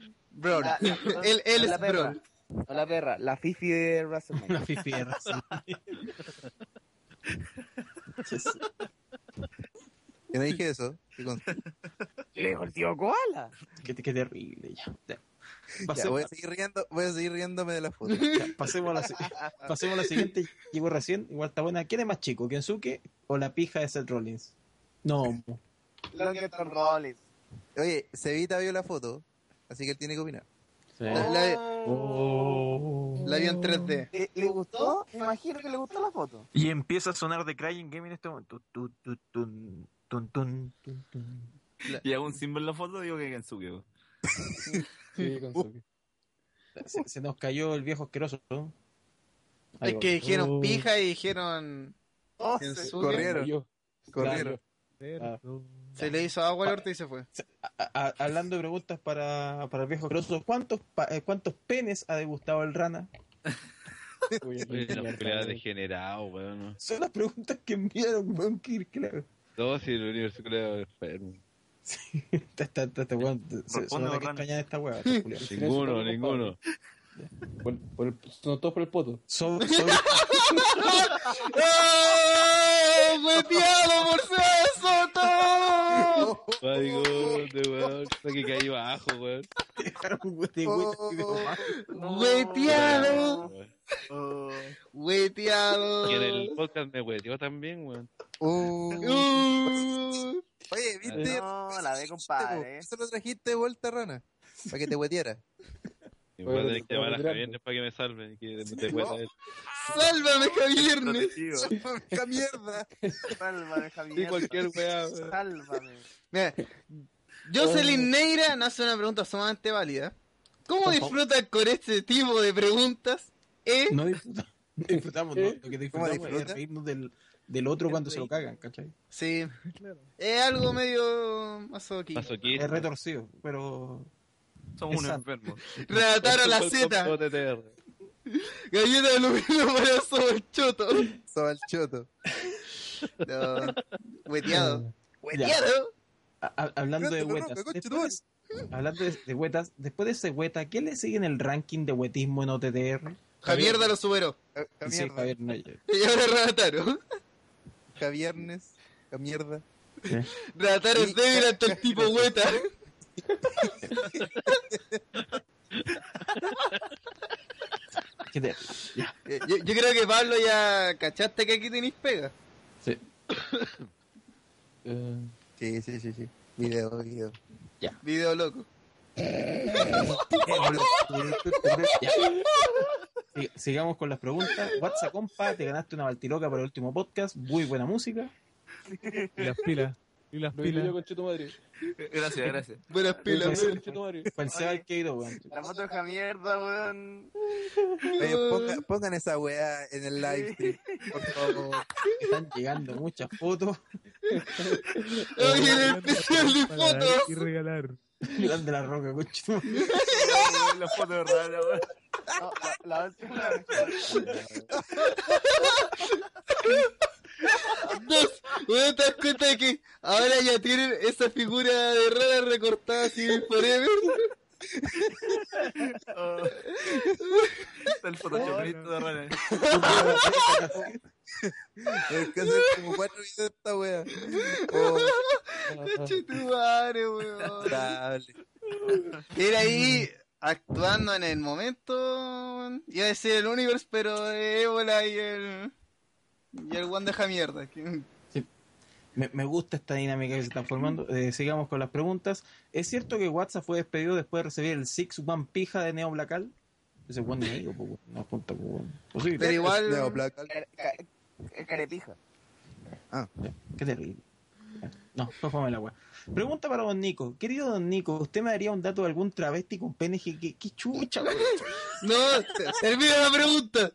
[SPEAKER 4] Bro,
[SPEAKER 1] La-
[SPEAKER 4] él, él
[SPEAKER 1] la
[SPEAKER 4] es
[SPEAKER 1] perra.
[SPEAKER 4] Bro.
[SPEAKER 1] No la perra, la fifi de WrestleMania.
[SPEAKER 6] La fifi de WrestleMania.
[SPEAKER 10] Yo no dije eso. ¿Qué con-
[SPEAKER 1] Le dijo el tío Koala.
[SPEAKER 6] Qué, qué terrible ya. Ya.
[SPEAKER 10] Ya, voy,
[SPEAKER 6] Pasemos,
[SPEAKER 10] a seguir riendo, voy a seguir riéndome de la foto.
[SPEAKER 6] ya, pasemos a la, si- pasemos a la siguiente. Llegó recién, igual está buena. ¿Quién es más chico, Kensuke o la pija de Seth Rollins? No,
[SPEAKER 1] Longerton Rollins.
[SPEAKER 10] Oye, Cevita vio la foto, así que él tiene que opinar.
[SPEAKER 4] La, la-
[SPEAKER 3] Oh.
[SPEAKER 4] la vio en 3D.
[SPEAKER 1] Oh. ¿Le, le gustó? Me imagino que le gustó la foto.
[SPEAKER 6] Y empieza a sonar de Crying Game en este momento. Tu, tu, tun, tun, tun, tun, tun.
[SPEAKER 3] Y hago un símbolo en la foto, digo que Kensuke. po.
[SPEAKER 6] Se, se nos cayó el viejo asqueroso. ¿no? Ahí
[SPEAKER 4] Es
[SPEAKER 6] voy.
[SPEAKER 4] que dijeron
[SPEAKER 6] Oh,
[SPEAKER 4] pija y dijeron.
[SPEAKER 1] Oh,
[SPEAKER 4] ¿quién sube?
[SPEAKER 10] Corrieron,
[SPEAKER 6] yo.
[SPEAKER 10] corrieron.
[SPEAKER 4] Se le hizo agua al orto y se fue.
[SPEAKER 6] A- a- hablando de preguntas para, para el viejo asqueroso, ¿cuántos, pa- eh, ¿cuántos penes ha degustado el rana? Uy,
[SPEAKER 5] Oye,
[SPEAKER 6] mierda,
[SPEAKER 5] la pelea
[SPEAKER 6] weón.
[SPEAKER 5] degenerado, weón.
[SPEAKER 6] Son las preguntas que enviaron, weón, que claro.
[SPEAKER 5] No, si el universo culiao es enfermo.
[SPEAKER 6] Esta, esta, esta, esta este weón, se, se
[SPEAKER 3] Responde,
[SPEAKER 6] nota que
[SPEAKER 3] Rana.
[SPEAKER 6] extrañan esta weá. este estos culiados.
[SPEAKER 5] Ninguno, ninguno.
[SPEAKER 8] Por, por el- son todos por el poto.
[SPEAKER 6] Son- son-
[SPEAKER 4] ¡Oh! ¡Hueteado por Soto!
[SPEAKER 5] Maricón, de weón. Está que caí bajo, weón.
[SPEAKER 6] dejaron we- de we- de mamá.
[SPEAKER 3] Oh.
[SPEAKER 4] ¡Hueteado!
[SPEAKER 5] Weón.
[SPEAKER 1] Oh.
[SPEAKER 4] ¡Hueteado!
[SPEAKER 5] Y en el podcast me hueteó también, weón.
[SPEAKER 4] Uh.
[SPEAKER 10] Oye, ¿viste?
[SPEAKER 1] No, la ve, compadre.
[SPEAKER 10] Eso lo trajiste de vuelta, rana. Para que te hueteara.
[SPEAKER 5] Y voy a
[SPEAKER 8] Oye,
[SPEAKER 5] tener que
[SPEAKER 8] lo-
[SPEAKER 5] llamar a
[SPEAKER 8] lo tirando.
[SPEAKER 5] Javier para que me salve. Que te
[SPEAKER 10] No.
[SPEAKER 5] pueda
[SPEAKER 4] ¡Sálvame, Javiernes!
[SPEAKER 1] Protegido.
[SPEAKER 10] ¡Qué mierda!
[SPEAKER 1] Sálvame, Javier.
[SPEAKER 5] Sí, cualquier weá, weón.
[SPEAKER 1] Sálvame.
[SPEAKER 4] Mira,
[SPEAKER 6] Oh.
[SPEAKER 4] Jocelyn Neira nos hace una pregunta sumamente válida. ¿Cómo disfrutan con este tipo de preguntas? ¿Eh?
[SPEAKER 6] No disfruta- no disfrutamos, ¿no? Lo que disfrutamos es
[SPEAKER 10] ¿Eh? disfruta?
[SPEAKER 6] reírnos del, del otro cuando se lo cagan, ¿cachai?
[SPEAKER 4] Sí. Es algo medio masoquista.
[SPEAKER 6] Es
[SPEAKER 5] Masoquista.
[SPEAKER 6] retorcido, pero.
[SPEAKER 3] Somos unos
[SPEAKER 6] Esa-
[SPEAKER 3] enfermos.
[SPEAKER 4] Relatar a la
[SPEAKER 5] Con- con-
[SPEAKER 4] Z.
[SPEAKER 5] con OTTR.
[SPEAKER 4] Galleta de aluminio para Sobalchoto.
[SPEAKER 10] Sobalchoto.
[SPEAKER 4] No. Hueteado.
[SPEAKER 6] Ya.
[SPEAKER 4] Hueteado.
[SPEAKER 6] Ha- ha- hablando de
[SPEAKER 10] Espérate,
[SPEAKER 6] huetas.
[SPEAKER 10] Fernández, conche tu
[SPEAKER 6] Después, hablando de, de huetas, después de ese hueta, ¿quién le sigue en el ranking de huetismo en OTTR?
[SPEAKER 4] Javier lo superó.
[SPEAKER 10] Qué
[SPEAKER 6] Sí,
[SPEAKER 10] mierda.
[SPEAKER 6] Javier Noyer.
[SPEAKER 4] Y ahora Rataro.
[SPEAKER 10] Qué viernes. Qué mierda.
[SPEAKER 4] Rataro es débil ante el tipo hueta.
[SPEAKER 6] ¿Qué te-
[SPEAKER 4] Eh, Yo, yo creo que Pablo ya cachaste que aquí tenéis pega.
[SPEAKER 8] Eh,
[SPEAKER 10] Sí, sí, sí, sí. Video, video.
[SPEAKER 4] Video loco.
[SPEAKER 6] Ya. Sí, Sigamos con las preguntas. WhatsApp, compa, te ganaste una baltiloca para el último podcast. Muy buena música.
[SPEAKER 11] Y las pilas. Y las
[SPEAKER 8] Lo vi yo
[SPEAKER 11] pilas.
[SPEAKER 8] con Cheto Madre.
[SPEAKER 3] Gracias, gracias.
[SPEAKER 4] Buenas
[SPEAKER 8] Lo vi
[SPEAKER 4] pilas.
[SPEAKER 8] yo con Cheto Madre.
[SPEAKER 6] Fue el Seba el que ido, weón.
[SPEAKER 1] La foto de Javier, weón.
[SPEAKER 10] Oye, ponga- pongan esa weá en el live stream, por favor.
[SPEAKER 6] Están llegando muchas fotos.
[SPEAKER 4] Oye, en el especial de
[SPEAKER 11] Para dar
[SPEAKER 4] fotos.
[SPEAKER 11] Y regalar.
[SPEAKER 6] Grande la roca, coche.
[SPEAKER 3] La foto de rara, weón.
[SPEAKER 1] No, la, la última vez.
[SPEAKER 4] Dos. Bueno, te das cuenta de que ahora ya tienen esa figura de rara recortada así de forever.
[SPEAKER 3] Está el photoshopito de rara.
[SPEAKER 10] Hay que hacer como cuatro videos de esta weá. Oh,
[SPEAKER 4] Che, tu madre, weón.
[SPEAKER 10] dale.
[SPEAKER 4] Era ahí actuando en el momento. weón. Iba a decir el universe, pero Ébola y el. Y el Juan deja mierda. que-
[SPEAKER 6] Me, me gusta esta dinámica que se está formando. Eh, sigamos con las preguntas. ¿Es cierto que WhatsApp fue despedido después de recibir el Six One Pija de Neo Blacal? Ese buen amigo, pues, weón. no apunta, pues, weón. Posible.
[SPEAKER 4] Pero igual.
[SPEAKER 10] Leo Black.
[SPEAKER 1] Care- ca- Carepija.
[SPEAKER 6] Qué terrible. No, pues fome la weá. Pregunta para don Nico. Querido don Nico, ¿usted me daría un dato de algún travesti con pene? gi- ¿Qué, qué chucha, weón?
[SPEAKER 4] No, termina la pregunta.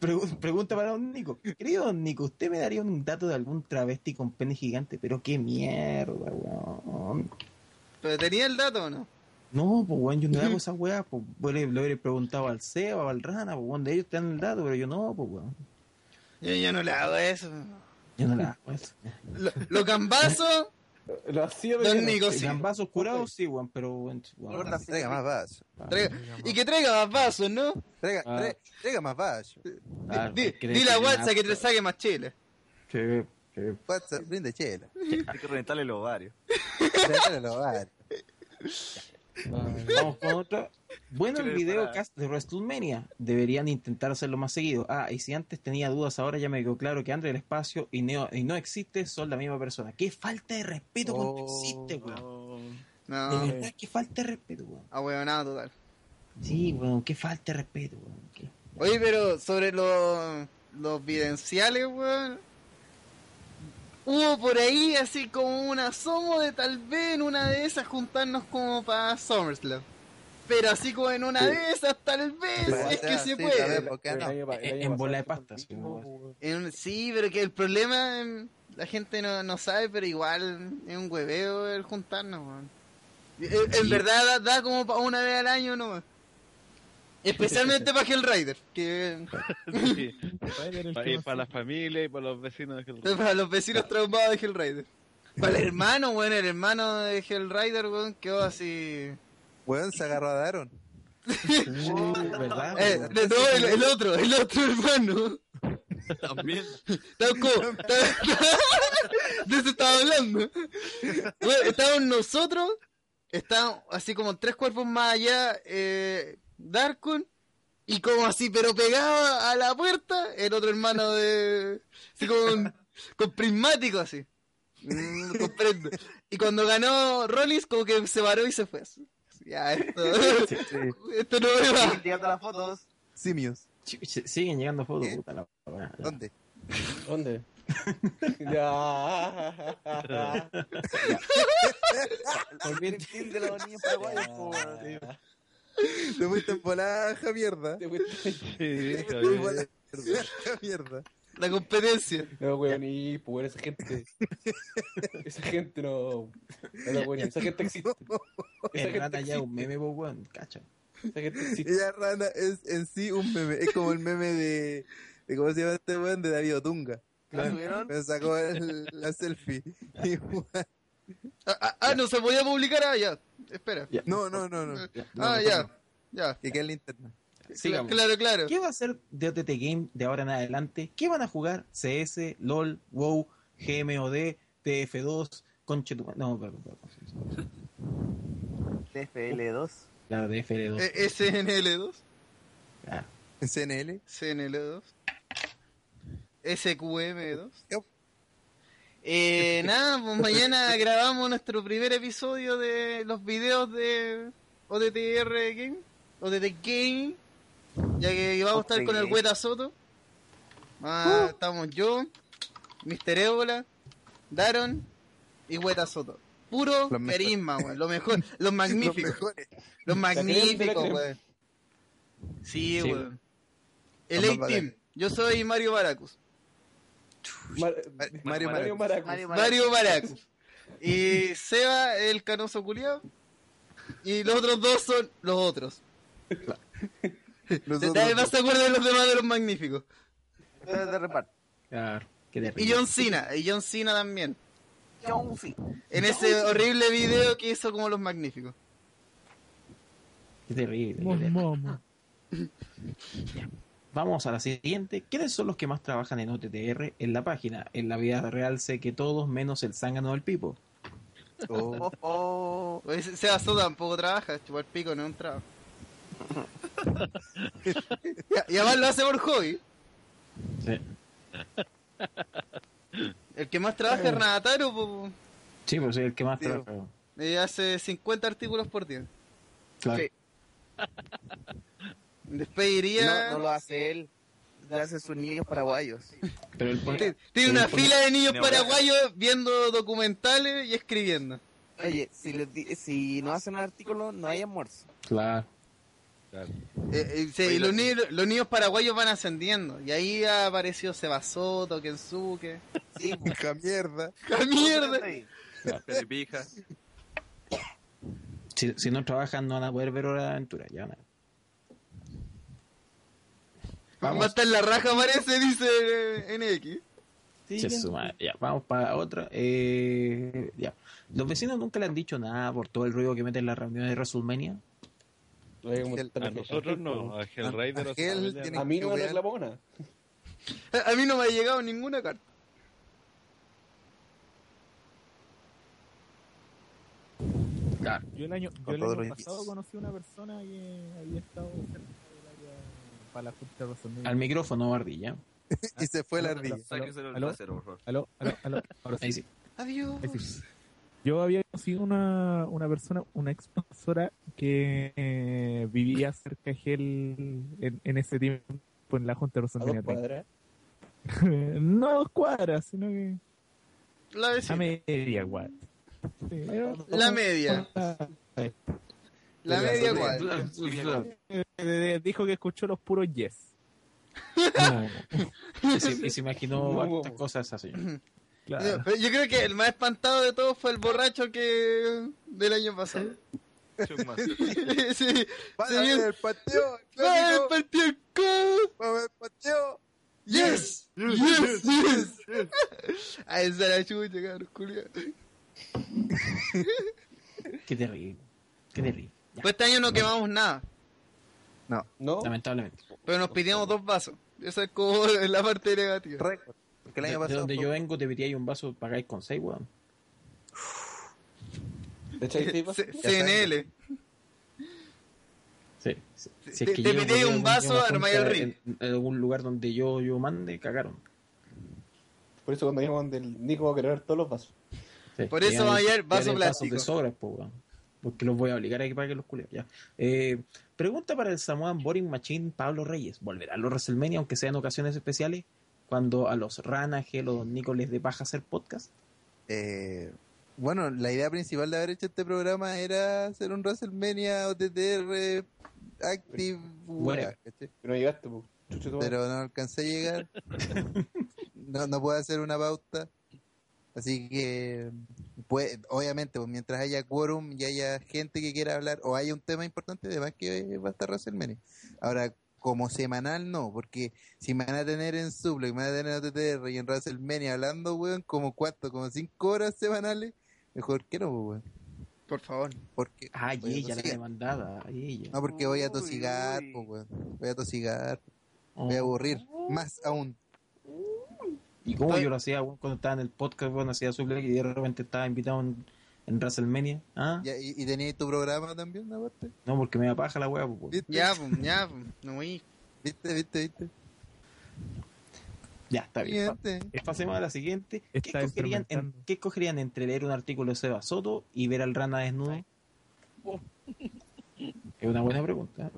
[SPEAKER 6] Pregu- pregunta para don Nico. Querido don Nico, ¿usted me daría un dato de algún travesti con pene gigante? Pero qué mierda, weón.
[SPEAKER 4] Pero tenía el dato o no?
[SPEAKER 6] No, pues weón, yo no hago esas weas, pues weón, le- le hubiera preguntado al Seba o al Rana, pues weón, de ellos te dan el dato, pero yo no, pues weón.
[SPEAKER 4] Yo, yo no le hago eso.
[SPEAKER 6] Yo no la hago eso.
[SPEAKER 4] Lo, lo cambazo.
[SPEAKER 6] Lo hacía,
[SPEAKER 4] Don Nico, sí.
[SPEAKER 6] Gambazos curados, sí, weón, pero weón, weón.
[SPEAKER 10] Traiga más vasos.
[SPEAKER 4] Traiga- y que traiga más vasos, ¿no?
[SPEAKER 10] Traiga,
[SPEAKER 6] Ah.
[SPEAKER 10] tra- traiga más vasos.
[SPEAKER 6] Ah,
[SPEAKER 4] Di,
[SPEAKER 6] porque
[SPEAKER 4] di la
[SPEAKER 6] tenía
[SPEAKER 4] WhatsApp que
[SPEAKER 6] harto.
[SPEAKER 4] te saque más chile.
[SPEAKER 6] Sí, sí.
[SPEAKER 10] WhatsApp, brinde chela.
[SPEAKER 3] Hay que reventarle los ovarios.
[SPEAKER 10] Tráigale los vasos.
[SPEAKER 6] Ah, Vamos con otra. Bueno, el
[SPEAKER 3] Creo
[SPEAKER 6] video
[SPEAKER 3] para-
[SPEAKER 6] cast de WrestleMania. Deberían intentar hacerlo más seguido. Ah, y si antes tenía dudas, ahora ya me quedó claro que André el Espacio y Neo y no existe son la misma persona. Qué falta de respeto cuando existe, weón. De
[SPEAKER 4] Oh, No,
[SPEAKER 6] verdad, qué falta de respeto, weón.
[SPEAKER 4] ahueonado total.
[SPEAKER 6] Sí, weón, qué falta de respeto, weón. Qué-
[SPEAKER 4] Oye, pero sobre los los videnciales, weón. Hubo por ahí así como un asomo de tal vez en una de esas juntarnos como para SummerSlam. Pero así como en una de esas, tal vez,
[SPEAKER 10] Pero,
[SPEAKER 4] es
[SPEAKER 10] o sea,
[SPEAKER 4] que se
[SPEAKER 10] sí, tal
[SPEAKER 4] puede.
[SPEAKER 10] vez, ¿por qué no?
[SPEAKER 6] Eh, En, en bola de pasta, sí, weón.
[SPEAKER 4] En- sí, pero que el problema, em, la gente no, no sabe, pero igual es un hueveo el juntarnos, weón. En, en verdad da, da como para una vez al año nomás. Especialmente para Hellrider, que
[SPEAKER 5] Sí.
[SPEAKER 11] Rider,
[SPEAKER 5] Pa-
[SPEAKER 11] el
[SPEAKER 5] y
[SPEAKER 11] que
[SPEAKER 5] para
[SPEAKER 11] va
[SPEAKER 5] las familias y para los vecinos de Hellraiser.
[SPEAKER 4] para los vecinos traumados de Hellrider. Para el hermano, weón, el hermano de Hellrider, weón, quedó así...
[SPEAKER 10] Weón, se agarró a Daron.
[SPEAKER 6] Uh, ¿Verdad?
[SPEAKER 4] Eh,
[SPEAKER 6] weón?
[SPEAKER 4] de- no, el, el otro, el otro hermano.
[SPEAKER 3] También.
[SPEAKER 4] Tauco, de eso estaba hablando. Bueno, estábamos nosotros, estábamos así como tres cuerpos más allá, eh, Darkun, y como así, pero pegaba a la puerta, el otro hermano de. así con, con prismático así. Mm, comprendo. Y cuando ganó Rollins, como que se varó y se fue. así. Ya, esto. Esto no me va.
[SPEAKER 1] Siguen llegando las fotos.
[SPEAKER 10] Simios.
[SPEAKER 6] Ch- se- Siguen llegando fotos,
[SPEAKER 10] ¿Qué?
[SPEAKER 6] puta la weá, ya.
[SPEAKER 10] ¿Dónde?
[SPEAKER 8] ¿Dónde? ya.
[SPEAKER 6] Volviendo-
[SPEAKER 1] Tinder de los niños paraguayos, po, weón.
[SPEAKER 10] Te fuiste en volaja, mierda.
[SPEAKER 8] Te fuiste-
[SPEAKER 5] Sí,
[SPEAKER 10] Te fuiste en
[SPEAKER 5] Javier.
[SPEAKER 10] volaja, mierda. mierda.
[SPEAKER 4] La competencia.
[SPEAKER 8] No, weón, y pues esa gente. Esa gente no. No la weón, esa gente existe. Esa
[SPEAKER 6] El
[SPEAKER 8] gente
[SPEAKER 6] rata Eh, ya es
[SPEAKER 8] existe.
[SPEAKER 6] un meme, po, weón, cacha.
[SPEAKER 8] Esa gente existe.
[SPEAKER 10] Ella rana es en sí un meme. Es como el meme de. de ¿Cómo se llama este weón? De David Otunga.
[SPEAKER 1] ¿La subieron?
[SPEAKER 10] Me sacó el- la selfie. Y, weón,
[SPEAKER 4] Ah, ah, ah, no se podía publicar. Ah, ya. Espera.
[SPEAKER 10] no, no, no, no.
[SPEAKER 4] Ah, ya. Ya.
[SPEAKER 10] Que quede en la interna.
[SPEAKER 6] Sigamos.
[SPEAKER 4] Claro, claro.
[SPEAKER 6] ¿Qué va a ser de OTT Game de ahora en adelante? ¿Qué van a jugar? CS, LOL, WoW, GMOD, TF2, Conche tu- No, perdón, perdón.
[SPEAKER 1] TFL2.
[SPEAKER 6] Claro, TFL2.
[SPEAKER 4] Eh, SNL2.
[SPEAKER 6] claro.
[SPEAKER 10] En CNL.
[SPEAKER 4] CNL2. SQM2.
[SPEAKER 10] Yup.
[SPEAKER 4] Eh, nada, pues mañana grabamos nuestro primer episodio de los videos de ODTR Game. ODT Game. Ya que vamos a estar con el
[SPEAKER 1] Ok.
[SPEAKER 4] Hueta Soto.
[SPEAKER 10] Uh.
[SPEAKER 4] Ah, Estamos yo, Mister Ébola, Daron y Hueta Soto. Puro
[SPEAKER 10] Los mejores.
[SPEAKER 4] carisma, weón. Lo mejor, los
[SPEAKER 10] Los
[SPEAKER 4] magníficos.
[SPEAKER 10] mejores.
[SPEAKER 4] Los
[SPEAKER 8] crema
[SPEAKER 4] magníficos,
[SPEAKER 8] de la
[SPEAKER 4] weón. Sí,
[SPEAKER 6] Sí,
[SPEAKER 4] weón. El
[SPEAKER 10] Los más
[SPEAKER 4] A-Team. Yo soy Mario Baracus.
[SPEAKER 8] Mar-
[SPEAKER 10] Mario
[SPEAKER 8] Mario
[SPEAKER 10] Mario.
[SPEAKER 8] Maracus.
[SPEAKER 1] Mario
[SPEAKER 4] Mario Baracus. Y Seba, el canoso culiao. Y los otros dos son los otros.
[SPEAKER 10] Nosotros-
[SPEAKER 4] Nadie más se acuerda de los demás de los magníficos.
[SPEAKER 1] Entonces de reparto.
[SPEAKER 6] claro. Qué terrible.
[SPEAKER 4] Y John Cena. Y John Cena también.
[SPEAKER 1] John Cena.
[SPEAKER 4] En ese horrible video que hizo como los magníficos.
[SPEAKER 6] Qué terrible. qué terrible. Vamos a la siguiente. ¿Quiénes son los que más trabajan en OTTR en la página? En la vida real sé que todos menos el zángano del pipo.
[SPEAKER 10] Oh,
[SPEAKER 1] Oh,
[SPEAKER 4] Oye, Se- Seba Soto tampoco trabaja. Chupar pico no es un trabajo. y, y además lo hace por hobby.
[SPEAKER 6] Sí.
[SPEAKER 4] El que más trabaja es Renataro. po.
[SPEAKER 6] Sí, pero soy el que más
[SPEAKER 10] Sí,
[SPEAKER 6] trabaja.
[SPEAKER 4] Eh, hace 50 artículos por día.
[SPEAKER 6] Claro.
[SPEAKER 4] Sí. Después iría.
[SPEAKER 1] no, no lo hace él. Lo hace sus niños paraguayos.
[SPEAKER 6] Pero el pone-
[SPEAKER 4] Ti- Tiene una
[SPEAKER 3] pues,
[SPEAKER 6] Por-
[SPEAKER 4] fila de niños
[SPEAKER 3] Tiene
[SPEAKER 4] paraguayos viendo documentales y escribiendo.
[SPEAKER 1] Oye, si, les di- si no hacen un artículo, no hay almuerzo.
[SPEAKER 6] Claro.
[SPEAKER 4] Eh, eh, sí,
[SPEAKER 3] Oye,
[SPEAKER 4] los,
[SPEAKER 3] lo-
[SPEAKER 4] niños, los niños paraguayos van ascendiendo. Y ahí apareció Sebasoto, Kensuke.
[SPEAKER 1] Sí, po.
[SPEAKER 10] hija mierda.
[SPEAKER 4] ¡Ja, mierda!
[SPEAKER 3] Caripija.
[SPEAKER 6] Si, si no trabajan, no van a poder ver Hora de Aventura. Ya van a...
[SPEAKER 4] Va a estar la raja, parece, dice eh, NX. Pues,
[SPEAKER 6] Che su madre. Ya, vamos para otra. Eh, ya. Los vecinos nunca le han dicho nada por todo el ruido que meten en las reuniones de WrestleMania.
[SPEAKER 5] A nosotros no, a Hellraider.
[SPEAKER 4] a Hell
[SPEAKER 5] nosotros-
[SPEAKER 4] tiene A mí no me que ver. reclamó
[SPEAKER 8] nada.
[SPEAKER 4] A, a mí no me ha llegado ninguna carta.
[SPEAKER 11] Yo el año, yo
[SPEAKER 4] Con
[SPEAKER 11] el
[SPEAKER 4] todo
[SPEAKER 11] año
[SPEAKER 4] lo que
[SPEAKER 11] pasado conocí a una persona que había estado cerca del área para la junta de WrestleMania.
[SPEAKER 6] Al micrófono, ardilla.
[SPEAKER 10] y se fue la
[SPEAKER 11] Aló,
[SPEAKER 10] ardilla.
[SPEAKER 11] aló,
[SPEAKER 3] Sáqueselo del
[SPEAKER 11] aló,
[SPEAKER 3] trasero, por favor.
[SPEAKER 11] Aló, aló, aló. Ahora sí.
[SPEAKER 6] Ahí sí.
[SPEAKER 4] Adiós.
[SPEAKER 11] Ahí sí. Yo había conocido una, una persona, una expansora que eh, vivía cerca de Gel en, en ese tiempo en la Junta de
[SPEAKER 8] A dos
[SPEAKER 11] WrestleMania.
[SPEAKER 8] cuadras.
[SPEAKER 11] no a dos cuadras, sino que
[SPEAKER 4] La
[SPEAKER 11] a
[SPEAKER 4] vecina.
[SPEAKER 11] media cuadra. Sí, era
[SPEAKER 4] La media.
[SPEAKER 11] una-
[SPEAKER 4] La media cuadra.
[SPEAKER 11] Eh, Dijo que escuchó los puros yes.
[SPEAKER 6] Y se, y se imaginó hartas cosas esa señora.
[SPEAKER 11] Claro.
[SPEAKER 4] Pero Yo creo que el más espantado de todos fue el borracho que del año pasado. Sí, sí, pues.
[SPEAKER 10] Van a ver
[SPEAKER 4] bien.
[SPEAKER 10] el pateo, el
[SPEAKER 4] ¡Vaya el
[SPEAKER 10] clásico,
[SPEAKER 4] partido el co-
[SPEAKER 10] van a ver el pateo.
[SPEAKER 4] ¡Yes! ¡Yes! ¡Yes! ¡Ay, esa la chucha, cabrón, culiao.
[SPEAKER 6] Qué terrible. Qué terrible. Ya,
[SPEAKER 4] Pues este año no quemamos nada,
[SPEAKER 8] No,
[SPEAKER 6] lamentablemente.
[SPEAKER 4] pero nos pidimos dos vasos. Esa es como la parte negativa.
[SPEAKER 10] Récord. Porque el
[SPEAKER 6] De,
[SPEAKER 10] año
[SPEAKER 6] de
[SPEAKER 10] pasado.
[SPEAKER 6] donde yo vengo, te pedía un vaso, pagáis con 6, weón.
[SPEAKER 8] ¿Te echáis pipas?
[SPEAKER 4] C- CNL.
[SPEAKER 6] Sí, sí. Si
[SPEAKER 4] Te- te
[SPEAKER 6] llego
[SPEAKER 4] pedí
[SPEAKER 6] a
[SPEAKER 4] un
[SPEAKER 6] algún-
[SPEAKER 4] vaso,
[SPEAKER 6] a una
[SPEAKER 4] armáis
[SPEAKER 6] junta
[SPEAKER 4] el ring.
[SPEAKER 6] En, en algún lugar donde yo, yo mande, cagaron.
[SPEAKER 8] Por eso cuando íbamos del Nico va a querer todos los vasos.
[SPEAKER 6] Sí,
[SPEAKER 4] Por eso
[SPEAKER 6] llegan-
[SPEAKER 4] va a llegar
[SPEAKER 6] llegan
[SPEAKER 4] vaso
[SPEAKER 6] los
[SPEAKER 4] plástico.
[SPEAKER 6] Vasos de sobras, po, weón. Porque los voy a obligar a que paguen los culeros. Ya. Eh, pregunta para el Samoan Boring Machine Pablo Reyes. ¿Volverá a los WrestleMania, aunque sean ocasiones especiales, cuando a los Rana, Gelo, Don Nico les dé paja hacer podcast?
[SPEAKER 10] eh, bueno, la idea principal de haber hecho este programa era hacer un WrestleMania OTTR Active.
[SPEAKER 6] Bueno.
[SPEAKER 10] wea, ¿cachai?
[SPEAKER 8] Pero no llegaste, pues. Chucho, tu madre.
[SPEAKER 10] pero no alcancé a llegar. No, no puedo hacer una pauta. Así que, pues, obviamente, pues, mientras haya quórum y haya gente que quiera hablar o haya un tema importante, además que va a estar WrestleMania. Ahora, como semanal, no, porque si me van a tener en Suplo y me van a tener en OTTR y en WrestleMania hablando, weón, como cuánto, como cinco horas semanales, mejor que no, pues, weón.
[SPEAKER 4] Por favor.
[SPEAKER 10] Porque,
[SPEAKER 6] Ay,
[SPEAKER 10] voy
[SPEAKER 6] Ah,
[SPEAKER 10] a
[SPEAKER 6] ella, la
[SPEAKER 10] tosigar.
[SPEAKER 6] demandada. ay, ella.
[SPEAKER 10] No, porque voy a
[SPEAKER 1] Uy,
[SPEAKER 10] tosigar,
[SPEAKER 1] uy.
[SPEAKER 10] pues, weón. Voy a tosigar,
[SPEAKER 6] Oh.
[SPEAKER 10] voy a aburrir, más aún.
[SPEAKER 6] Y como yo lo hacía weón, cuando estaba en el podcast, bueno, hacía su y de repente estaba invitado en, en WrestleMania. ¿Ah?
[SPEAKER 10] Ya, ¿Y, y tenías tu programa también, aparte?
[SPEAKER 6] No, porque me da paja la weá. po, weón.
[SPEAKER 10] ¿Viste?
[SPEAKER 4] Ya, pum, ya, pum. No voy.
[SPEAKER 10] ¿Viste, viste, viste?
[SPEAKER 6] Ya, está bien.
[SPEAKER 10] Viste.
[SPEAKER 6] Pa- Pasemos a la siguiente. ¿Qué
[SPEAKER 11] Está
[SPEAKER 6] escogerían, en-
[SPEAKER 11] experimentando.
[SPEAKER 6] ¿Qué escogerían entre leer un artículo de Seba Soto y ver al rana desnudo? Es una buena pregunta.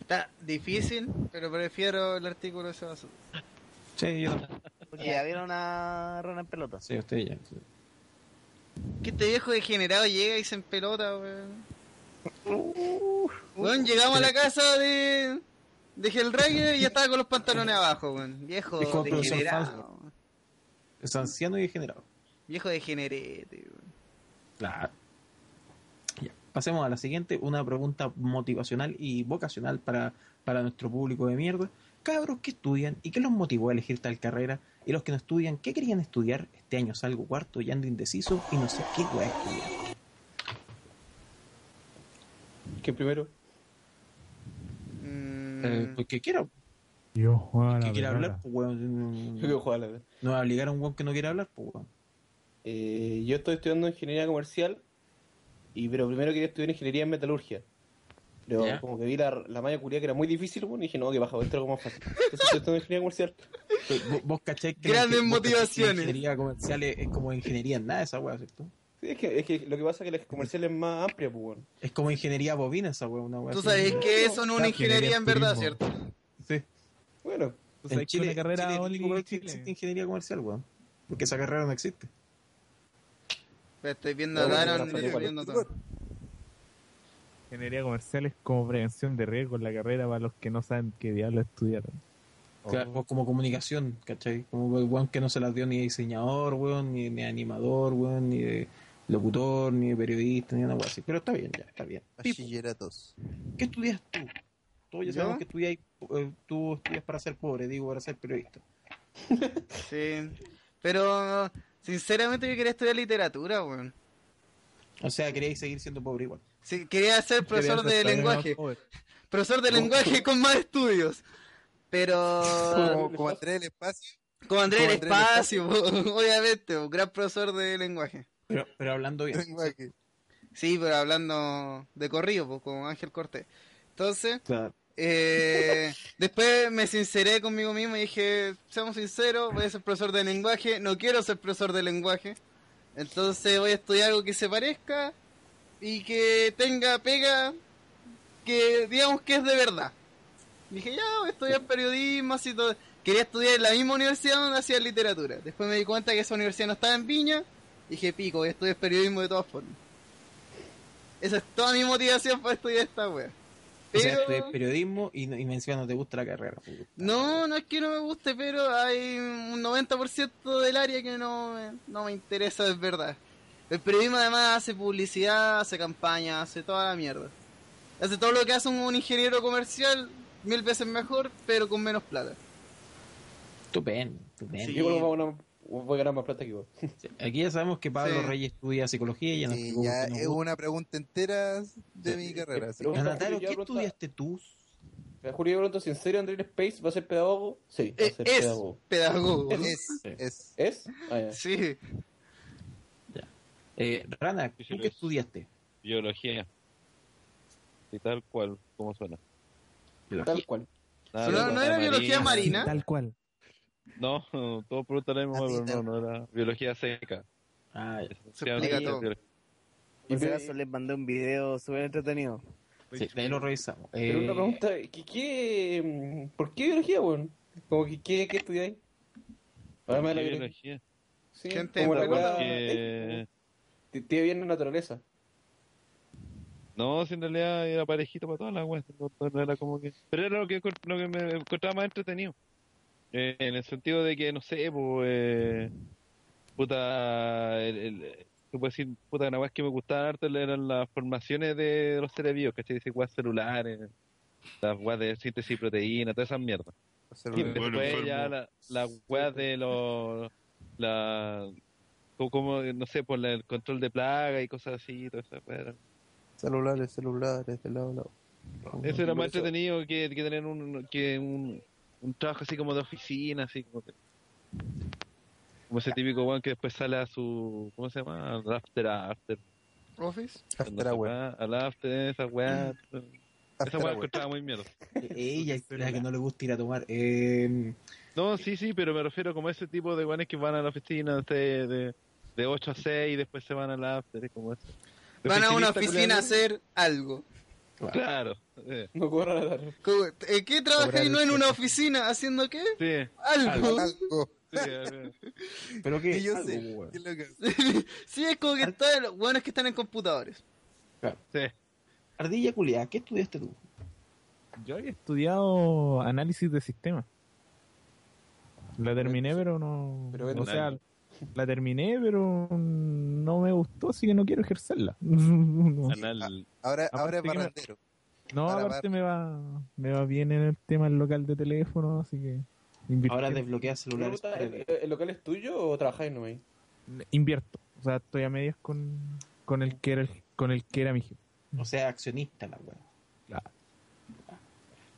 [SPEAKER 4] Está difícil, pero prefiero el artículo de ese vaso.
[SPEAKER 6] Sí, yo
[SPEAKER 1] Porque ya vieron a Rana en pelotas.
[SPEAKER 6] Sí, usted ya. sí.
[SPEAKER 4] Que este viejo degenerado llega y se empelota, weón. Weón, llegamos a la casa de. de Hellraiser y ya estaba con los pantalones abajo, weón. Viejo
[SPEAKER 6] Es como profesor
[SPEAKER 4] degenerado. weón.
[SPEAKER 6] Es anciano y degenerado.
[SPEAKER 4] Viejo degenerete, weón.
[SPEAKER 6] Claro. Ya. Pasemos a la siguiente. Una pregunta motivacional y vocacional para, para nuestro público de mierda. Cabros, ¿qué estudian y qué los motivó a elegir tal carrera? Y los que no estudian, ¿qué querían estudiar? Este año salgo cuarto y ando indeciso y no sé qué voy a estudiar.
[SPEAKER 8] ¿Quién primero?
[SPEAKER 4] Mm,
[SPEAKER 6] Eh, pues que quiera,
[SPEAKER 11] Yo
[SPEAKER 6] que quiera hablar, pues weón.
[SPEAKER 8] Yo quiero jugar a la verdad.
[SPEAKER 6] No va a obligar a un weón que no quiere hablar, pues weón.
[SPEAKER 8] Eh, yo estoy estudiando ingeniería comercial, y pero primero quería estudiar ingeniería en metalurgia. Pero
[SPEAKER 6] Ya.
[SPEAKER 8] como que vi la, la malla curia que era muy difícil, bueno, y dije, no, que baja, voy a esto es como más fácil. Entonces estoy estudiando ingeniería comercial.
[SPEAKER 6] Eh, Vos, vos cacháis que
[SPEAKER 4] Grandes
[SPEAKER 6] la ingen- vos cacháis que
[SPEAKER 4] motivaciones.
[SPEAKER 6] La ingeniería comercial es, es como ingeniería en nada esa weá, ¿cierto?
[SPEAKER 8] Sí, es que, es que lo que pasa es que la comercial es más amplia, pues, bueno.
[SPEAKER 6] Es como ingeniería bovina esa weá, una weá.
[SPEAKER 4] Tú
[SPEAKER 6] así.
[SPEAKER 4] sabes que eso no es una
[SPEAKER 6] Ah,
[SPEAKER 4] ingeniería en
[SPEAKER 6] ingeniería
[SPEAKER 4] verdad,
[SPEAKER 6] en
[SPEAKER 4] ¿cierto?
[SPEAKER 6] Sí.
[SPEAKER 8] Bueno,
[SPEAKER 11] Tú
[SPEAKER 6] En
[SPEAKER 11] sabes que
[SPEAKER 6] Chile,
[SPEAKER 11] una carrera
[SPEAKER 6] Chile es el
[SPEAKER 11] only
[SPEAKER 6] único país que
[SPEAKER 11] en Chile.
[SPEAKER 6] existe ingeniería comercial, weón. Porque esa carrera no existe.
[SPEAKER 4] Pero Estoy viendo a
[SPEAKER 8] No, bueno,
[SPEAKER 4] Daron
[SPEAKER 8] no,
[SPEAKER 4] y
[SPEAKER 8] no,
[SPEAKER 4] estoy
[SPEAKER 8] no,
[SPEAKER 4] viendo
[SPEAKER 8] no,
[SPEAKER 4] todo.
[SPEAKER 11] Ingeniería comercial es como prevención de riesgos la carrera para los que no saben qué diablo estudiar.
[SPEAKER 6] Claro, vos como comunicación, ¿cachai? Como el weón que no se las dio ni de diseñador, weón, ni de animador, weón, ni de locutor, ni periodista, ni nada así. Pero está bien, ya, está bien.
[SPEAKER 10] Bachilleratos.
[SPEAKER 6] ¿Qué estudias tú? Todos ya
[SPEAKER 10] ¿Ya?
[SPEAKER 6] sabemos que estudias, eh, tú estudias para ser pobre, digo, para ser periodista.
[SPEAKER 4] Sí. Pero, sinceramente, yo quería estudiar literatura, weón.
[SPEAKER 6] O sea, queréis seguir siendo pobre igual.
[SPEAKER 4] Sí, quería ser profesor de
[SPEAKER 6] Querías estar
[SPEAKER 4] lenguaje.
[SPEAKER 6] más pobre.
[SPEAKER 4] Profesor de lenguaje con más estudios. Pero.
[SPEAKER 10] Como- como Andrés del Espacio.
[SPEAKER 4] Como Andrés del
[SPEAKER 10] Como Andrés del
[SPEAKER 4] Espacio, obviamente, un gran profesor de lenguaje.
[SPEAKER 6] Pero, pero hablando bien.
[SPEAKER 4] Sí, pero hablando de corrido, pues, como Ángel Cortés. Entonces,
[SPEAKER 6] Claro.
[SPEAKER 4] eh, después me sinceré conmigo mismo y dije, seamos sinceros, voy a ser profesor de lenguaje, no quiero ser profesor de lenguaje, entonces voy a estudiar algo que se parezca y que tenga pega, que digamos que es de verdad. Dije, ya, voy a estudiar periodismo, así todo. Quería estudiar en la misma universidad donde hacía literatura. Después me di cuenta que esa universidad no estaba en Viña. Dije, pico, voy a estudiar periodismo de todas formas. Esa es toda mi motivación para estudiar esta wea.
[SPEAKER 6] O sea, este
[SPEAKER 4] Pero-
[SPEAKER 6] estudias periodismo y, no- y me encima no te gusta la carrera.
[SPEAKER 4] No, no es que no me guste, pero hay un 90% del área que no me, no me interesa, es verdad. El periodismo además hace publicidad, hace campaña, hace toda la mierda. Hace todo lo que hace un, un ingeniero comercial, mil veces mejor, pero con menos plata.
[SPEAKER 6] Estupendo, estupendo.
[SPEAKER 8] Yo creo que voy a ganar- voy a ganar más plata que vos.
[SPEAKER 6] Aquí ya sabemos que Pablo
[SPEAKER 8] Sí.
[SPEAKER 6] Reyes estudia psicología y ya nos
[SPEAKER 10] Sí,
[SPEAKER 6] explicó
[SPEAKER 10] ya
[SPEAKER 6] que no
[SPEAKER 10] es
[SPEAKER 6] gusta.
[SPEAKER 10] una pregunta entera de mi carrera. sí.
[SPEAKER 6] Anataro, ¿qué estudiaste tú?
[SPEAKER 8] Julio, yo pregunto si en serio Andrés Space va a ser pedagogo. Sí,
[SPEAKER 6] Eh,
[SPEAKER 8] va a ser
[SPEAKER 4] es
[SPEAKER 8] pedagogo.
[SPEAKER 4] pedagogo.
[SPEAKER 10] Es, es.
[SPEAKER 8] ¿Es? Ah,
[SPEAKER 4] Sí.
[SPEAKER 6] Eh, Rana, ¿tú qué estudiaste?
[SPEAKER 5] Biología. Y tal cual, como suena.
[SPEAKER 8] Tal cual.
[SPEAKER 5] Nada,
[SPEAKER 4] Pero no-
[SPEAKER 5] de
[SPEAKER 4] no era
[SPEAKER 5] amarilla.
[SPEAKER 4] biología marina.
[SPEAKER 11] Tal cual.
[SPEAKER 5] No, todo preguntan la misma, pero no, no era biología seca.
[SPEAKER 6] Ah,
[SPEAKER 1] Se explica todo.
[SPEAKER 5] Y
[SPEAKER 1] Por si
[SPEAKER 5] ve-
[SPEAKER 1] acaso les mandé un video súper entretenido.
[SPEAKER 6] Sí, de ahí lo revisamos. Eh,
[SPEAKER 8] Pero una pregunta, ¿qué, qué, mm, por qué biología, weón? Como que, ¿qué, qué estudiáis? Ahora me da la biología.
[SPEAKER 5] biología.
[SPEAKER 8] Sí,
[SPEAKER 5] Gente,
[SPEAKER 8] como la weá-
[SPEAKER 5] porque-
[SPEAKER 8] eh, Tiene bien la naturaleza.
[SPEAKER 5] No, si en realidad era parejito para todas las weas. No, no era como que... Pero era lo que, encont- lo que me encontraba más entretenido. Eh, en el sentido de que, no sé, pues. eh, puta. El, el- se puede decir, puta, una wea que me gustaba harto eran las formaciones de los seres vivos, ¿cachai? Dice weas celulares, las weas de síntesis de proteína, todas esas mierdas. Y
[SPEAKER 7] celulares. Bueno,
[SPEAKER 5] después
[SPEAKER 7] enfermo.
[SPEAKER 5] ya la- las weas de los. La, co- como, no sé, por la- el control de plaga y cosas así, todas esas weas. eran-
[SPEAKER 10] Celulares, celulares, de lado a lado.
[SPEAKER 5] eso era más entretenido que, que tener un, que un, un trabajo así como de oficina, así como, que- como ese típico weón que después sale a su. ¿Cómo se llama? Al after, after.
[SPEAKER 4] Office.
[SPEAKER 5] After Al after, esa weá. Esa weá
[SPEAKER 6] hour.
[SPEAKER 5] encontraba muy mierda.
[SPEAKER 6] Ella es la que no le gusta ir a tomar. Eh,
[SPEAKER 5] No, sí, sí, pero me refiero como a ese tipo de weones que van a la oficina de, de, de 8 a 6 y después se van al after. es Como eso. De
[SPEAKER 4] Van a una
[SPEAKER 5] oficinista,
[SPEAKER 4] oficina
[SPEAKER 5] culiao.
[SPEAKER 4] a hacer algo.
[SPEAKER 5] Claro. eh.
[SPEAKER 8] No corran a dar.
[SPEAKER 4] Como, ¿eh, ¿Qué trabajáis no en una oficina? ¿Haciendo qué?
[SPEAKER 5] Sí.
[SPEAKER 4] Algo.
[SPEAKER 5] Sí, eh,
[SPEAKER 6] pero que.
[SPEAKER 4] Y yo
[SPEAKER 6] algo,
[SPEAKER 4] sé,
[SPEAKER 6] weón.
[SPEAKER 4] sí, es como que están, los buenos que están en computadores.
[SPEAKER 5] sí.
[SPEAKER 6] Ardilla culiada, ¿qué estudiaste tú?
[SPEAKER 11] Yo había estudiado análisis de sistemas. La terminé, pero no.
[SPEAKER 8] Pero
[SPEAKER 11] o
[SPEAKER 8] vende-
[SPEAKER 11] sea, la terminé, pero no me gustó, así que no quiero ejercerla. No.
[SPEAKER 5] Anal.
[SPEAKER 10] Ahora,
[SPEAKER 11] Aparte
[SPEAKER 10] ahora es
[SPEAKER 11] que me-
[SPEAKER 10] barrandero.
[SPEAKER 11] No,
[SPEAKER 10] Ahora
[SPEAKER 11] aparte me va, me va bien en el tema del local de teléfono, así que invierto.
[SPEAKER 6] Ahora desbloqueas celulares.
[SPEAKER 8] Pregunta,
[SPEAKER 4] eh.
[SPEAKER 8] ¿El, el local es tuyo o trabajáis no ahí?
[SPEAKER 11] invierto. O sea, estoy a medias con, con el que era el- con el que era mi jefe.
[SPEAKER 6] O sea, accionista la weá.
[SPEAKER 11] Claro.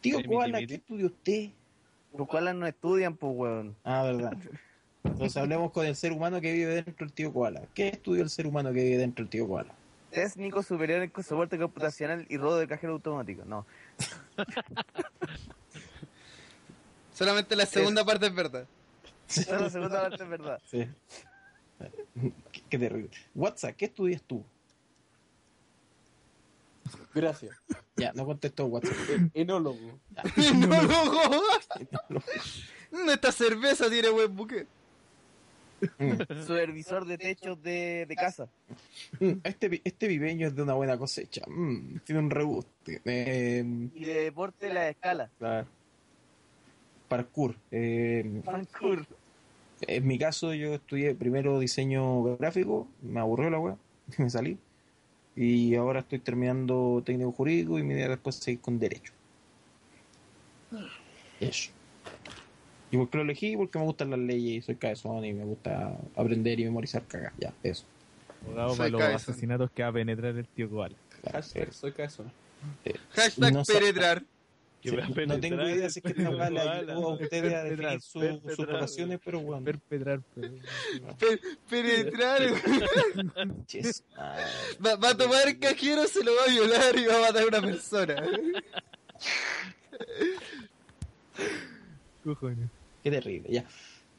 [SPEAKER 6] Tío
[SPEAKER 11] Sí,
[SPEAKER 6] Koala,
[SPEAKER 11] miti,
[SPEAKER 6] ¿qué estudió usted?
[SPEAKER 1] Los cuales no estudian, pues, weón.
[SPEAKER 6] Ah, verdad. Entonces hablemos con el ser humano que vive dentro del tío Koala. ¿Qué estudió el ser humano que vive dentro del tío Koala?
[SPEAKER 1] Técnico superior en soporte computacional y robo de cajero automático. No.
[SPEAKER 4] Solamente la segunda parte es verdad.
[SPEAKER 1] Esa es la segunda parte, es verdad.
[SPEAKER 6] Sí. qué, qué terrible. WhatsApp, ¿qué estudias tú?
[SPEAKER 8] Gracias.
[SPEAKER 6] Ya, no contestó WhatsApp.
[SPEAKER 8] Enólogo.
[SPEAKER 4] no, loco. Esta cerveza tiene buen buque.
[SPEAKER 1] Supervisor de techos de, de casa.
[SPEAKER 6] Mm, Este, vi- este viveño es de una buena cosecha. Mm, tiene un reguste. Eh,
[SPEAKER 1] Y de deporte la escala.
[SPEAKER 6] claro. Parkour. eh,
[SPEAKER 1] Parkour.
[SPEAKER 6] en mi caso, yo estudié primero diseño gráfico. Me aburrió la weá. me salí. Y ahora estoy terminando técnico jurídico y mi idea después es seguir con derecho. Eso. Y porque lo elegí, porque me gustan las leyes, soy cabezón y me gusta aprender y memorizar cagas. Ya, eso.
[SPEAKER 11] Abogado para los asesinatos que va a penetrar el tío Koala.
[SPEAKER 8] Hashtag soy caso.
[SPEAKER 4] Hashtag
[SPEAKER 6] No sé.
[SPEAKER 4] penetrar.
[SPEAKER 6] Sí, no tengo idea si es que esta weá le ayudó a ustedes a definir su- sus
[SPEAKER 11] perpetrar.
[SPEAKER 6] vocaciones, pero bueno.
[SPEAKER 11] Perpetrar,
[SPEAKER 4] Pe- penetrar, weón. va, va a tomar el cajero, se lo va a violar y va a matar a una persona.
[SPEAKER 6] Qué terrible, ya.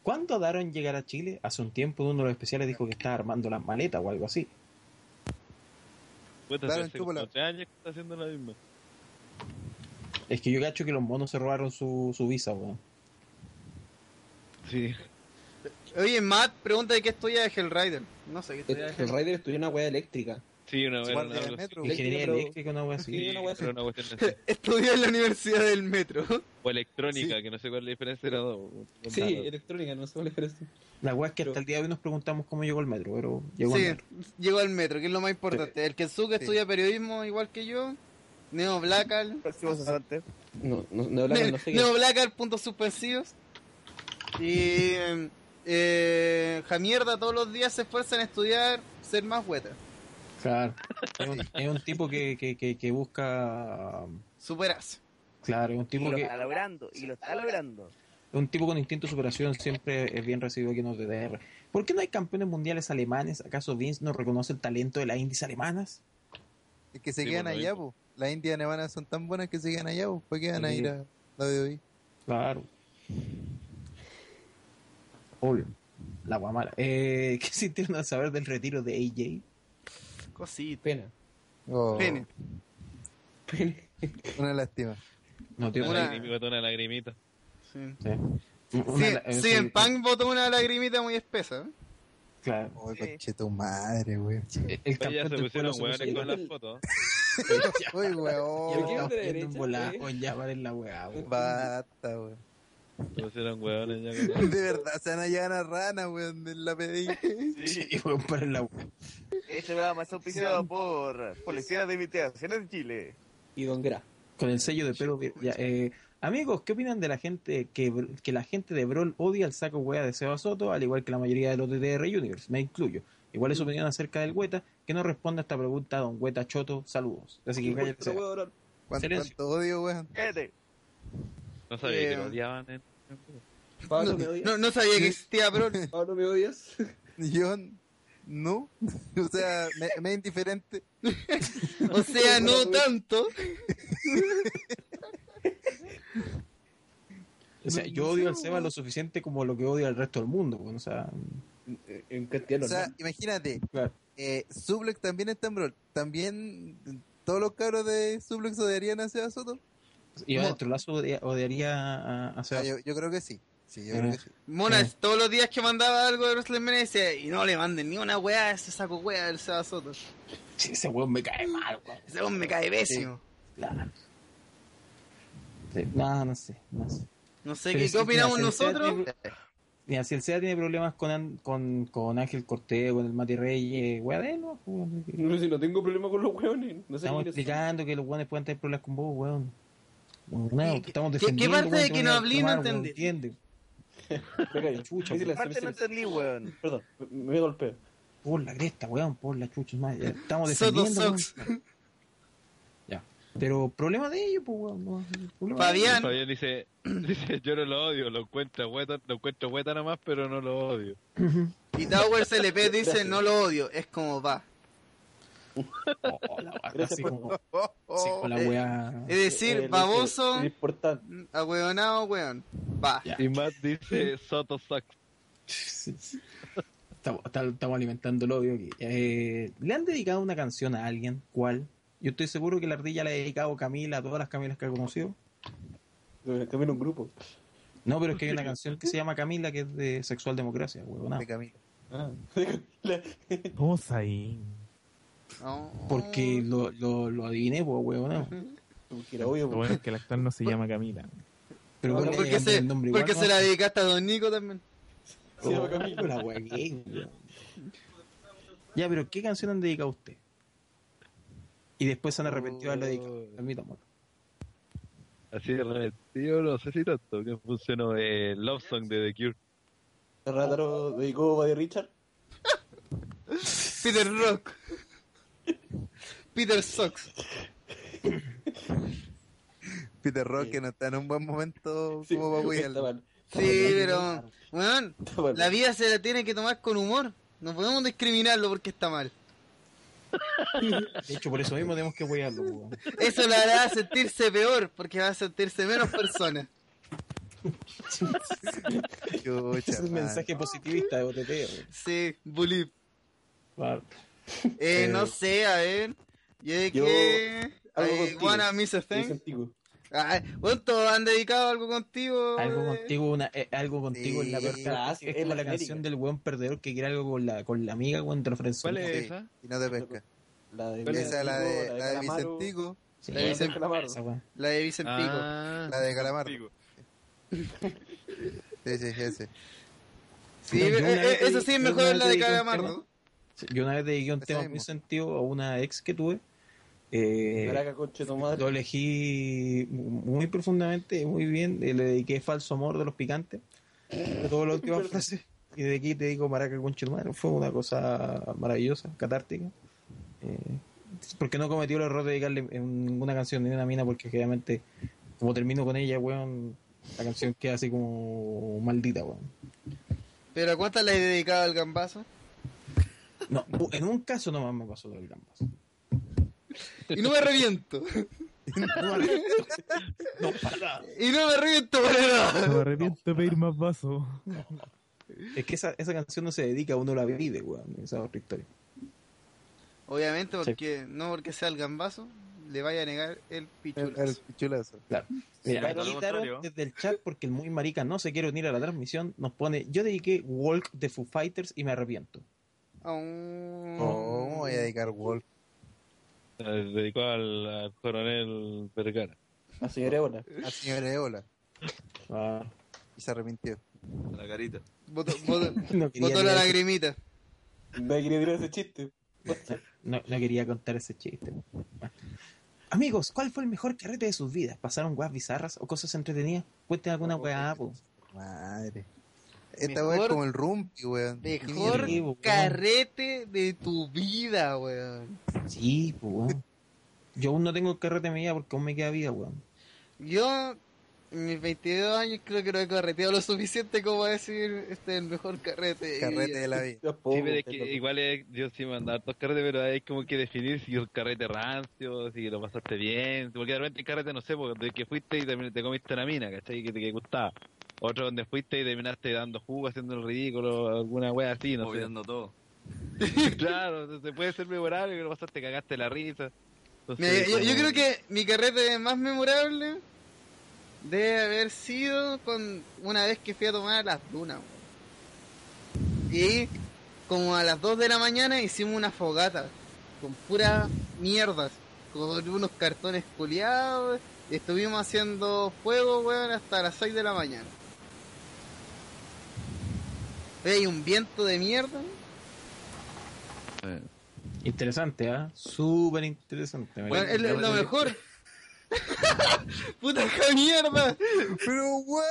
[SPEAKER 6] ¿Cuándo Daron llegará a Chile? Hace un tiempo uno de los especiales dijo que estaba armando las maletas o algo así.
[SPEAKER 5] Puta,
[SPEAKER 6] Claro,
[SPEAKER 5] hace
[SPEAKER 6] chúpala.
[SPEAKER 5] como tres años que está haciendo la misma.
[SPEAKER 6] Es que yo cacho que los monos se robaron su, su visa, weón.
[SPEAKER 5] Sí.
[SPEAKER 4] Oye, Matt pregunta de qué estudia Hellrider. No sé qué
[SPEAKER 6] Eh,
[SPEAKER 4] estudia
[SPEAKER 8] El Raider estudió una weá eléctrica.
[SPEAKER 5] Sí, una
[SPEAKER 4] Guardia
[SPEAKER 5] una-
[SPEAKER 4] del
[SPEAKER 5] algo así.
[SPEAKER 4] metro. Ingeniería
[SPEAKER 8] Pero-
[SPEAKER 4] eléctrica, una wea así.
[SPEAKER 8] Sí, una wea así.
[SPEAKER 5] Pero una cuestión así.
[SPEAKER 4] Estudia en la Universidad del Metro.
[SPEAKER 5] O electrónica, que no sé cuál es la diferencia de las dos.
[SPEAKER 8] Sí,
[SPEAKER 5] Claro.
[SPEAKER 8] electrónica, no sé cuál es la diferencia.
[SPEAKER 6] La weá es que hasta el día de hoy nos preguntamos cómo llegó el metro, pero llegó el
[SPEAKER 4] sí,
[SPEAKER 6] metro.
[SPEAKER 4] llegó al metro, que es lo más importante. El Kensuke estudia periodismo igual que yo. Neo Blackal.
[SPEAKER 6] pues,
[SPEAKER 8] No, no, no hablaban, no sé qué.
[SPEAKER 4] Neo Blackal, puntos suspensivos. Y. eh, Eh, Jamierda todos los días se esfuerza en estudiar, ser más hueta.
[SPEAKER 6] Claro. Es un, es un tipo que, que, que, que busca.
[SPEAKER 4] Superarse.
[SPEAKER 6] Claro, es un
[SPEAKER 1] Y
[SPEAKER 6] tipo
[SPEAKER 1] lo
[SPEAKER 6] que.
[SPEAKER 1] está logrando, y lo está logrando.
[SPEAKER 6] Un tipo con instinto de superación siempre es bien recibido aquí en los DDR. ¿Por qué no hay campeones mundiales alemanes? ¿Acaso Vince no reconoce el talento de las indies alemanas?
[SPEAKER 10] Es que se
[SPEAKER 6] Sí,
[SPEAKER 10] quedan
[SPEAKER 11] pues,
[SPEAKER 6] bueno,
[SPEAKER 10] allá,
[SPEAKER 6] ahí.
[SPEAKER 10] po. Las indias nevanas son tan buenas que se quedan allá, po. ¿Por qué van a
[SPEAKER 6] Sí.
[SPEAKER 10] ir a la BBI?
[SPEAKER 6] Claro. Obvio. La guamala. Eh, ¿Qué sintieron al saber del retiro de AJ?
[SPEAKER 4] Cosita.
[SPEAKER 8] Pena.
[SPEAKER 6] Oh,
[SPEAKER 4] Pene.
[SPEAKER 10] Una lástima.
[SPEAKER 6] No, tío,
[SPEAKER 5] Una,
[SPEAKER 6] no.
[SPEAKER 5] lagrimita, una lagrimita.
[SPEAKER 4] Sí.
[SPEAKER 6] Sí. Una-
[SPEAKER 4] Sí,
[SPEAKER 6] eh,
[SPEAKER 4] sí, en Punk botó una lagrimita muy espesa. ¿eh?
[SPEAKER 6] Claro.
[SPEAKER 10] Oye, conche tu madre, güey.
[SPEAKER 6] El
[SPEAKER 5] Oye, ya
[SPEAKER 6] campeón
[SPEAKER 5] se
[SPEAKER 6] del pueblo
[SPEAKER 5] pusieron
[SPEAKER 6] se
[SPEAKER 5] hueones
[SPEAKER 6] puso
[SPEAKER 5] con
[SPEAKER 6] igual.
[SPEAKER 5] las fotos.
[SPEAKER 10] Uy,
[SPEAKER 6] Ya me
[SPEAKER 10] weón.
[SPEAKER 6] están poniendo en volajo, ya valen la weá, weón.
[SPEAKER 10] Basta, weón.
[SPEAKER 5] Se pusieron hueones ya con
[SPEAKER 10] De verdad, se van a llevar a rana, weón, de la PDI.
[SPEAKER 6] Sí, weón, paren la weá.
[SPEAKER 1] Este programa es auspiciado por Policías de Investigaciones de Chile.
[SPEAKER 8] Y Don Gra.
[SPEAKER 6] Con el sello de pelo. vir- ya, eh, amigos, ¿qué opinan de la gente que, Br- que la gente de Brawl odia el saco weá de Seba Soto, al igual que la mayoría de los de DDR Universe? Me incluyo. Igual es su opinión acerca del Hueta, que no responde a esta pregunta, don Hueta Choto, saludos. Así que cállate.
[SPEAKER 8] Pero,
[SPEAKER 6] Seba.
[SPEAKER 8] weón, ahora-
[SPEAKER 10] ¿Cuánto,
[SPEAKER 6] Silencio.
[SPEAKER 10] cuánto odio, weón?
[SPEAKER 1] Cállate.
[SPEAKER 5] No sabía
[SPEAKER 4] Eh,
[SPEAKER 5] que lo odiaban. ¿eh?
[SPEAKER 8] Pablo, ¿me
[SPEAKER 4] No,
[SPEAKER 8] odias?
[SPEAKER 4] no- no sabía que existía, bro.
[SPEAKER 8] Pablo, ¿me odias?
[SPEAKER 10] Yo, no. O sea, me, me es indiferente.
[SPEAKER 4] O sea, no tanto.
[SPEAKER 6] O sea, yo odio al Seba lo suficiente como lo que odio al resto del mundo. weón, O sea,
[SPEAKER 8] Eh, En cantidad
[SPEAKER 10] O sea,
[SPEAKER 8] normal.
[SPEAKER 10] imagínate,
[SPEAKER 6] claro.
[SPEAKER 10] eh, Suplex también está en Brawl. También eh, todos los cabros de Suplex odiarían a Seba Soto.
[SPEAKER 6] Y
[SPEAKER 10] Mo-
[SPEAKER 6] adentro lazo odia- odiaría a, a Seba.
[SPEAKER 10] Ah, yo, yo creo que sí. Sí, yo
[SPEAKER 6] Eh.
[SPEAKER 10] creo que sí.
[SPEAKER 4] Monas, todos los días que mandaba algo de WrestleMania decía, y no le manden ni una weá a ese saco weá del Seba Soto.
[SPEAKER 6] Sí, ese weón me cae mal, weón.
[SPEAKER 4] Ese weón me cae pésimo.
[SPEAKER 6] Claro. Sí, No, no sé, no sé.
[SPEAKER 4] No sé
[SPEAKER 6] Pero
[SPEAKER 4] qué,
[SPEAKER 6] es
[SPEAKER 4] qué
[SPEAKER 6] que,
[SPEAKER 4] opinamos
[SPEAKER 6] mira, si el
[SPEAKER 4] nosotros.
[SPEAKER 6] Seba tiene- Mira, si el SEA tiene problemas con, An- con, con Ángel Cortés, con el Mati Reyes, weá de él, ¿no? Weón, que-
[SPEAKER 8] No sé si no tengo problema con los weones. No
[SPEAKER 6] Estamos
[SPEAKER 8] sé quiénes son.
[SPEAKER 6] explicando que los weones pueden tener problemas con vos, weón. Weón, no,
[SPEAKER 4] ¿Qué-
[SPEAKER 6] que estamos
[SPEAKER 4] qué- qué
[SPEAKER 6] defendiendo.
[SPEAKER 4] parte
[SPEAKER 6] weón,
[SPEAKER 4] de que
[SPEAKER 6] van
[SPEAKER 4] no
[SPEAKER 6] a
[SPEAKER 4] hablé y no
[SPEAKER 6] reclamar, weón,
[SPEAKER 4] entendí?
[SPEAKER 6] ¿entiendes?
[SPEAKER 8] Me callo,
[SPEAKER 6] Chucha,
[SPEAKER 8] me hice la-
[SPEAKER 1] Aparte
[SPEAKER 8] me
[SPEAKER 1] no
[SPEAKER 8] hice la-
[SPEAKER 1] entendí, weón.
[SPEAKER 8] Perdón, me- me golpeo.
[SPEAKER 6] Por la cresta, weón, por la chucha, madre. ya Estamos
[SPEAKER 4] Soto
[SPEAKER 6] defendiendo, weón.
[SPEAKER 4] Sox.
[SPEAKER 6] Ya. Pero problema de ellos, pues, weón. No, problema de ellos.
[SPEAKER 4] Fabián.
[SPEAKER 5] Fabián dice, dice, yo no lo odio, lo encuentro hueta, lo encuentro hueta nada más, pero no lo odio.
[SPEAKER 4] Y Tower CLP dice, no lo odio, es como va.
[SPEAKER 6] Oh, la weá, así como, así
[SPEAKER 10] Oh, oh.
[SPEAKER 6] con la
[SPEAKER 4] eh,
[SPEAKER 6] weá.
[SPEAKER 4] Es decir,
[SPEAKER 8] Eh,
[SPEAKER 4] baboso,
[SPEAKER 8] lo importante.
[SPEAKER 4] ahueonado, weón. Va.
[SPEAKER 6] Ya.
[SPEAKER 5] Y Matt dice, Soto sucks.
[SPEAKER 6] Estamos, tal- estamos alimentando el odio aquí. Eh, ¿Le han dedicado una canción a alguien? ¿Cuál? Yo estoy seguro que la ardilla le ha dedicado a Camila, a todas las Camilas que ha conocido.
[SPEAKER 8] Me cambié en un grupo.
[SPEAKER 6] No, pero es que hay una canción que se llama Camila que es de Sexual Democracia, huevonao.
[SPEAKER 10] De camino.
[SPEAKER 8] Ah. La-
[SPEAKER 11] Vamos ahí.
[SPEAKER 4] No. Oh.
[SPEAKER 6] Porque lo, lo, lo adiviné, pues, huevonao.
[SPEAKER 8] Porque era obvio.
[SPEAKER 11] Lo bueno es que el actor no se llama Camila.
[SPEAKER 6] Pero
[SPEAKER 8] No,
[SPEAKER 6] bueno, le
[SPEAKER 4] Porque
[SPEAKER 6] cambié
[SPEAKER 4] se,
[SPEAKER 6] el nombre
[SPEAKER 4] porque
[SPEAKER 6] igual,
[SPEAKER 4] se la
[SPEAKER 6] ¿no? Oh,
[SPEAKER 4] dedicaste a Don Nico también.
[SPEAKER 8] Sí, era Camila.
[SPEAKER 6] La hueá que es, weón. Ya, pero ¿qué canción han dedicado a usted? Y después se han arrepentido de haberlo
[SPEAKER 4] Oh.
[SPEAKER 6] dedicado. Admitámoslo.
[SPEAKER 5] Así de repetido, no sé si tanto que funcionó el Love Song de The Cure.
[SPEAKER 8] Rátaro dedicó a Richard.
[SPEAKER 4] Peter Rock. Peter Sox.
[SPEAKER 10] Peter Rock que no está en un buen momento como para
[SPEAKER 4] está
[SPEAKER 10] cuidarlo.
[SPEAKER 4] Sí, pero. Weón, la vida se la tiene que tomar con humor. No podemos discriminarlo porque está mal.
[SPEAKER 6] De hecho, por eso mismo tenemos que apoyarlo. weón.
[SPEAKER 4] Eso la hará sentirse peor porque va a sentirse menos persona.
[SPEAKER 6] Ese es
[SPEAKER 4] madre.
[SPEAKER 6] un mensaje positivista de OTT. weón.
[SPEAKER 4] Sí, bully.
[SPEAKER 6] Claro.
[SPEAKER 4] Eh,
[SPEAKER 6] Eh,
[SPEAKER 4] no sé, a ver. Yo de
[SPEAKER 6] yo
[SPEAKER 4] que.
[SPEAKER 6] algo
[SPEAKER 4] I
[SPEAKER 6] contigo.
[SPEAKER 4] wanna miss a
[SPEAKER 6] Algo
[SPEAKER 4] thing. Ay, bueno, todos han dedicado algo contigo.
[SPEAKER 6] Algo
[SPEAKER 4] eh.
[SPEAKER 6] contigo, una, eh, algo
[SPEAKER 4] Ah,
[SPEAKER 6] contigo
[SPEAKER 4] Sí,
[SPEAKER 6] en la peor frase.
[SPEAKER 4] es
[SPEAKER 6] Es como
[SPEAKER 4] la
[SPEAKER 6] la canción del buen perdedor que quiere algo con la, con la amiga weón, de los
[SPEAKER 10] ¿Cuál
[SPEAKER 6] friendzones.
[SPEAKER 10] es Sí, esa? y no te pesca.
[SPEAKER 8] La de
[SPEAKER 10] Esa es la de, la de
[SPEAKER 8] Calamaro.
[SPEAKER 10] Vicentico.
[SPEAKER 6] Sí,
[SPEAKER 4] La de Vicen-
[SPEAKER 6] esa, weón.
[SPEAKER 4] La de Vicentico.
[SPEAKER 6] Ah.
[SPEAKER 5] Ah,
[SPEAKER 10] La de Calamardo. Sí, sí, sí. sí.
[SPEAKER 4] Sí,
[SPEAKER 6] Yo
[SPEAKER 4] eh,
[SPEAKER 6] una vez
[SPEAKER 4] eh, eso
[SPEAKER 6] dediqué-
[SPEAKER 4] sí es
[SPEAKER 6] yo
[SPEAKER 4] mejor
[SPEAKER 6] una vez
[SPEAKER 4] la de
[SPEAKER 6] dediqué un
[SPEAKER 4] Calamardo.
[SPEAKER 6] tema- sí, Yo una vez dediqué un tema muy sentido a una ex que tuve. Eh,
[SPEAKER 8] Caraca, conche tu madre.
[SPEAKER 6] Lo elegí muy profundamente, muy bien. eh, Le dediqué Falso Amor de los Picantes. Sobre todo la última frase. Y de aquí te digo Maraca Concha tu madre. Fue una cosa maravillosa, catártica. Eh, porque no cometió el error de dedicarle en ninguna canción ni una mina, porque generalmente, como termino con ella, weón, la canción queda así como maldita, weón.
[SPEAKER 4] Pero ¿a cuántas le he dedicado al gambazo?
[SPEAKER 6] No, u- en un caso nomás me pasó lo del gambas.
[SPEAKER 4] Y no me reviento.
[SPEAKER 6] No, para nada.
[SPEAKER 4] y no me reviento para nada.
[SPEAKER 11] Me arrepiento de pedir más vasos.
[SPEAKER 6] Es que esa, esa canción no se dedica, uno la vive, weón. Esa es otra historia.
[SPEAKER 4] Obviamente, porque no porque sea el gambazo, le vaya a negar el
[SPEAKER 10] El,
[SPEAKER 4] pichulazo.
[SPEAKER 10] el pichulazo.
[SPEAKER 6] Claro.
[SPEAKER 4] Sí,
[SPEAKER 6] Mira,
[SPEAKER 4] pero
[SPEAKER 6] aquí
[SPEAKER 4] al
[SPEAKER 6] Taro,
[SPEAKER 4] contrario.
[SPEAKER 6] desde el chat, porque el muy marica no se quiere unir a la transmisión, nos pone, yo dediqué Walk de Foo Fighters y me arrepiento.
[SPEAKER 4] Aún-
[SPEAKER 10] ¿Cómo Oh, voy a dedicar Wolf?
[SPEAKER 5] Se dedicó al, al coronel Vergara.
[SPEAKER 8] La señora Eola.
[SPEAKER 10] Al señor Eola.
[SPEAKER 6] Ah,
[SPEAKER 10] Y se arrepintió.
[SPEAKER 3] La carita.
[SPEAKER 4] Botó, botó-
[SPEAKER 6] No quería
[SPEAKER 4] botó la
[SPEAKER 6] leer.
[SPEAKER 4] lagrimita.
[SPEAKER 8] Me quería tirar ese chiste.
[SPEAKER 6] No, no quería contar ese chiste. Ah. Amigos, ¿cuál fue el mejor carrete de sus vidas? ¿Pasaron guas bizarras o cosas entretenidas? Cuenten alguna weá, po.
[SPEAKER 10] Madre. Esta weá es como el rumpi, weón.
[SPEAKER 4] Mejor
[SPEAKER 6] Sí, weón.
[SPEAKER 4] carrete de tu vida, weón.
[SPEAKER 6] Sí, po, weón. Yo aún no tengo el carrete en mi vida porque aún me queda vida, weón.
[SPEAKER 4] Yo, en mis 22 años, creo que no he carreteado lo suficiente como para decir este es el mejor carrete. de mi vida.
[SPEAKER 5] Sí, pero es que igual es- yo sí me andaba dos carretes, pero hay como que definir si un carrete rancio, si lo pasaste bien, porque de repente el carrete, no sé, porque de que fuiste y también te comiste una mina, ¿cachai? Que te que gustaba. Otro donde fuiste y terminaste dando jugo, haciendo el ridículo, alguna wea así, no sé.
[SPEAKER 3] Olvidando todo.
[SPEAKER 5] claro, entonces puede ser memorable, que lo pasaste, cagaste la risa.
[SPEAKER 4] Mira,
[SPEAKER 5] Entonces,
[SPEAKER 4] yo, yo
[SPEAKER 5] como-
[SPEAKER 4] creo que mi carrete más memorable debe haber sido con una vez que fui a tomar a las lunas. weón. Y como a las 2 de la mañana hicimos una fogata con puras mierdas, con unos cartones culiados. Y estuvimos haciendo fuego, weón, hasta las 6 de la mañana. Oye, Hay un viento de mierda.
[SPEAKER 6] Interesante, ¿ah? Súper interesante. me
[SPEAKER 4] Bueno, es lo-
[SPEAKER 6] parece.
[SPEAKER 4] es lo mejor. ¡Puta qué mierda!
[SPEAKER 10] Pero weón,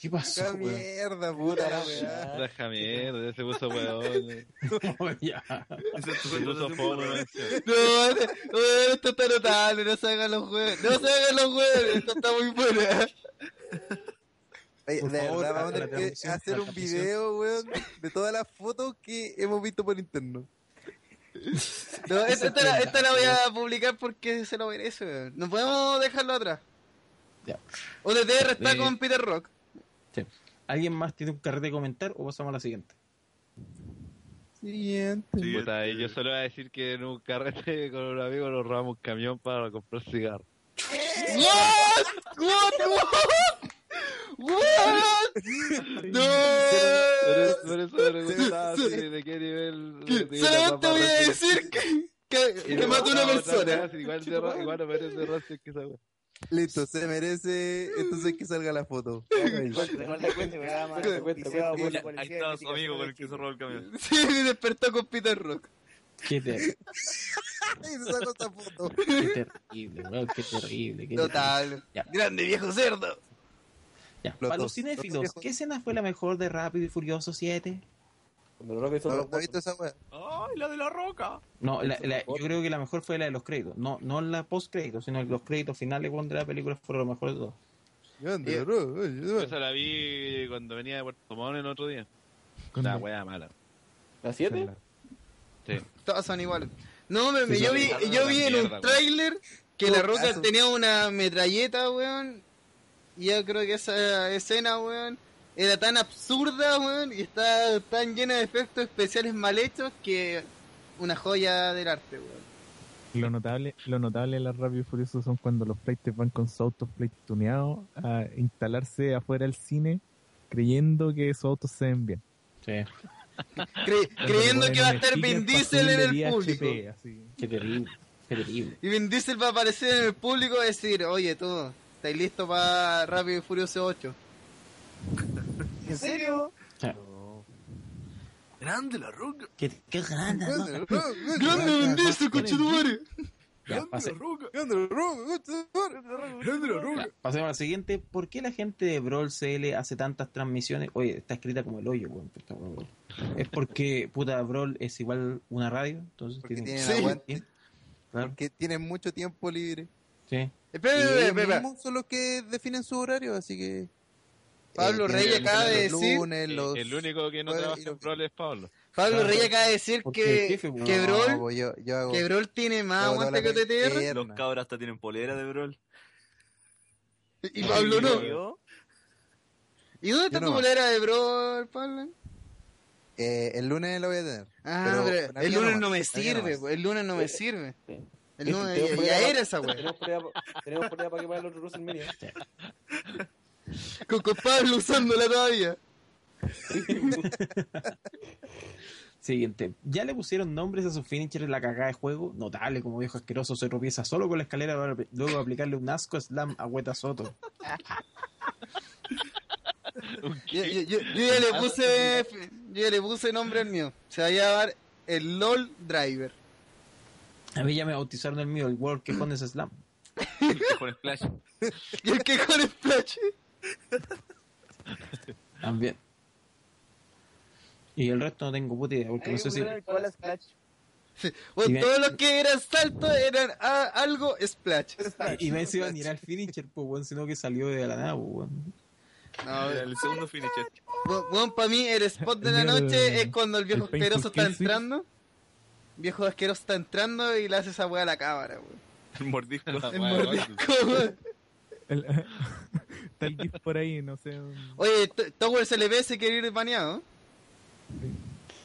[SPEAKER 6] ¿Qué pasó,
[SPEAKER 10] qué
[SPEAKER 6] weón?
[SPEAKER 10] mierda, puta la weá.
[SPEAKER 5] Raja mierda, se puso weón.
[SPEAKER 6] Ya.
[SPEAKER 5] Se puso foro, weón.
[SPEAKER 4] No, vale, weón, esto está notable, no se hagan los jueves, no se hagan los jueves, esto está muy bueno.
[SPEAKER 10] Oye,
[SPEAKER 6] Por
[SPEAKER 10] de
[SPEAKER 6] favor,
[SPEAKER 10] verdad,
[SPEAKER 6] a
[SPEAKER 10] vamos a
[SPEAKER 6] la
[SPEAKER 10] tener que
[SPEAKER 6] transmisión, a
[SPEAKER 10] hacer
[SPEAKER 6] la
[SPEAKER 10] un
[SPEAKER 6] transmisión.
[SPEAKER 10] video, weón, de todas las fotos que hemos visto por interno.
[SPEAKER 4] No, esta, esta la, esta la voy a publicar porque se lo merece, weón. No podemos dejarlo atrás.
[SPEAKER 6] Ya.
[SPEAKER 4] OTTR está
[SPEAKER 6] Eh.
[SPEAKER 4] con Peter Rock.
[SPEAKER 6] Sí. ¿Alguien más tiene un carrete que comentar o pasamos a la siguiente?
[SPEAKER 10] Siguiente.
[SPEAKER 5] Puta, y yo solo voy a decir que en un carrete con un amigo nos robamos un camión para comprar cigarros.
[SPEAKER 4] ¡What! ¡What! ¡What! ¡What!
[SPEAKER 5] Por
[SPEAKER 4] ¡No!
[SPEAKER 5] eso, por eso me preguntaba si de qué nivel. de
[SPEAKER 4] Solamente
[SPEAKER 5] la
[SPEAKER 4] voy a
[SPEAKER 5] papa
[SPEAKER 4] decir que, que,
[SPEAKER 5] recién.
[SPEAKER 4] que mató a una
[SPEAKER 5] No, no, no,
[SPEAKER 4] persona.
[SPEAKER 5] no, Igual de ra- igual me parece racista que esa wea.
[SPEAKER 10] Listo, se merece. Entonces que salga la foto.
[SPEAKER 3] Ahí estaba su amigo con el que se robó el camión.
[SPEAKER 4] Sí, me despertó con Peter Rock.
[SPEAKER 6] Qué, ter-
[SPEAKER 10] foto.
[SPEAKER 6] qué terrible, weón, qué terrible. qué
[SPEAKER 4] Total.
[SPEAKER 6] Ya.
[SPEAKER 4] Grande viejo cerdo.
[SPEAKER 6] Ya,
[SPEAKER 10] Los
[SPEAKER 6] Para
[SPEAKER 10] dos,
[SPEAKER 6] los cinéfilos,
[SPEAKER 10] los dos
[SPEAKER 6] ¿qué escena fue la mejor de Rápido y Furioso 7?
[SPEAKER 8] Cuando lo que hizo
[SPEAKER 10] ¿No
[SPEAKER 8] los
[SPEAKER 10] lo has visto esa weá?
[SPEAKER 3] ¡Ay, la de la roca!
[SPEAKER 6] No, la- la- yo creo que la mejor fue la de los créditos. No, no la post-créditos, sino los créditos finales weón, de la película fueron los mejores de todos.
[SPEAKER 10] Grande,
[SPEAKER 4] Eh,
[SPEAKER 10] bro, oye,
[SPEAKER 5] Yo
[SPEAKER 10] bro.
[SPEAKER 5] esa la vi cuando venía de Puerto Montt el otro día. La wea mala.
[SPEAKER 8] ¿La 7?
[SPEAKER 5] Sí.
[SPEAKER 4] Todas son iguales. No, me, me-
[SPEAKER 5] Sí,
[SPEAKER 4] yo,
[SPEAKER 5] la
[SPEAKER 4] vi,
[SPEAKER 5] verdad,
[SPEAKER 4] yo
[SPEAKER 5] la
[SPEAKER 4] vi en
[SPEAKER 5] mierda,
[SPEAKER 4] un
[SPEAKER 5] weón.
[SPEAKER 4] tráiler que la roca
[SPEAKER 10] Putazo.
[SPEAKER 4] tenía una metralleta, weón. Y yo creo que esa escena, weón, era tan absurda, weón, y está tan llena de efectos especiales mal hechos que una joya del arte, weón.
[SPEAKER 11] Lo notable, lo notable de las Rápido y Furioso son cuando los playtes van con su auto tuneados a instalarse afuera del cine creyendo que esos autos se ven bien.
[SPEAKER 6] Sí,
[SPEAKER 4] Cre- creyendo que va a estar
[SPEAKER 11] Vin
[SPEAKER 4] Vin Diesel en el público.
[SPEAKER 11] así.
[SPEAKER 6] qué terrible, qué terrible.
[SPEAKER 4] Y Vin Diesel va a aparecer en el público y decir, oye, tú, ¿estáis listo para Rápido y Furioso 8?
[SPEAKER 1] ¿En serio?
[SPEAKER 3] ¡Grande la roca!
[SPEAKER 6] Qué, qué grande, ¿no?
[SPEAKER 10] Grande, bro, grande,
[SPEAKER 4] ¡Grande Vin Diesel, conchetumare!
[SPEAKER 6] Ya, pase-
[SPEAKER 3] roca!
[SPEAKER 10] grande, bro, grande, bro.
[SPEAKER 3] ¡Grande la roca!
[SPEAKER 6] ya, pasemos a la siguiente. ¿Por qué la gente de Brawl CL hace tantas transmisiones? Oye, está escrita como el hoyo, weón. pero está bueno, weón. Es porque, puta, Brawl es igual una radio. Entonces
[SPEAKER 10] Porque
[SPEAKER 6] tienen-
[SPEAKER 10] tienen
[SPEAKER 6] Sí.
[SPEAKER 10] aguante.
[SPEAKER 6] Claro,
[SPEAKER 10] Que tienen mucho tiempo libre.
[SPEAKER 6] sí.
[SPEAKER 4] Espera,
[SPEAKER 10] Y
[SPEAKER 4] espera,
[SPEAKER 10] ellos
[SPEAKER 4] espera, espera.
[SPEAKER 10] mismos son los que definen su horario, así que. eh,
[SPEAKER 4] Pablo
[SPEAKER 10] tienen
[SPEAKER 4] Rey
[SPEAKER 10] que
[SPEAKER 4] acaba
[SPEAKER 10] tener
[SPEAKER 4] de
[SPEAKER 10] los
[SPEAKER 4] decir-
[SPEAKER 10] lunes, los-
[SPEAKER 5] Eh, El único que no
[SPEAKER 10] Bueno,
[SPEAKER 5] trabaja
[SPEAKER 10] y lo-
[SPEAKER 5] en Brawl es Pablo.
[SPEAKER 4] Pablo
[SPEAKER 6] Claro.
[SPEAKER 4] Rey acaba de decir
[SPEAKER 6] Porque el
[SPEAKER 4] que,
[SPEAKER 6] jefe, weón.
[SPEAKER 4] que
[SPEAKER 10] No,
[SPEAKER 4] Brawl
[SPEAKER 10] pues yo, yo hago.
[SPEAKER 4] Que Brawl tiene más
[SPEAKER 10] Todo
[SPEAKER 4] aguante
[SPEAKER 10] la
[SPEAKER 4] que TTR
[SPEAKER 10] Tierna.
[SPEAKER 3] Los cabros hasta tienen polera de Brawl.
[SPEAKER 4] y Pablo no.
[SPEAKER 1] Yo,
[SPEAKER 4] ¿Y dónde está
[SPEAKER 10] Yo
[SPEAKER 4] tu
[SPEAKER 10] no.
[SPEAKER 4] bolera de Brawl, Pablo?
[SPEAKER 10] Eh, el lunes la voy a tener.
[SPEAKER 4] Ah,
[SPEAKER 10] Pero
[SPEAKER 4] pero,
[SPEAKER 10] una
[SPEAKER 4] el
[SPEAKER 10] mía
[SPEAKER 4] lunes
[SPEAKER 10] nomás,
[SPEAKER 4] no me
[SPEAKER 10] una mía
[SPEAKER 4] sirve,
[SPEAKER 10] nomás.
[SPEAKER 4] pues, el lunes no me sirve.
[SPEAKER 8] Sí. Este,
[SPEAKER 4] El lunes, ya,
[SPEAKER 8] Tenemos
[SPEAKER 4] ya
[SPEAKER 8] polera
[SPEAKER 4] era
[SPEAKER 8] pa-
[SPEAKER 4] esa wea.
[SPEAKER 8] Tenemos polera pa- tenemos polera para quemar el otro WrestleMania.
[SPEAKER 4] Con, con Pablo usándola todavía.
[SPEAKER 6] Siguiente. ¿Ya le pusieron nombres a sus finishers en la cagada de juego? Notable, como viejo asqueroso se tropieza solo con la escalera para luego aplicarle un asco slam a Hueta Soto.
[SPEAKER 4] Yo, yo- yo- yo ya
[SPEAKER 10] Ah,
[SPEAKER 4] le puse yo ya le puse nombre al mío. Se va a llamar el LOL Driver.
[SPEAKER 6] A mí ya me bautizaron el mío, el World que pone ese slam.
[SPEAKER 3] Con Splash.
[SPEAKER 4] Y el que con Splash.
[SPEAKER 6] También. Y el resto no tengo puta idea, porque
[SPEAKER 1] ahí
[SPEAKER 6] no sé si...
[SPEAKER 1] pusieron el Koala Splash.
[SPEAKER 4] Bueno,
[SPEAKER 6] Y me-
[SPEAKER 4] todos los que eran salto eran a- algo Splash.
[SPEAKER 6] Y me encima ni era el finisher, pues, weón, sino que salió de la nada, pues, weón.
[SPEAKER 4] No,
[SPEAKER 3] Era el segundo finisher.
[SPEAKER 4] Bu- Bueno, para mí el spot de
[SPEAKER 11] El
[SPEAKER 4] la
[SPEAKER 11] mío, el-
[SPEAKER 4] noche es cuando el viejo
[SPEAKER 11] el Painful
[SPEAKER 4] asqueroso está
[SPEAKER 11] Kill Switch.
[SPEAKER 4] entrando. Viejo asqueroso está entrando y le hace esa weá a la cámara, weón.
[SPEAKER 3] El mordisco.
[SPEAKER 4] El
[SPEAKER 5] Weá,
[SPEAKER 4] mordisco, weón.
[SPEAKER 11] El- Está el GIF por ahí, no sé. un-
[SPEAKER 4] Oye, T- Tower CLB se quiere ir baneado. ¿eh?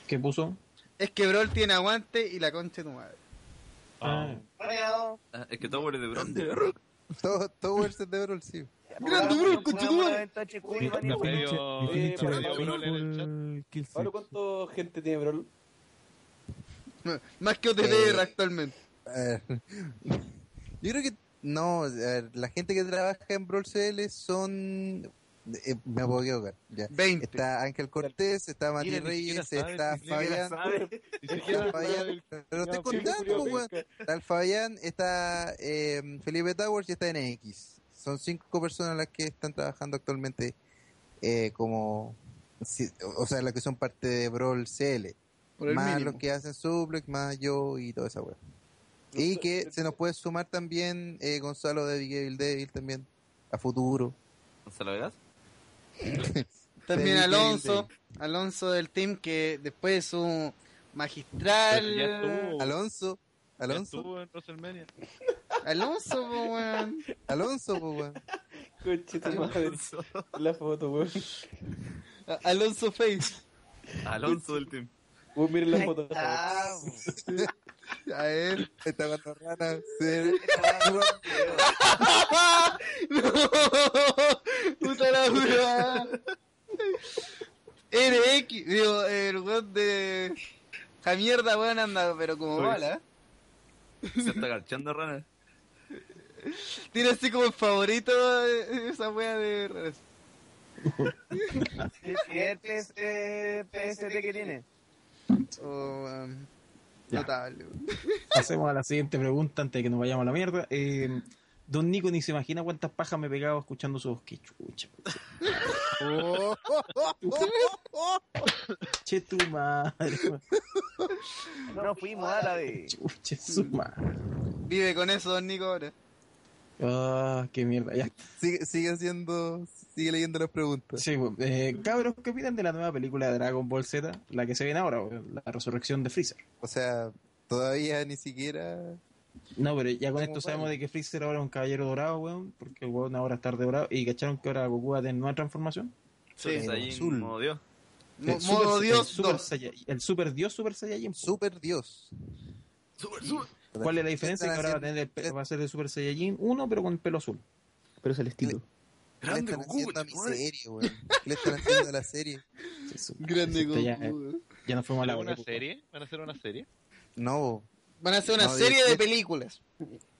[SPEAKER 6] ¿Qué puso?
[SPEAKER 4] Es que Brawl tiene aguante y la concha de tu madre.
[SPEAKER 6] Ah,
[SPEAKER 1] Bueno,
[SPEAKER 3] Ah, Es que todo es de Brawl.
[SPEAKER 10] Todo, todo el set de Brawl, sí.
[SPEAKER 4] Grande,
[SPEAKER 1] jugamos-
[SPEAKER 4] bro,
[SPEAKER 1] jugamos
[SPEAKER 4] conchetumare.
[SPEAKER 1] una venta HQ y
[SPEAKER 11] Mi, mi
[SPEAKER 1] varios-
[SPEAKER 5] Oye,
[SPEAKER 11] finisher- mi
[SPEAKER 5] oye,
[SPEAKER 11] finisher
[SPEAKER 5] Pablo,
[SPEAKER 11] es
[SPEAKER 5] Pablo, en el
[SPEAKER 11] Painful Kill Switch.
[SPEAKER 8] Pablo, ¿cuánto gente tiene, bro?
[SPEAKER 4] M- Más que OTR
[SPEAKER 10] Eh.
[SPEAKER 4] actualmente.
[SPEAKER 10] A ver. Yo creo que no, a ver, la gente que trabaja en Brawl CL son. eh, me puedo equivocar. Ya.
[SPEAKER 4] 20.
[SPEAKER 10] Está Ángel Cortés, está Mati
[SPEAKER 5] Mira, ni siquiera
[SPEAKER 10] Reyes,
[SPEAKER 5] sabe,
[SPEAKER 10] está
[SPEAKER 5] ni siquiera
[SPEAKER 10] Fabián.
[SPEAKER 5] Ni
[SPEAKER 10] Está
[SPEAKER 5] siquiera
[SPEAKER 10] Fabián. Pero estoy contando,
[SPEAKER 8] Julio
[SPEAKER 10] weón. Está el Fabián, está eh, Felipe Towers y está NX. Son cinco personas las que están trabajando actualmente eh, como. si- o sea, las que son parte de Brawl CL.
[SPEAKER 4] Por el
[SPEAKER 10] más
[SPEAKER 4] mínimo.
[SPEAKER 10] los que hacen suplex, más yo y toda esa weá. Y que se nos puede sumar también eh, Gonzalo de Big Evil Devil también a futuro.
[SPEAKER 3] ¿Gonzalo Vegas?
[SPEAKER 4] También
[SPEAKER 10] Felipe
[SPEAKER 4] Alonso. Alonso del team que después de su magistral.
[SPEAKER 5] Ya estuvo.
[SPEAKER 10] Alonso,
[SPEAKER 5] Ya
[SPEAKER 10] Alonso,
[SPEAKER 5] estuvo en WrestleMania.
[SPEAKER 4] Alonso, po, weón.
[SPEAKER 10] Alonso, pues weón.
[SPEAKER 8] Conche tu madre. La foto, weón.
[SPEAKER 4] A- Alonso Face.
[SPEAKER 3] Alonso del team.
[SPEAKER 8] Weón, miren la
[SPEAKER 1] Ahí
[SPEAKER 8] foto.
[SPEAKER 4] ah.
[SPEAKER 1] está, bo.
[SPEAKER 4] A ver.
[SPEAKER 10] Está cuando rana se-
[SPEAKER 4] no, puta la weá. RX, digo, el weón de. Ja mierda, weón, anda, pero como
[SPEAKER 3] Oye.
[SPEAKER 4] bala.
[SPEAKER 3] Se está garchando rana.
[SPEAKER 4] Tiene así como el favorito eh, esa wea de Renes.
[SPEAKER 1] ¿Y el PS, eh, PST que tiene?
[SPEAKER 4] Oh, um, notable.
[SPEAKER 6] Pasemos a la siguiente pregunta antes de que nos vayamos a la mierda. Eh, don Nico ni se imagina cuántas pajas me pegaba escuchando su voz. Qué chucha. Che tu madre.
[SPEAKER 1] No fuimos árabes.
[SPEAKER 6] Chucha su madre.
[SPEAKER 4] Vive con eso, don Nico ahora.
[SPEAKER 6] Ah, qué mierda. Ya.
[SPEAKER 10] Sigue, sigue haciendo, sigue leyendo las preguntas.
[SPEAKER 6] Sí, pues, eh, cabros, ¿qué opinan de la nueva película de Dragon Ball Z? La que se viene ahora, pues, la resurrección de Freezer.
[SPEAKER 10] O sea, todavía ni siquiera.
[SPEAKER 6] No, pero ya con
[SPEAKER 10] Como
[SPEAKER 6] esto
[SPEAKER 10] puede.
[SPEAKER 6] sabemos de que Freezer ahora es un caballero dorado, weón, porque el weón ahora está dorado. ¿Y cacharon que ahora Goku va a tener nueva transformación?
[SPEAKER 3] Super
[SPEAKER 6] Sí,
[SPEAKER 3] Saiyan,
[SPEAKER 6] azul.
[SPEAKER 3] modo Dios.
[SPEAKER 4] Mo-
[SPEAKER 6] El super-
[SPEAKER 4] modo Dios
[SPEAKER 6] el super,
[SPEAKER 4] 2.
[SPEAKER 6] Saiyajin- el super Dios Super Saiyajin. po.
[SPEAKER 10] Super Dios.
[SPEAKER 6] ¿Cuál es la diferencia? Que
[SPEAKER 10] Están
[SPEAKER 6] ahora va a,
[SPEAKER 10] haciendo-
[SPEAKER 6] tener el pe- va a ser de Super Saiyajin 1, pero con el pelo azul. Pero es el estilo.
[SPEAKER 10] ¿Qué le están haciendo a mi serie, weón? ¿Qué le están haciendo a la serie?
[SPEAKER 4] Grande
[SPEAKER 6] Esto Este ya- eh.
[SPEAKER 4] Goku.
[SPEAKER 6] Ya nos fuimos a la
[SPEAKER 5] ¿Una
[SPEAKER 6] hora,
[SPEAKER 5] serie? ¿Van a hacer una serie?
[SPEAKER 10] No,
[SPEAKER 4] Van a hacer una
[SPEAKER 10] No,
[SPEAKER 4] serie
[SPEAKER 10] yo-
[SPEAKER 4] de películas.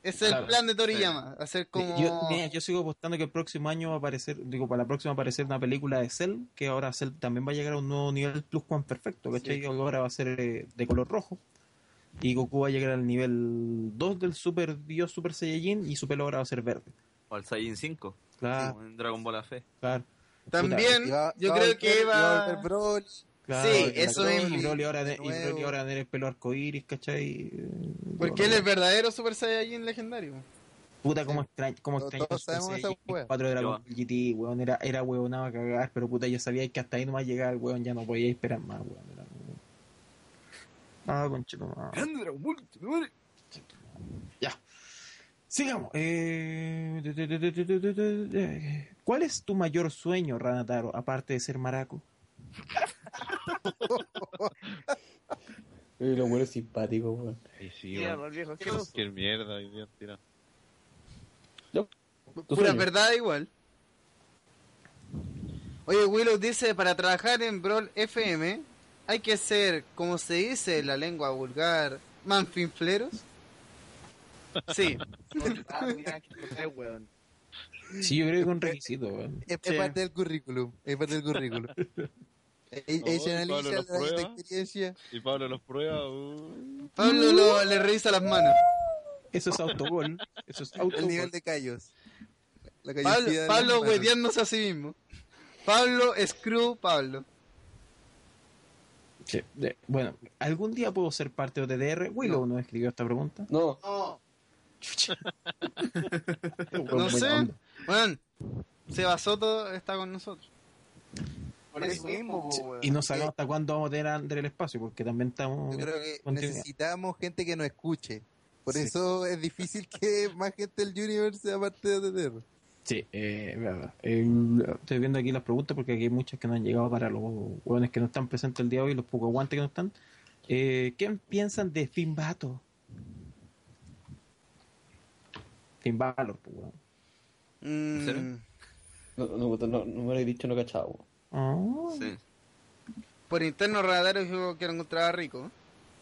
[SPEAKER 4] Es el
[SPEAKER 6] Claro.
[SPEAKER 4] plan de Toriyama. Hacer
[SPEAKER 6] po.
[SPEAKER 4] como.
[SPEAKER 6] Yo, mira, yo sigo apostando que el próximo año va a aparecer, digo, para la próxima va a aparecer una película de Cell, que ahora Cell también va a llegar a un nuevo nivel plus Juan perfecto, ¿cachai? Ahora va a ser eh, de color rojo. Y Goku va a llegar al nivel 2 del Super Dios Super Saiyajin y su pelo ahora va a ser verde.
[SPEAKER 3] O al Saiyan 5.
[SPEAKER 6] Claro,
[SPEAKER 3] como en Dragon Ball a fe.
[SPEAKER 6] claro.
[SPEAKER 4] También,
[SPEAKER 10] Y va-
[SPEAKER 4] yo
[SPEAKER 10] va a
[SPEAKER 4] creo
[SPEAKER 10] volver-
[SPEAKER 4] que
[SPEAKER 10] y va a
[SPEAKER 4] va.
[SPEAKER 10] volver Broly.
[SPEAKER 6] Claro,
[SPEAKER 4] Sí,
[SPEAKER 6] que la
[SPEAKER 4] eso
[SPEAKER 6] Broly-
[SPEAKER 4] mismo.
[SPEAKER 6] Y Broly ahora,
[SPEAKER 10] De
[SPEAKER 6] y Broly
[SPEAKER 10] nuevo.
[SPEAKER 6] ahora va a tener el pelo arcoíris, ¿cachai? Eh,
[SPEAKER 4] Porque él es verdadero Super Saiyajin legendario.
[SPEAKER 6] Puta, cómo extraño, cómo
[SPEAKER 10] Todos-
[SPEAKER 6] extraño
[SPEAKER 10] todos
[SPEAKER 6] Super
[SPEAKER 10] sabemos esa
[SPEAKER 6] Saiyajin
[SPEAKER 10] wea.
[SPEAKER 6] 4 de Dragon Ball GT, weón, era, era huevonado a cagar, pero puta, yo sabía que hasta ahí nomás llegaba el weón, ya no podía esperar más, weón. Era... Ah, conchito, Ya. Sigamos. Eh... de- de- de- de- de- de- de- de- de- eh, ¿Cuál es tu mayor sueño, Ranataro, aparte de ser maraco?
[SPEAKER 8] Y Eh, los buenos simpáticos, weón.
[SPEAKER 5] Y sí,
[SPEAKER 1] Mira,
[SPEAKER 5] weón.
[SPEAKER 1] por viejo, ¿qué pasó?
[SPEAKER 5] Qué mierda, hoy día, tira.
[SPEAKER 4] Pura verdad igual. Oye, Willow dice, para trabajar en Brawl FM hay que ser, como se dice en la lengua vulgar, manfinfleros. Sí,
[SPEAKER 1] Ah, mira, qué cortés, weón.
[SPEAKER 6] Sí, yo creo
[SPEAKER 10] Eh,
[SPEAKER 6] que es un requisito, weón.
[SPEAKER 10] Es,
[SPEAKER 4] Sí.
[SPEAKER 10] es parte del currículum. Es parte del currículum. Eh, Ella
[SPEAKER 5] y Pablo
[SPEAKER 10] analiza
[SPEAKER 5] los
[SPEAKER 10] la- la,
[SPEAKER 5] prueba.
[SPEAKER 10] experiencia.
[SPEAKER 5] Y Pablo los prueba. uh.
[SPEAKER 4] Pablo lo- le revisa las manos.
[SPEAKER 6] Eso es autogol. Eso es
[SPEAKER 10] El
[SPEAKER 6] autogol.
[SPEAKER 10] nivel de callos. La
[SPEAKER 4] Pablo,
[SPEAKER 10] callosidad de
[SPEAKER 4] Pablo
[SPEAKER 10] las manos.
[SPEAKER 4] hueveándose a sí mismo. Pablo Screw Pablo.
[SPEAKER 6] Sí, de- bueno, ¿algún día puedo ser parte de OTDR? Willow no, escribió esta pregunta.
[SPEAKER 8] No,
[SPEAKER 1] No,
[SPEAKER 4] No sé. Bueno, Seba Soto está con nosotros.
[SPEAKER 1] por eso
[SPEAKER 4] Oh,
[SPEAKER 1] mismo, po,
[SPEAKER 4] Mm.
[SPEAKER 1] weón.
[SPEAKER 6] Y no sabemos hasta cuándo vamos a tener a André el espacio, porque también estamos.
[SPEAKER 10] Eh. Yo creo que
[SPEAKER 6] continuidad.
[SPEAKER 10] necesitamos gente que nos escuche. Por
[SPEAKER 6] Sí.
[SPEAKER 10] eso es difícil que más gente del universe sea parte de TTR.
[SPEAKER 6] Sí, eh, verdad. Eh, estoy viendo aquí las preguntas porque aquí hay muchas que no han llegado para los hueones que no están presentes el día de hoy, los pocos guantes que no están. Eh, ¿Qué piensan de Finn Bato? Finn Balor, pues, weón.
[SPEAKER 4] Mm,
[SPEAKER 3] serio?
[SPEAKER 8] no, no, no, no me lo he dicho, no cachaba, weón.
[SPEAKER 6] Ah.
[SPEAKER 3] Sí.
[SPEAKER 4] por interno radar yo que lo encontraba rico.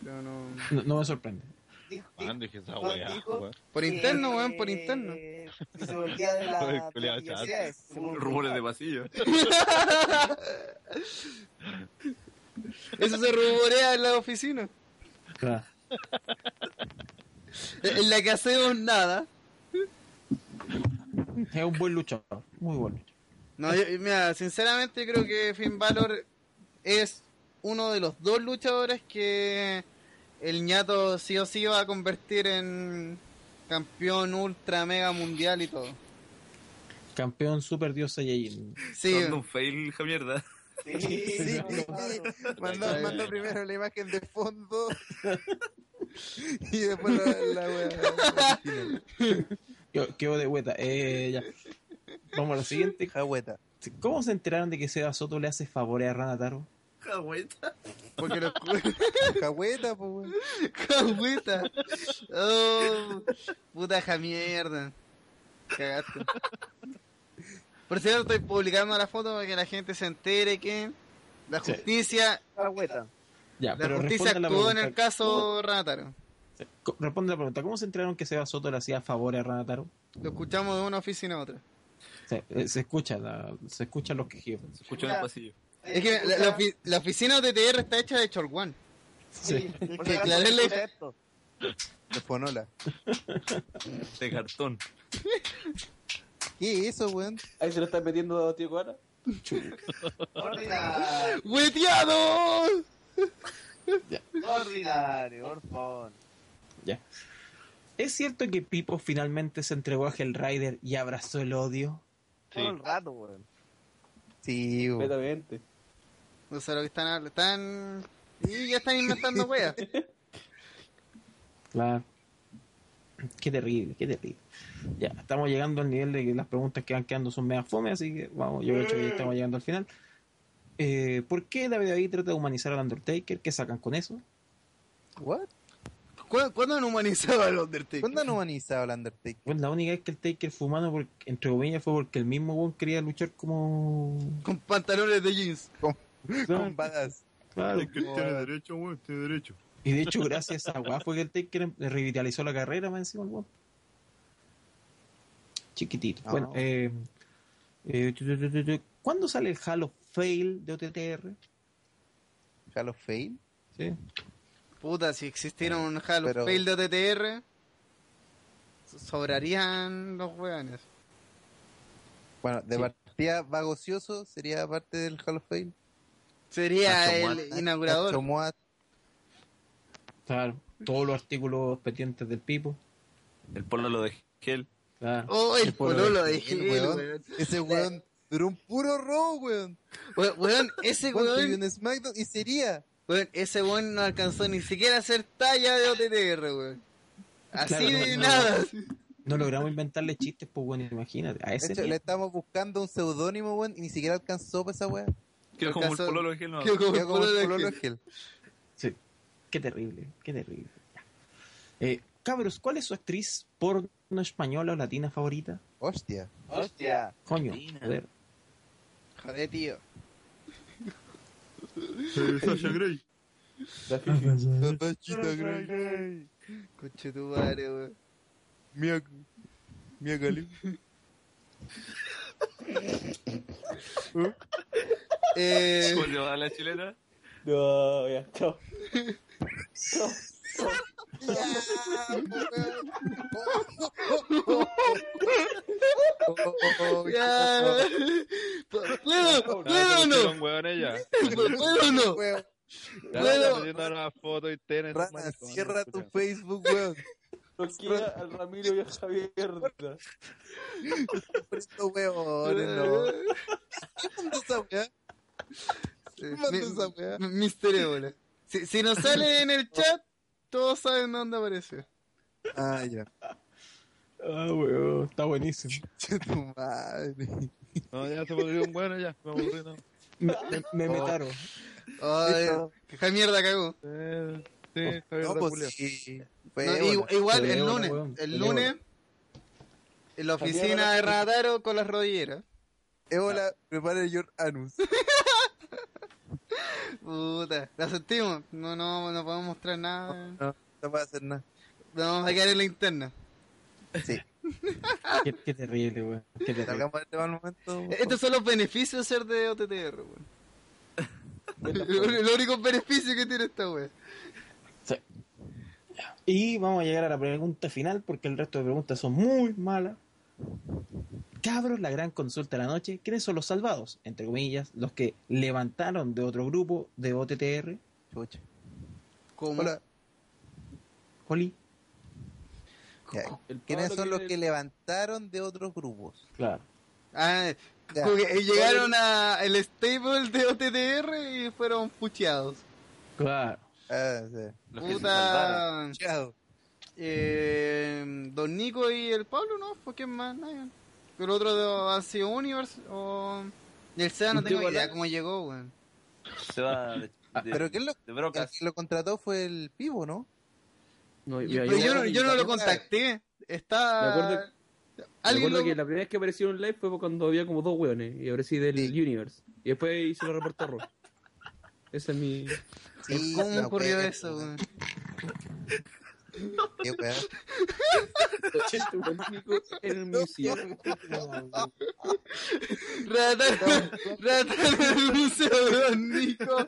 [SPEAKER 4] Pero no...
[SPEAKER 6] No, no me sorprende.
[SPEAKER 1] Dijo-
[SPEAKER 5] Man, dije esa
[SPEAKER 1] Juan
[SPEAKER 5] weá,
[SPEAKER 1] dijo-
[SPEAKER 5] weón.
[SPEAKER 4] Por
[SPEAKER 1] Eh,
[SPEAKER 4] interno, weón, por interno.
[SPEAKER 1] Se volvía de la-
[SPEAKER 5] Ay,
[SPEAKER 1] de
[SPEAKER 5] culiao,
[SPEAKER 1] las universidades. se volvía-
[SPEAKER 3] Rumores de pasillo.
[SPEAKER 4] Eso se ruborea en la oficina.
[SPEAKER 6] Claro.
[SPEAKER 4] En la que hacemos nada.
[SPEAKER 6] Es un buen luchador, muy buen luchador.
[SPEAKER 4] No, yo- mira, sinceramente yo creo que Finn Balor es uno de los dos luchadores que el ñato sí o sí va a convertir en campeón ultra mega mundial y todo.
[SPEAKER 6] Campeón Super Dios Saiyajin.
[SPEAKER 4] Sí,
[SPEAKER 3] Dando un fail, ja mierda.
[SPEAKER 1] Sí,
[SPEAKER 10] Sí,
[SPEAKER 1] no, claro.
[SPEAKER 10] mandó, mandó primero la imagen de fondo y después la, la wea-
[SPEAKER 6] Yo quedo de vuelta. Eh, ya. Vamos a lo siguiente.
[SPEAKER 10] la wea.
[SPEAKER 6] ¿Cómo se enteraron de que Seba Soto le hace favores a Ranataro?
[SPEAKER 3] Jagüeta.
[SPEAKER 4] porque los
[SPEAKER 10] Cahueta, pues, weón.
[SPEAKER 4] Cagüita. Oh, puta ja mierda. Cagaste. Por cierto, estoy publicando la foto para que la gente se entere que la
[SPEAKER 6] Sí.
[SPEAKER 4] justicia,
[SPEAKER 1] Ah, güeta.
[SPEAKER 6] Ya,
[SPEAKER 4] la justicia
[SPEAKER 6] responda la
[SPEAKER 4] actuó en el
[SPEAKER 6] pregunta.
[SPEAKER 4] caso Rátaro.
[SPEAKER 6] Co- Responde la pregunta, ¿cómo se enteraron que Seba Soto le hacía favores a Ranataro?
[SPEAKER 4] Lo escuchamos de una oficina a otra.
[SPEAKER 6] Se, eh, se escucha, la- se escuchan los quejidos. Se
[SPEAKER 4] escuchan los pasillos. Es que la, la ofi- la oficina de TTR está hecha de Cholguán.
[SPEAKER 6] Sí.
[SPEAKER 1] Por
[SPEAKER 4] Que
[SPEAKER 1] si acaso
[SPEAKER 4] aclararle-
[SPEAKER 1] escucha esto.
[SPEAKER 10] De Fonola.
[SPEAKER 3] De cartón.
[SPEAKER 10] ¿Qué es eso, weón?
[SPEAKER 8] Ahí se lo están metiendo a tío Cuara.
[SPEAKER 1] Ordinario,
[SPEAKER 4] ¡Hueteado!
[SPEAKER 1] ordinario, por favor.
[SPEAKER 6] Ya. ¿Es cierto que Pipo finalmente se entregó a Hellrider y abrazó el odio?
[SPEAKER 1] Todo el rato, weón.
[SPEAKER 10] Sí, weón.
[SPEAKER 8] Completamente.
[SPEAKER 4] No sé lo que están hablando. Están. Y ya están inventando weas.
[SPEAKER 6] Claro. Qué terrible, qué terrible. Ya, estamos llegando al nivel de que las preguntas que van quedando son mega fome, así que vamos, yo creo que ya estamos llegando al final. Eh, ¿Por qué la WWE trata de humanizar al Undertaker? ¿Qué sacan con eso?
[SPEAKER 10] ¿What?
[SPEAKER 4] ¿Cuándo, cuándo han humanizado al Undertaker?
[SPEAKER 10] ¿Cuándo han humanizado al Undertaker?
[SPEAKER 6] Bueno, la única vez que el Taker fue humano, porque, entre comillas, fue porque el mismo weón quería luchar como...
[SPEAKER 4] Con pantalones de jeans.
[SPEAKER 10] Con badass.
[SPEAKER 6] Claro.
[SPEAKER 7] Es que tiene derecho, weón, tiene derecho.
[SPEAKER 6] Y de hecho, gracias a weá fue que el Taker em, revitalizó la carrera más encima, el weón. Chiquitito.
[SPEAKER 10] Ah.
[SPEAKER 6] Bueno, eh, eh, tu, tu, tu, tu, tu. ¿cuándo sale el Halo Fail de OTTR?
[SPEAKER 10] Halo Fail.
[SPEAKER 6] Sí.
[SPEAKER 4] Puta, si existiera un Halo
[SPEAKER 10] Pero-
[SPEAKER 4] Fail de OTTR, so- sobrarían los weones.
[SPEAKER 10] Bueno, de partida vagocioso sería parte del Halo Fail.
[SPEAKER 4] Sería
[SPEAKER 10] Nacho
[SPEAKER 4] el
[SPEAKER 10] Moat- Nacho
[SPEAKER 4] inaugurador.
[SPEAKER 10] Moat,
[SPEAKER 6] Claro, todos los artículos pendientes del Pipo.
[SPEAKER 3] El polo lo de gel.
[SPEAKER 6] Claro.
[SPEAKER 4] Oh, el
[SPEAKER 6] pololo
[SPEAKER 4] pololo
[SPEAKER 10] el
[SPEAKER 4] de Gil,
[SPEAKER 10] weón.
[SPEAKER 4] weón.
[SPEAKER 10] Ese weón duró un puro row, weón.
[SPEAKER 4] We- Weón, ese
[SPEAKER 10] Weón, y
[SPEAKER 4] weón,
[SPEAKER 10] un SmackDown y sería.
[SPEAKER 4] weón, ese weón no alcanzó ni siquiera a ser talla de OTTR, weón. Así
[SPEAKER 6] Claro,
[SPEAKER 4] de
[SPEAKER 6] no, no.
[SPEAKER 4] nada.
[SPEAKER 6] No logramos inventarle chistes, pues bueno, imagínate. A
[SPEAKER 10] De
[SPEAKER 6] ese
[SPEAKER 10] hecho,
[SPEAKER 6] nivel.
[SPEAKER 10] le estamos buscando un seudónimo, weón, y ni siquiera alcanzó para esa weá.
[SPEAKER 3] Quedó como el
[SPEAKER 4] Alcanzó-
[SPEAKER 3] pololo de gel, no.
[SPEAKER 4] Quedó como el
[SPEAKER 10] Quedó como
[SPEAKER 4] pololo
[SPEAKER 10] el
[SPEAKER 4] de
[SPEAKER 10] pololo
[SPEAKER 4] Gil.
[SPEAKER 10] Gil.
[SPEAKER 6] Sí. Qué terrible, qué terrible. Ya. Eh, cabros, ¿cuál es su actriz porno española o latina favorita?
[SPEAKER 10] Hostia.
[SPEAKER 1] Hostia.
[SPEAKER 6] Coño,
[SPEAKER 3] Latina.
[SPEAKER 6] joder.
[SPEAKER 4] Joder, tío.
[SPEAKER 7] Eh, Sasha Grey.
[SPEAKER 10] Papachita Grey.
[SPEAKER 4] Coche tu madre, weón.
[SPEAKER 10] Mia. Mia Khalifa.
[SPEAKER 4] Eh,
[SPEAKER 3] ¿Cómo se llama la chilena?
[SPEAKER 8] No, ya, chao.
[SPEAKER 10] Oh,
[SPEAKER 4] ya. ¿Puedo,
[SPEAKER 5] Ah,
[SPEAKER 4] puedo o no?
[SPEAKER 5] Weón, ella.
[SPEAKER 4] ¿Puedo o no?
[SPEAKER 10] Weón,
[SPEAKER 5] Ya
[SPEAKER 4] Bueno.
[SPEAKER 5] está poniendo una foto y ten en su
[SPEAKER 10] rana,
[SPEAKER 5] manicomio,
[SPEAKER 10] cierra tu
[SPEAKER 5] culiao.
[SPEAKER 10] Facebook, weón.
[SPEAKER 8] Bloquea al Ramiro y a Javier. Pero
[SPEAKER 10] Por esto, weón, no. ¿Qué mandó esa weá? ¿Qué mandó esa weá?
[SPEAKER 4] M- Mister Ébola. Si, si nos sale en el chat, todos saben dónde apareció.
[SPEAKER 10] Ah, ya.
[SPEAKER 6] Ah, weón, está buenísimo.
[SPEAKER 10] Che, tu madre.
[SPEAKER 5] No, ya se volvió un weón, ya. Me aburrí, no.
[SPEAKER 6] Me,
[SPEAKER 4] Oh.
[SPEAKER 6] me metaron.
[SPEAKER 4] Ay, qué mierda cagó.
[SPEAKER 5] Eh, sí, Javier
[SPEAKER 10] No,
[SPEAKER 5] da
[SPEAKER 10] pues
[SPEAKER 5] culiao.
[SPEAKER 10] sí.
[SPEAKER 4] No,
[SPEAKER 10] Fue,
[SPEAKER 4] igu-
[SPEAKER 10] bueno.
[SPEAKER 4] igual
[SPEAKER 6] Te
[SPEAKER 4] el
[SPEAKER 6] veo,
[SPEAKER 4] lunes,
[SPEAKER 6] weón, te
[SPEAKER 4] el
[SPEAKER 6] veo.
[SPEAKER 4] lunes, en la oficina de Radaro con las rodilleras.
[SPEAKER 10] Ébola, prepare your anus.
[SPEAKER 4] Puta, la sentimos. No, no, no podemos mostrar nada.
[SPEAKER 10] No, no puede hacer nada.
[SPEAKER 4] Nos vamos a quedar en la interna.
[SPEAKER 10] Sí,
[SPEAKER 6] Qué, qué terrible, weón. Qué terrible.
[SPEAKER 10] salgamos del tema al momento.
[SPEAKER 4] Eh, Estos son los beneficios de ser de OTTR, weón. Los únicos beneficios que tiene esta wea.
[SPEAKER 6] Y vamos a llegar a la pregunta final porque el resto de preguntas son muy malas. Cabros, la gran consulta de la noche. ¿Quiénes son los salvados? Entre comillas, los que levantaron de otro grupo de OTTR.
[SPEAKER 10] Chucha.
[SPEAKER 4] ¿Cómo?
[SPEAKER 10] Hola.
[SPEAKER 6] Jolí.
[SPEAKER 10] Ya,
[SPEAKER 8] El
[SPEAKER 10] ¿Quiénes
[SPEAKER 8] Pablo
[SPEAKER 10] son los
[SPEAKER 8] tiene-
[SPEAKER 10] que levantaron de otros grupos?
[SPEAKER 6] Claro.
[SPEAKER 4] Ah,
[SPEAKER 10] Ya.
[SPEAKER 4] como que llegaron a el stable de OTTR y fueron pucheados.
[SPEAKER 6] Claro.
[SPEAKER 10] Ah, sí.
[SPEAKER 3] Los que se salvaron.
[SPEAKER 4] Puta.
[SPEAKER 10] Chao.
[SPEAKER 4] Eh, Don Nico y el Pablo, ¿no? ¿Por quién más? Nadie. El otro de, ha sido Universe o... Y el SEA no
[SPEAKER 8] Tío
[SPEAKER 4] tengo idea
[SPEAKER 8] Balán.
[SPEAKER 4] cómo llegó, weón.
[SPEAKER 3] Se va de, de,
[SPEAKER 10] Pero ¿quién lo,
[SPEAKER 3] de
[SPEAKER 10] el
[SPEAKER 3] brocas.
[SPEAKER 10] que lo contrató fue el Pivo, ¿no?
[SPEAKER 8] No, mira,
[SPEAKER 4] Pero yo, no-
[SPEAKER 8] me
[SPEAKER 4] yo no lo
[SPEAKER 8] acuerdo-
[SPEAKER 4] contacté.
[SPEAKER 8] Me
[SPEAKER 4] Está...
[SPEAKER 8] acuerdo-
[SPEAKER 4] Alguien
[SPEAKER 8] me acuerdo
[SPEAKER 4] lo...
[SPEAKER 8] que la primera vez que apareció en live fue cuando había como dos hueones y aparecí del
[SPEAKER 10] Sí.
[SPEAKER 8] Universe. Y después hice la reporta roja. Esa es mi.
[SPEAKER 10] Sí,
[SPEAKER 4] ¿Cómo
[SPEAKER 10] la
[SPEAKER 4] ocurrió
[SPEAKER 10] wea,
[SPEAKER 4] eso, weón?
[SPEAKER 10] Qué weá.
[SPEAKER 8] en el museo.
[SPEAKER 4] Ratar, ratar el museo de Don Nico.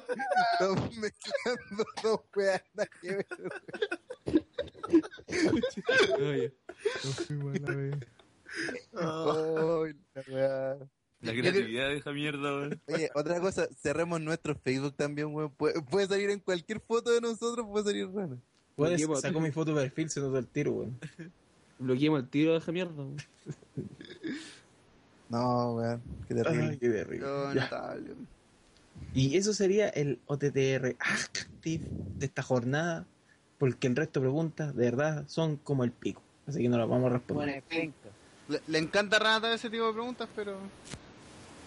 [SPEAKER 10] Estamos mezclando dos weas. nada que ver. Ay, la weá.
[SPEAKER 3] La
[SPEAKER 10] Eh, Yo
[SPEAKER 3] creatividad de esa mierda, weón.
[SPEAKER 10] Oye, otra cosa, cerremos nuestro Facebook también, weón. Puede, puede salir en cualquier foto de nosotros, puede salir rana.
[SPEAKER 6] Weón, sacó mi foto de perfil, se notó el tiro, weón.
[SPEAKER 8] Bloqueemos el tiro de esa mierda. weón.
[SPEAKER 10] No, weón, qué terrible.
[SPEAKER 6] Ay, qué terrible.
[SPEAKER 4] Don
[SPEAKER 6] Ya.
[SPEAKER 4] Natalio.
[SPEAKER 6] Y eso sería el OTTR Active de esta jornada, porque el resto de preguntas, de verdad, son como el pico. Así que no las vamos a responder.
[SPEAKER 1] Bueno, penca.
[SPEAKER 4] Le, le encanta Ranatar ese tipo de preguntas, pero.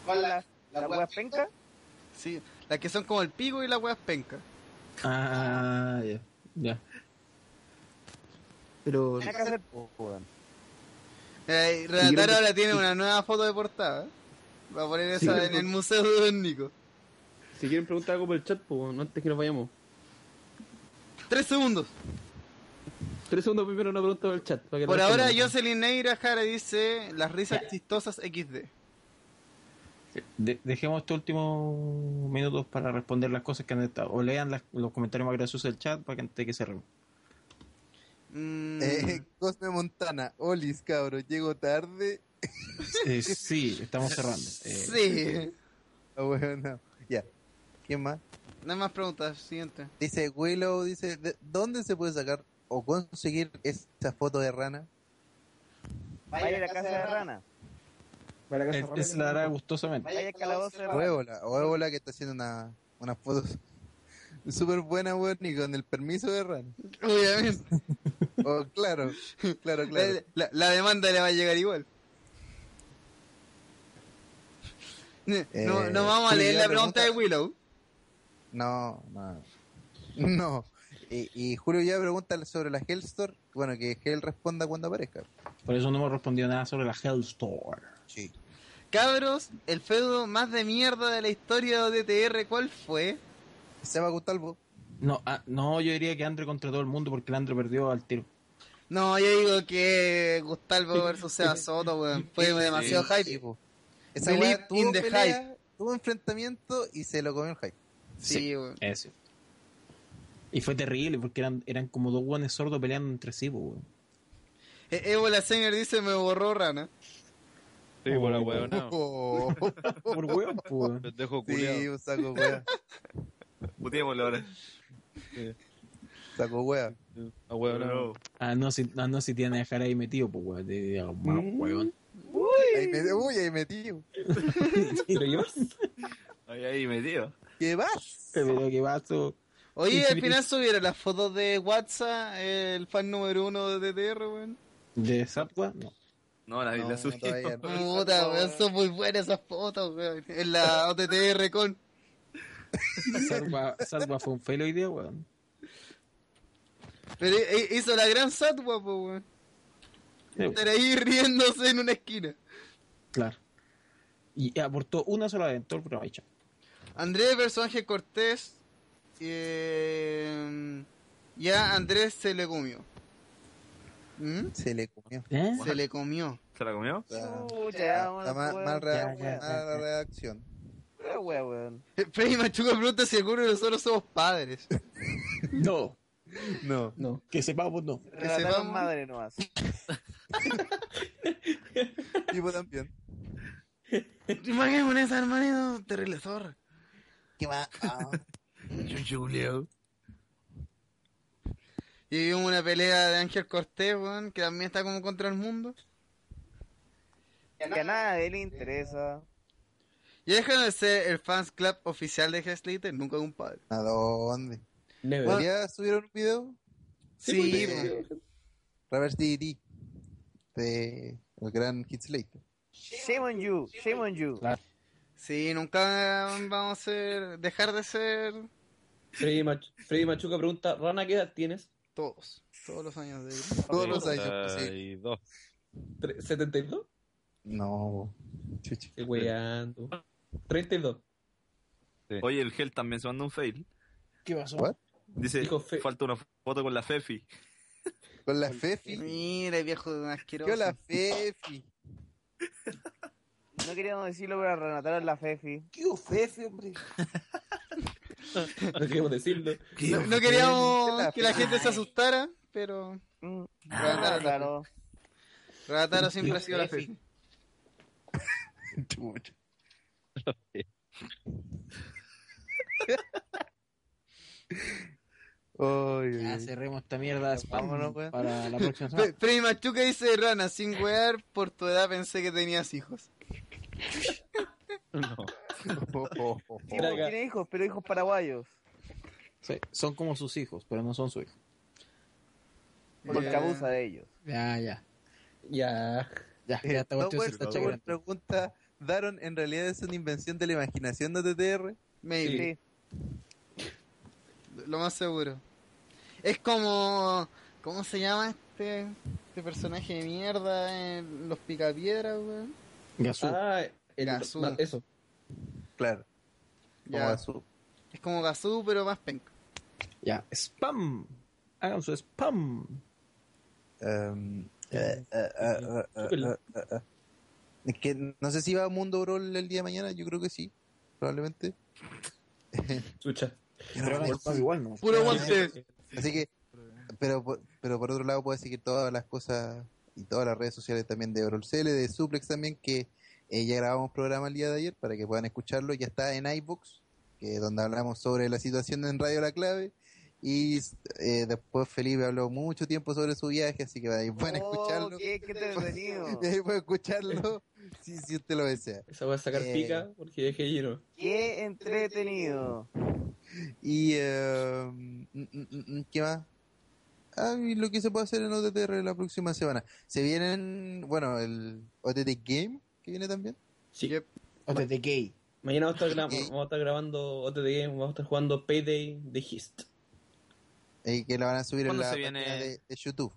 [SPEAKER 1] ¿Cuál la, la wea penca?
[SPEAKER 4] Sí, las que son como el pico y las weas penca.
[SPEAKER 6] Ah, ya. Ya.
[SPEAKER 4] Pero.
[SPEAKER 1] Nada que hacer, po, weón.
[SPEAKER 4] Eh,
[SPEAKER 8] Y creo
[SPEAKER 4] Renatar
[SPEAKER 8] que-
[SPEAKER 4] ahora tiene una nueva foto de portada. ¿eh? Va a poner
[SPEAKER 8] Sí,
[SPEAKER 4] esa
[SPEAKER 8] creo
[SPEAKER 4] en
[SPEAKER 8] que-
[SPEAKER 4] el museo de Don Nico.
[SPEAKER 8] Si quieren preguntar algo por el chat, pues, no antes que nos vayamos.
[SPEAKER 4] Tres segundos.
[SPEAKER 8] Tres segundos primero una pregunta por el chat. para que
[SPEAKER 4] Por
[SPEAKER 8] la
[SPEAKER 4] ahora,
[SPEAKER 8] respondan.
[SPEAKER 4] Jocelyn Neira Jara dice las risas chistosas XD.
[SPEAKER 6] De- dejemos estos últimos minutos para responder las cosas que han estado. O lean las- los comentarios más graciosos del chat para que antes de que cerremos.
[SPEAKER 4] Mm,
[SPEAKER 10] Eh, Cosme Montana, Olis, cabro, llego tarde.
[SPEAKER 6] Eh, sí, estamos cerrando.
[SPEAKER 4] sí.
[SPEAKER 6] Eh,
[SPEAKER 10] Ah, weón, no. Ya. ¿Quién más?
[SPEAKER 4] No hay más preguntas. Siguiente.
[SPEAKER 10] Dice Willow, dice, ¿de ¿dónde se puede sacar o conseguir esa foto de rana?
[SPEAKER 1] Vaya a la casa de rana.
[SPEAKER 8] Para la
[SPEAKER 6] es,
[SPEAKER 8] casa
[SPEAKER 6] es la hará gustosamente.
[SPEAKER 1] Vaya al calabozo
[SPEAKER 10] Ah.
[SPEAKER 1] de rana.
[SPEAKER 10] Huevola, huevola que está haciendo una, unas fotos súper buenas, weón, y con el permiso de rana.
[SPEAKER 4] Obviamente.
[SPEAKER 10] Oh, claro, claro, claro.
[SPEAKER 4] La, la- la demanda le va a llegar igual. No,
[SPEAKER 10] Eh,
[SPEAKER 4] no- no vamos a
[SPEAKER 10] sí,
[SPEAKER 4] leer
[SPEAKER 10] ya
[SPEAKER 4] la
[SPEAKER 10] le
[SPEAKER 4] pregunta
[SPEAKER 10] gusta.
[SPEAKER 4] de Willow.
[SPEAKER 10] No, no. No. Y, y Julio ya pregunta sobre la Hellstore. Bueno, que Hell responda cuando aparezca.
[SPEAKER 6] Por eso no hemos respondido nada sobre la Hell Store.
[SPEAKER 10] Sí.
[SPEAKER 4] Cabros, el feudo más de mierda de la historia de OTR, ¿cuál fue?
[SPEAKER 10] Se va a gustar vos.
[SPEAKER 6] No, ah, no, yo diría que Andre contra todo el mundo porque el Andre perdió al tiro.
[SPEAKER 4] No, yo digo que Gustavo versus Seba Soto, weón. Fue demasiado hype.
[SPEAKER 10] Esa
[SPEAKER 4] Believe
[SPEAKER 10] weá tuvo
[SPEAKER 4] in the
[SPEAKER 10] pelea, tuvo enfrentamiento y se lo comió el hype.
[SPEAKER 4] Sí, weón.
[SPEAKER 6] Eso. Y fue terrible porque eran, eran como dos guanes sordos peleando entre sí, pues, weón.
[SPEAKER 4] E- Evola Señor dice me borró rana.
[SPEAKER 5] Sí, por la weón.
[SPEAKER 10] Oh,
[SPEAKER 6] Por weón, pues, weón.
[SPEAKER 5] Pendejo
[SPEAKER 10] sí,
[SPEAKER 5] culiao.
[SPEAKER 10] un saco wea.
[SPEAKER 3] Puteémoslo ahora.
[SPEAKER 10] Saco wea.
[SPEAKER 5] Ah, weón, no.
[SPEAKER 6] Ah, no, si, ah, no, si tiene a dejar ahí metido, pues, weón. Te digo, más weón.
[SPEAKER 10] Ahí me, uy, ahí metido.
[SPEAKER 6] Pero yo,
[SPEAKER 3] Ahí, ahí metido.
[SPEAKER 10] ¿Qué vas?
[SPEAKER 6] pero qué vaso.
[SPEAKER 4] Oye,
[SPEAKER 6] Sí,
[SPEAKER 4] al final subieron las fotos de WhatsApp, el fan número uno de TTR, weón.
[SPEAKER 6] ¿De Zappa? No.
[SPEAKER 3] No, la vi, la
[SPEAKER 10] No,
[SPEAKER 3] subí.
[SPEAKER 10] todavía no.
[SPEAKER 4] Puta, weón, son muy buenas esas fotos, weón. En la OTTR con.
[SPEAKER 6] Zappa, Zappa fue un fail hoy día, weón.
[SPEAKER 4] Pero eh, hizo la gran satwa, po, weón.
[SPEAKER 6] Sí, weón.
[SPEAKER 4] Estar ahí riéndose en una esquina.
[SPEAKER 6] Claro. Y aportó una sola vez en todo el programa, y chao.
[SPEAKER 4] Andrés versus Ángel Cortés. eh, ya Andrés se le comió. ¿Mm?
[SPEAKER 10] Se le comió.
[SPEAKER 6] ¿Eh?
[SPEAKER 4] Se le comió.
[SPEAKER 3] ¿Se la comió?
[SPEAKER 10] Está,
[SPEAKER 1] Chucha,
[SPEAKER 10] está
[SPEAKER 1] vamos a
[SPEAKER 10] mal,
[SPEAKER 1] jugar.
[SPEAKER 6] Ya,
[SPEAKER 10] mal rea-
[SPEAKER 6] ya,
[SPEAKER 10] mala redacción.
[SPEAKER 1] Pura wea, Ah, weón.
[SPEAKER 4] Eh, Freddy Machuca pregunta si alguno de nosotros somos padres.
[SPEAKER 6] No,
[SPEAKER 10] No.
[SPEAKER 8] No.
[SPEAKER 6] que sepamos, no.
[SPEAKER 1] Relataron
[SPEAKER 4] sepamos.
[SPEAKER 1] madre nomás.
[SPEAKER 10] Tipo también.
[SPEAKER 4] Imagínate con esa hermanito terrible zorra.
[SPEAKER 10] ¿Qué va? Ah.
[SPEAKER 4] Y vimos una pelea de Ángel Cortés, weón, que también está como contra el mundo.
[SPEAKER 1] Que a nadie le interesa.
[SPEAKER 4] Y dejan de ser el fans club oficial de Heslater, nunca de un padre.
[SPEAKER 10] ¿A dónde?
[SPEAKER 8] Never.
[SPEAKER 10] ¿Podría subir un video?
[SPEAKER 4] Sí,
[SPEAKER 10] pues.
[SPEAKER 4] weón.
[SPEAKER 10] Reverse DD de el gran Hitslater.
[SPEAKER 1] Shame on you, shame on you.
[SPEAKER 4] sí, nunca vamos a ser, dejar de ser
[SPEAKER 8] Freddy, Mach- Freddy Machuca pregunta, ¿Rana qué edad tienes?
[SPEAKER 4] todos, todos los años de
[SPEAKER 10] Todos los años, pues, sí.
[SPEAKER 5] Y dos.
[SPEAKER 8] Tre- ¿72?
[SPEAKER 10] No, chucha.
[SPEAKER 8] Qué weando. 32.
[SPEAKER 3] Oye, el Gel también se mandó un fail.
[SPEAKER 6] ¿Qué pasó?
[SPEAKER 10] What?
[SPEAKER 3] Dice,
[SPEAKER 8] Dijo fe-
[SPEAKER 3] falta una foto con la Fefi.
[SPEAKER 10] Con la Fefi.
[SPEAKER 4] Mira, viejo asqueroso.
[SPEAKER 10] Yo la Fefi.
[SPEAKER 1] No queríamos decirlo, pero relataron la Fefi.
[SPEAKER 6] ¿Qué Fefi, hombre?
[SPEAKER 8] No queríamos decirlo.
[SPEAKER 4] No, no queríamos que la gente se asustara, pero.
[SPEAKER 1] Ah,
[SPEAKER 4] Ratataro,
[SPEAKER 1] claro.
[SPEAKER 4] Ratataro siempre ha sido la fe.
[SPEAKER 6] Ya Ah, cerremos esta mierda spam
[SPEAKER 4] Vámonos, weón.
[SPEAKER 6] para la próxima
[SPEAKER 4] Pre-
[SPEAKER 6] semana.
[SPEAKER 4] Freddy Machuca dice: Rana, sin wear, por tu edad pensé que tenías hijos.
[SPEAKER 1] Sí, pues, tiene hijos, pero hijos paraguayos.
[SPEAKER 6] Sí, son como sus hijos, pero no son su hijo.
[SPEAKER 1] Porque
[SPEAKER 4] Ya.
[SPEAKER 1] abusa de ellos.
[SPEAKER 6] Ya, ya.
[SPEAKER 8] Ya.
[SPEAKER 6] Ya, ya esta cuestión se
[SPEAKER 10] Tower,
[SPEAKER 6] está
[SPEAKER 10] Tower
[SPEAKER 6] chacrando.
[SPEAKER 10] pregunta, ¿Daron en realidad es una invención de la imaginación de TTR?
[SPEAKER 4] Maybe.
[SPEAKER 1] Sí.
[SPEAKER 4] Lo más seguro. Es como. ¿Cómo se llama este, este personaje de mierda en Los Picapiedras, weón?
[SPEAKER 6] Gasú.
[SPEAKER 8] Ah, el-
[SPEAKER 4] Gazú.
[SPEAKER 8] no, eso.
[SPEAKER 10] Claro.
[SPEAKER 4] Ya.
[SPEAKER 10] Como Azul.
[SPEAKER 4] Es como Gazú, pero más penca.
[SPEAKER 6] Ya, spam. Hagan su spam.
[SPEAKER 10] Um, eh, eh, eh, eh, eh,
[SPEAKER 8] Súbelo.
[SPEAKER 10] eh, eh. Es que no sé si va a Mundo Brawl el día de mañana, yo creo que sí, probablemente.
[SPEAKER 8] Chucha.
[SPEAKER 10] Yo
[SPEAKER 6] Pero
[SPEAKER 10] no me
[SPEAKER 6] hagan
[SPEAKER 10] acuerdo.
[SPEAKER 6] spam igual, ¿no?
[SPEAKER 4] Puro guante.
[SPEAKER 10] Así que, pero por, pero por otro lado puedes seguir todas las cosas y todas las redes sociales también de Orolcele, de Suplex también, que eh, ya grabamos programa el día de ayer para que puedan escucharlo, ya está en iVoox, que es donde hablamos sobre la situación en Radio La Clave, y eh, después Felipe habló mucho tiempo sobre su viaje, así que ahí pueden
[SPEAKER 1] Oh,
[SPEAKER 10] escucharlo,
[SPEAKER 1] qué- qué entretenido.
[SPEAKER 10] y ahí pueden escucharlo si, si usted lo desea.
[SPEAKER 8] Esa va a sacar
[SPEAKER 10] Eh.
[SPEAKER 8] pica porque dejé lleno.
[SPEAKER 1] Qué entretenido.
[SPEAKER 10] Y, eh, mm, mm, mm, ¿qué más? Ah, y lo que se puede hacer en OTTR la próxima semana. Se vienen, bueno, el OTT Game, que viene también.
[SPEAKER 8] Sí.
[SPEAKER 4] Yep.
[SPEAKER 6] O desde gay.
[SPEAKER 8] Mañana vamos a, estar gra-
[SPEAKER 10] Ok.
[SPEAKER 8] vamos a estar grabando OTT Game, vamos a estar jugando Payday de Hist.
[SPEAKER 10] eh, que la van a subir en
[SPEAKER 3] ¿Cuándo
[SPEAKER 10] la
[SPEAKER 3] se viene?
[SPEAKER 10] página de, de YouTube.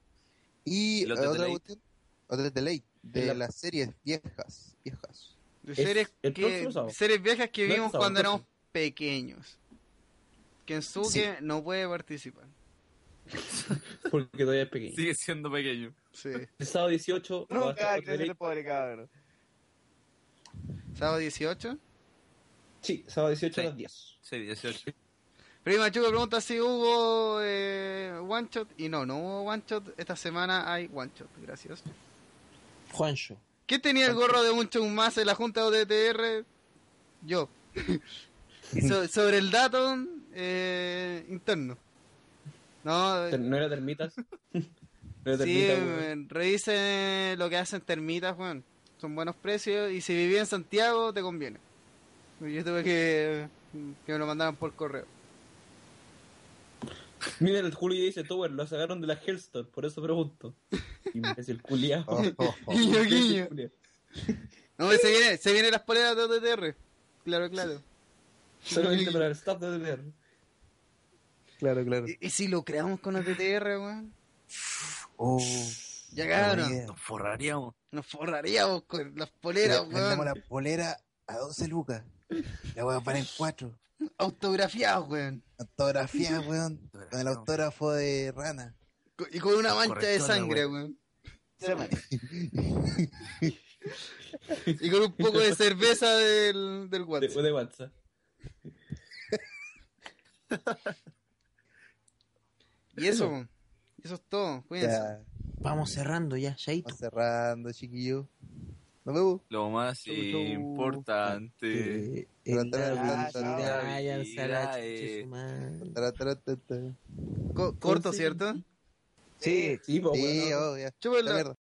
[SPEAKER 10] Y
[SPEAKER 3] ¿El OTT
[SPEAKER 10] eh, otra
[SPEAKER 3] Late?
[SPEAKER 10] cuestión, OTT Late, de
[SPEAKER 8] En la-
[SPEAKER 10] las series viejas, viejas.
[SPEAKER 4] De
[SPEAKER 8] Es
[SPEAKER 4] series,
[SPEAKER 8] el
[SPEAKER 4] que,
[SPEAKER 8] próximo sábado.
[SPEAKER 4] series viejas que
[SPEAKER 8] No, el
[SPEAKER 4] vimos
[SPEAKER 8] sábado,
[SPEAKER 4] cuando
[SPEAKER 8] el
[SPEAKER 4] éramos
[SPEAKER 8] próximo.
[SPEAKER 4] pequeños. Kensuke
[SPEAKER 10] Sí.
[SPEAKER 4] no puede participar.
[SPEAKER 8] Porque todavía es pequeño.
[SPEAKER 3] Sigue siendo pequeño.
[SPEAKER 4] Sí.
[SPEAKER 8] El sábado 18 va a
[SPEAKER 1] Nunca
[SPEAKER 8] estar
[SPEAKER 1] crees
[SPEAKER 8] OTT
[SPEAKER 1] el pobre cabrón.
[SPEAKER 4] Sábado 18.
[SPEAKER 8] Sí, sábado 18 a
[SPEAKER 3] Sí.
[SPEAKER 8] las 10.
[SPEAKER 3] Sí, 18.
[SPEAKER 4] Prima Chuco pregunta si hubo eh, one shot. Y no, no hubo one shot. Esta semana hay one shot. Gracias.
[SPEAKER 6] Juancho.
[SPEAKER 4] ¿Qué tenía el gorro de un chum más en la junta de OTTR? Yo. Y so- sobre el dato eh, interno. No,
[SPEAKER 8] Ter- ¿No era termitas? No era
[SPEAKER 4] Sí,
[SPEAKER 8] termitas, weón.
[SPEAKER 4] eh, revisen lo que hacen termitas, weón. Son buenos precios y si vivís en Santiago te conviene. Yo tuve que que me lo mandaran por correo.
[SPEAKER 8] Mira, el Julio dice, Tower, lo sacaron de la Hellstone, por eso pregunto. Imbécil culiao.
[SPEAKER 10] Oh, oh, oh.
[SPEAKER 4] Guiño, guiño.
[SPEAKER 8] Imbécil culiao.
[SPEAKER 4] No, se viene, se vienen las poleras de OTTR. Claro, claro.
[SPEAKER 8] Solamente para el staff de DDR.
[SPEAKER 10] Claro, claro.
[SPEAKER 4] ¿Y, y si lo creamos con OTTR, weón?
[SPEAKER 10] Oh,
[SPEAKER 4] Ya
[SPEAKER 10] buena
[SPEAKER 4] cabrón.
[SPEAKER 10] idea.
[SPEAKER 3] Forraríamos.
[SPEAKER 4] Nos forraríamos con las
[SPEAKER 10] Le-
[SPEAKER 4] poleras,
[SPEAKER 10] Vendamos
[SPEAKER 4] weón.
[SPEAKER 10] la polera a 12 lucas. La voy a poner en 4.
[SPEAKER 4] Autografiadas, weón.
[SPEAKER 10] Autografía, weón. Con el autógrafo de Rana.
[SPEAKER 4] Co- Y con una mancha de
[SPEAKER 3] Correctona,
[SPEAKER 4] sangre,
[SPEAKER 3] weón.
[SPEAKER 4] weón.
[SPEAKER 1] Se me-
[SPEAKER 4] Y con un poco de cerveza del, del
[SPEAKER 8] De,
[SPEAKER 4] WhatsApp.
[SPEAKER 8] de WhatsApp.
[SPEAKER 4] Y eso, weón. eso es todo. Cuídense.
[SPEAKER 10] Ya,
[SPEAKER 6] Vamos cerrando ya, Shaito.
[SPEAKER 10] vamos cerrando, chiquillo. Nos vemos.
[SPEAKER 3] Lo más importante.
[SPEAKER 6] Eh, en la
[SPEAKER 10] Ah,
[SPEAKER 6] vida,
[SPEAKER 1] chao.
[SPEAKER 6] váyanse a la
[SPEAKER 3] Mira,
[SPEAKER 6] chucha
[SPEAKER 3] eh.
[SPEAKER 6] su madre.
[SPEAKER 10] Tra, tra, tra, tra.
[SPEAKER 4] Co- corto, ¿cierto?
[SPEAKER 6] Sí.
[SPEAKER 8] Sí, pues,
[SPEAKER 10] Sí,
[SPEAKER 8] weón.
[SPEAKER 6] Oh,
[SPEAKER 10] obvio.
[SPEAKER 4] Chúpenlo.
[SPEAKER 10] oh, La mierda.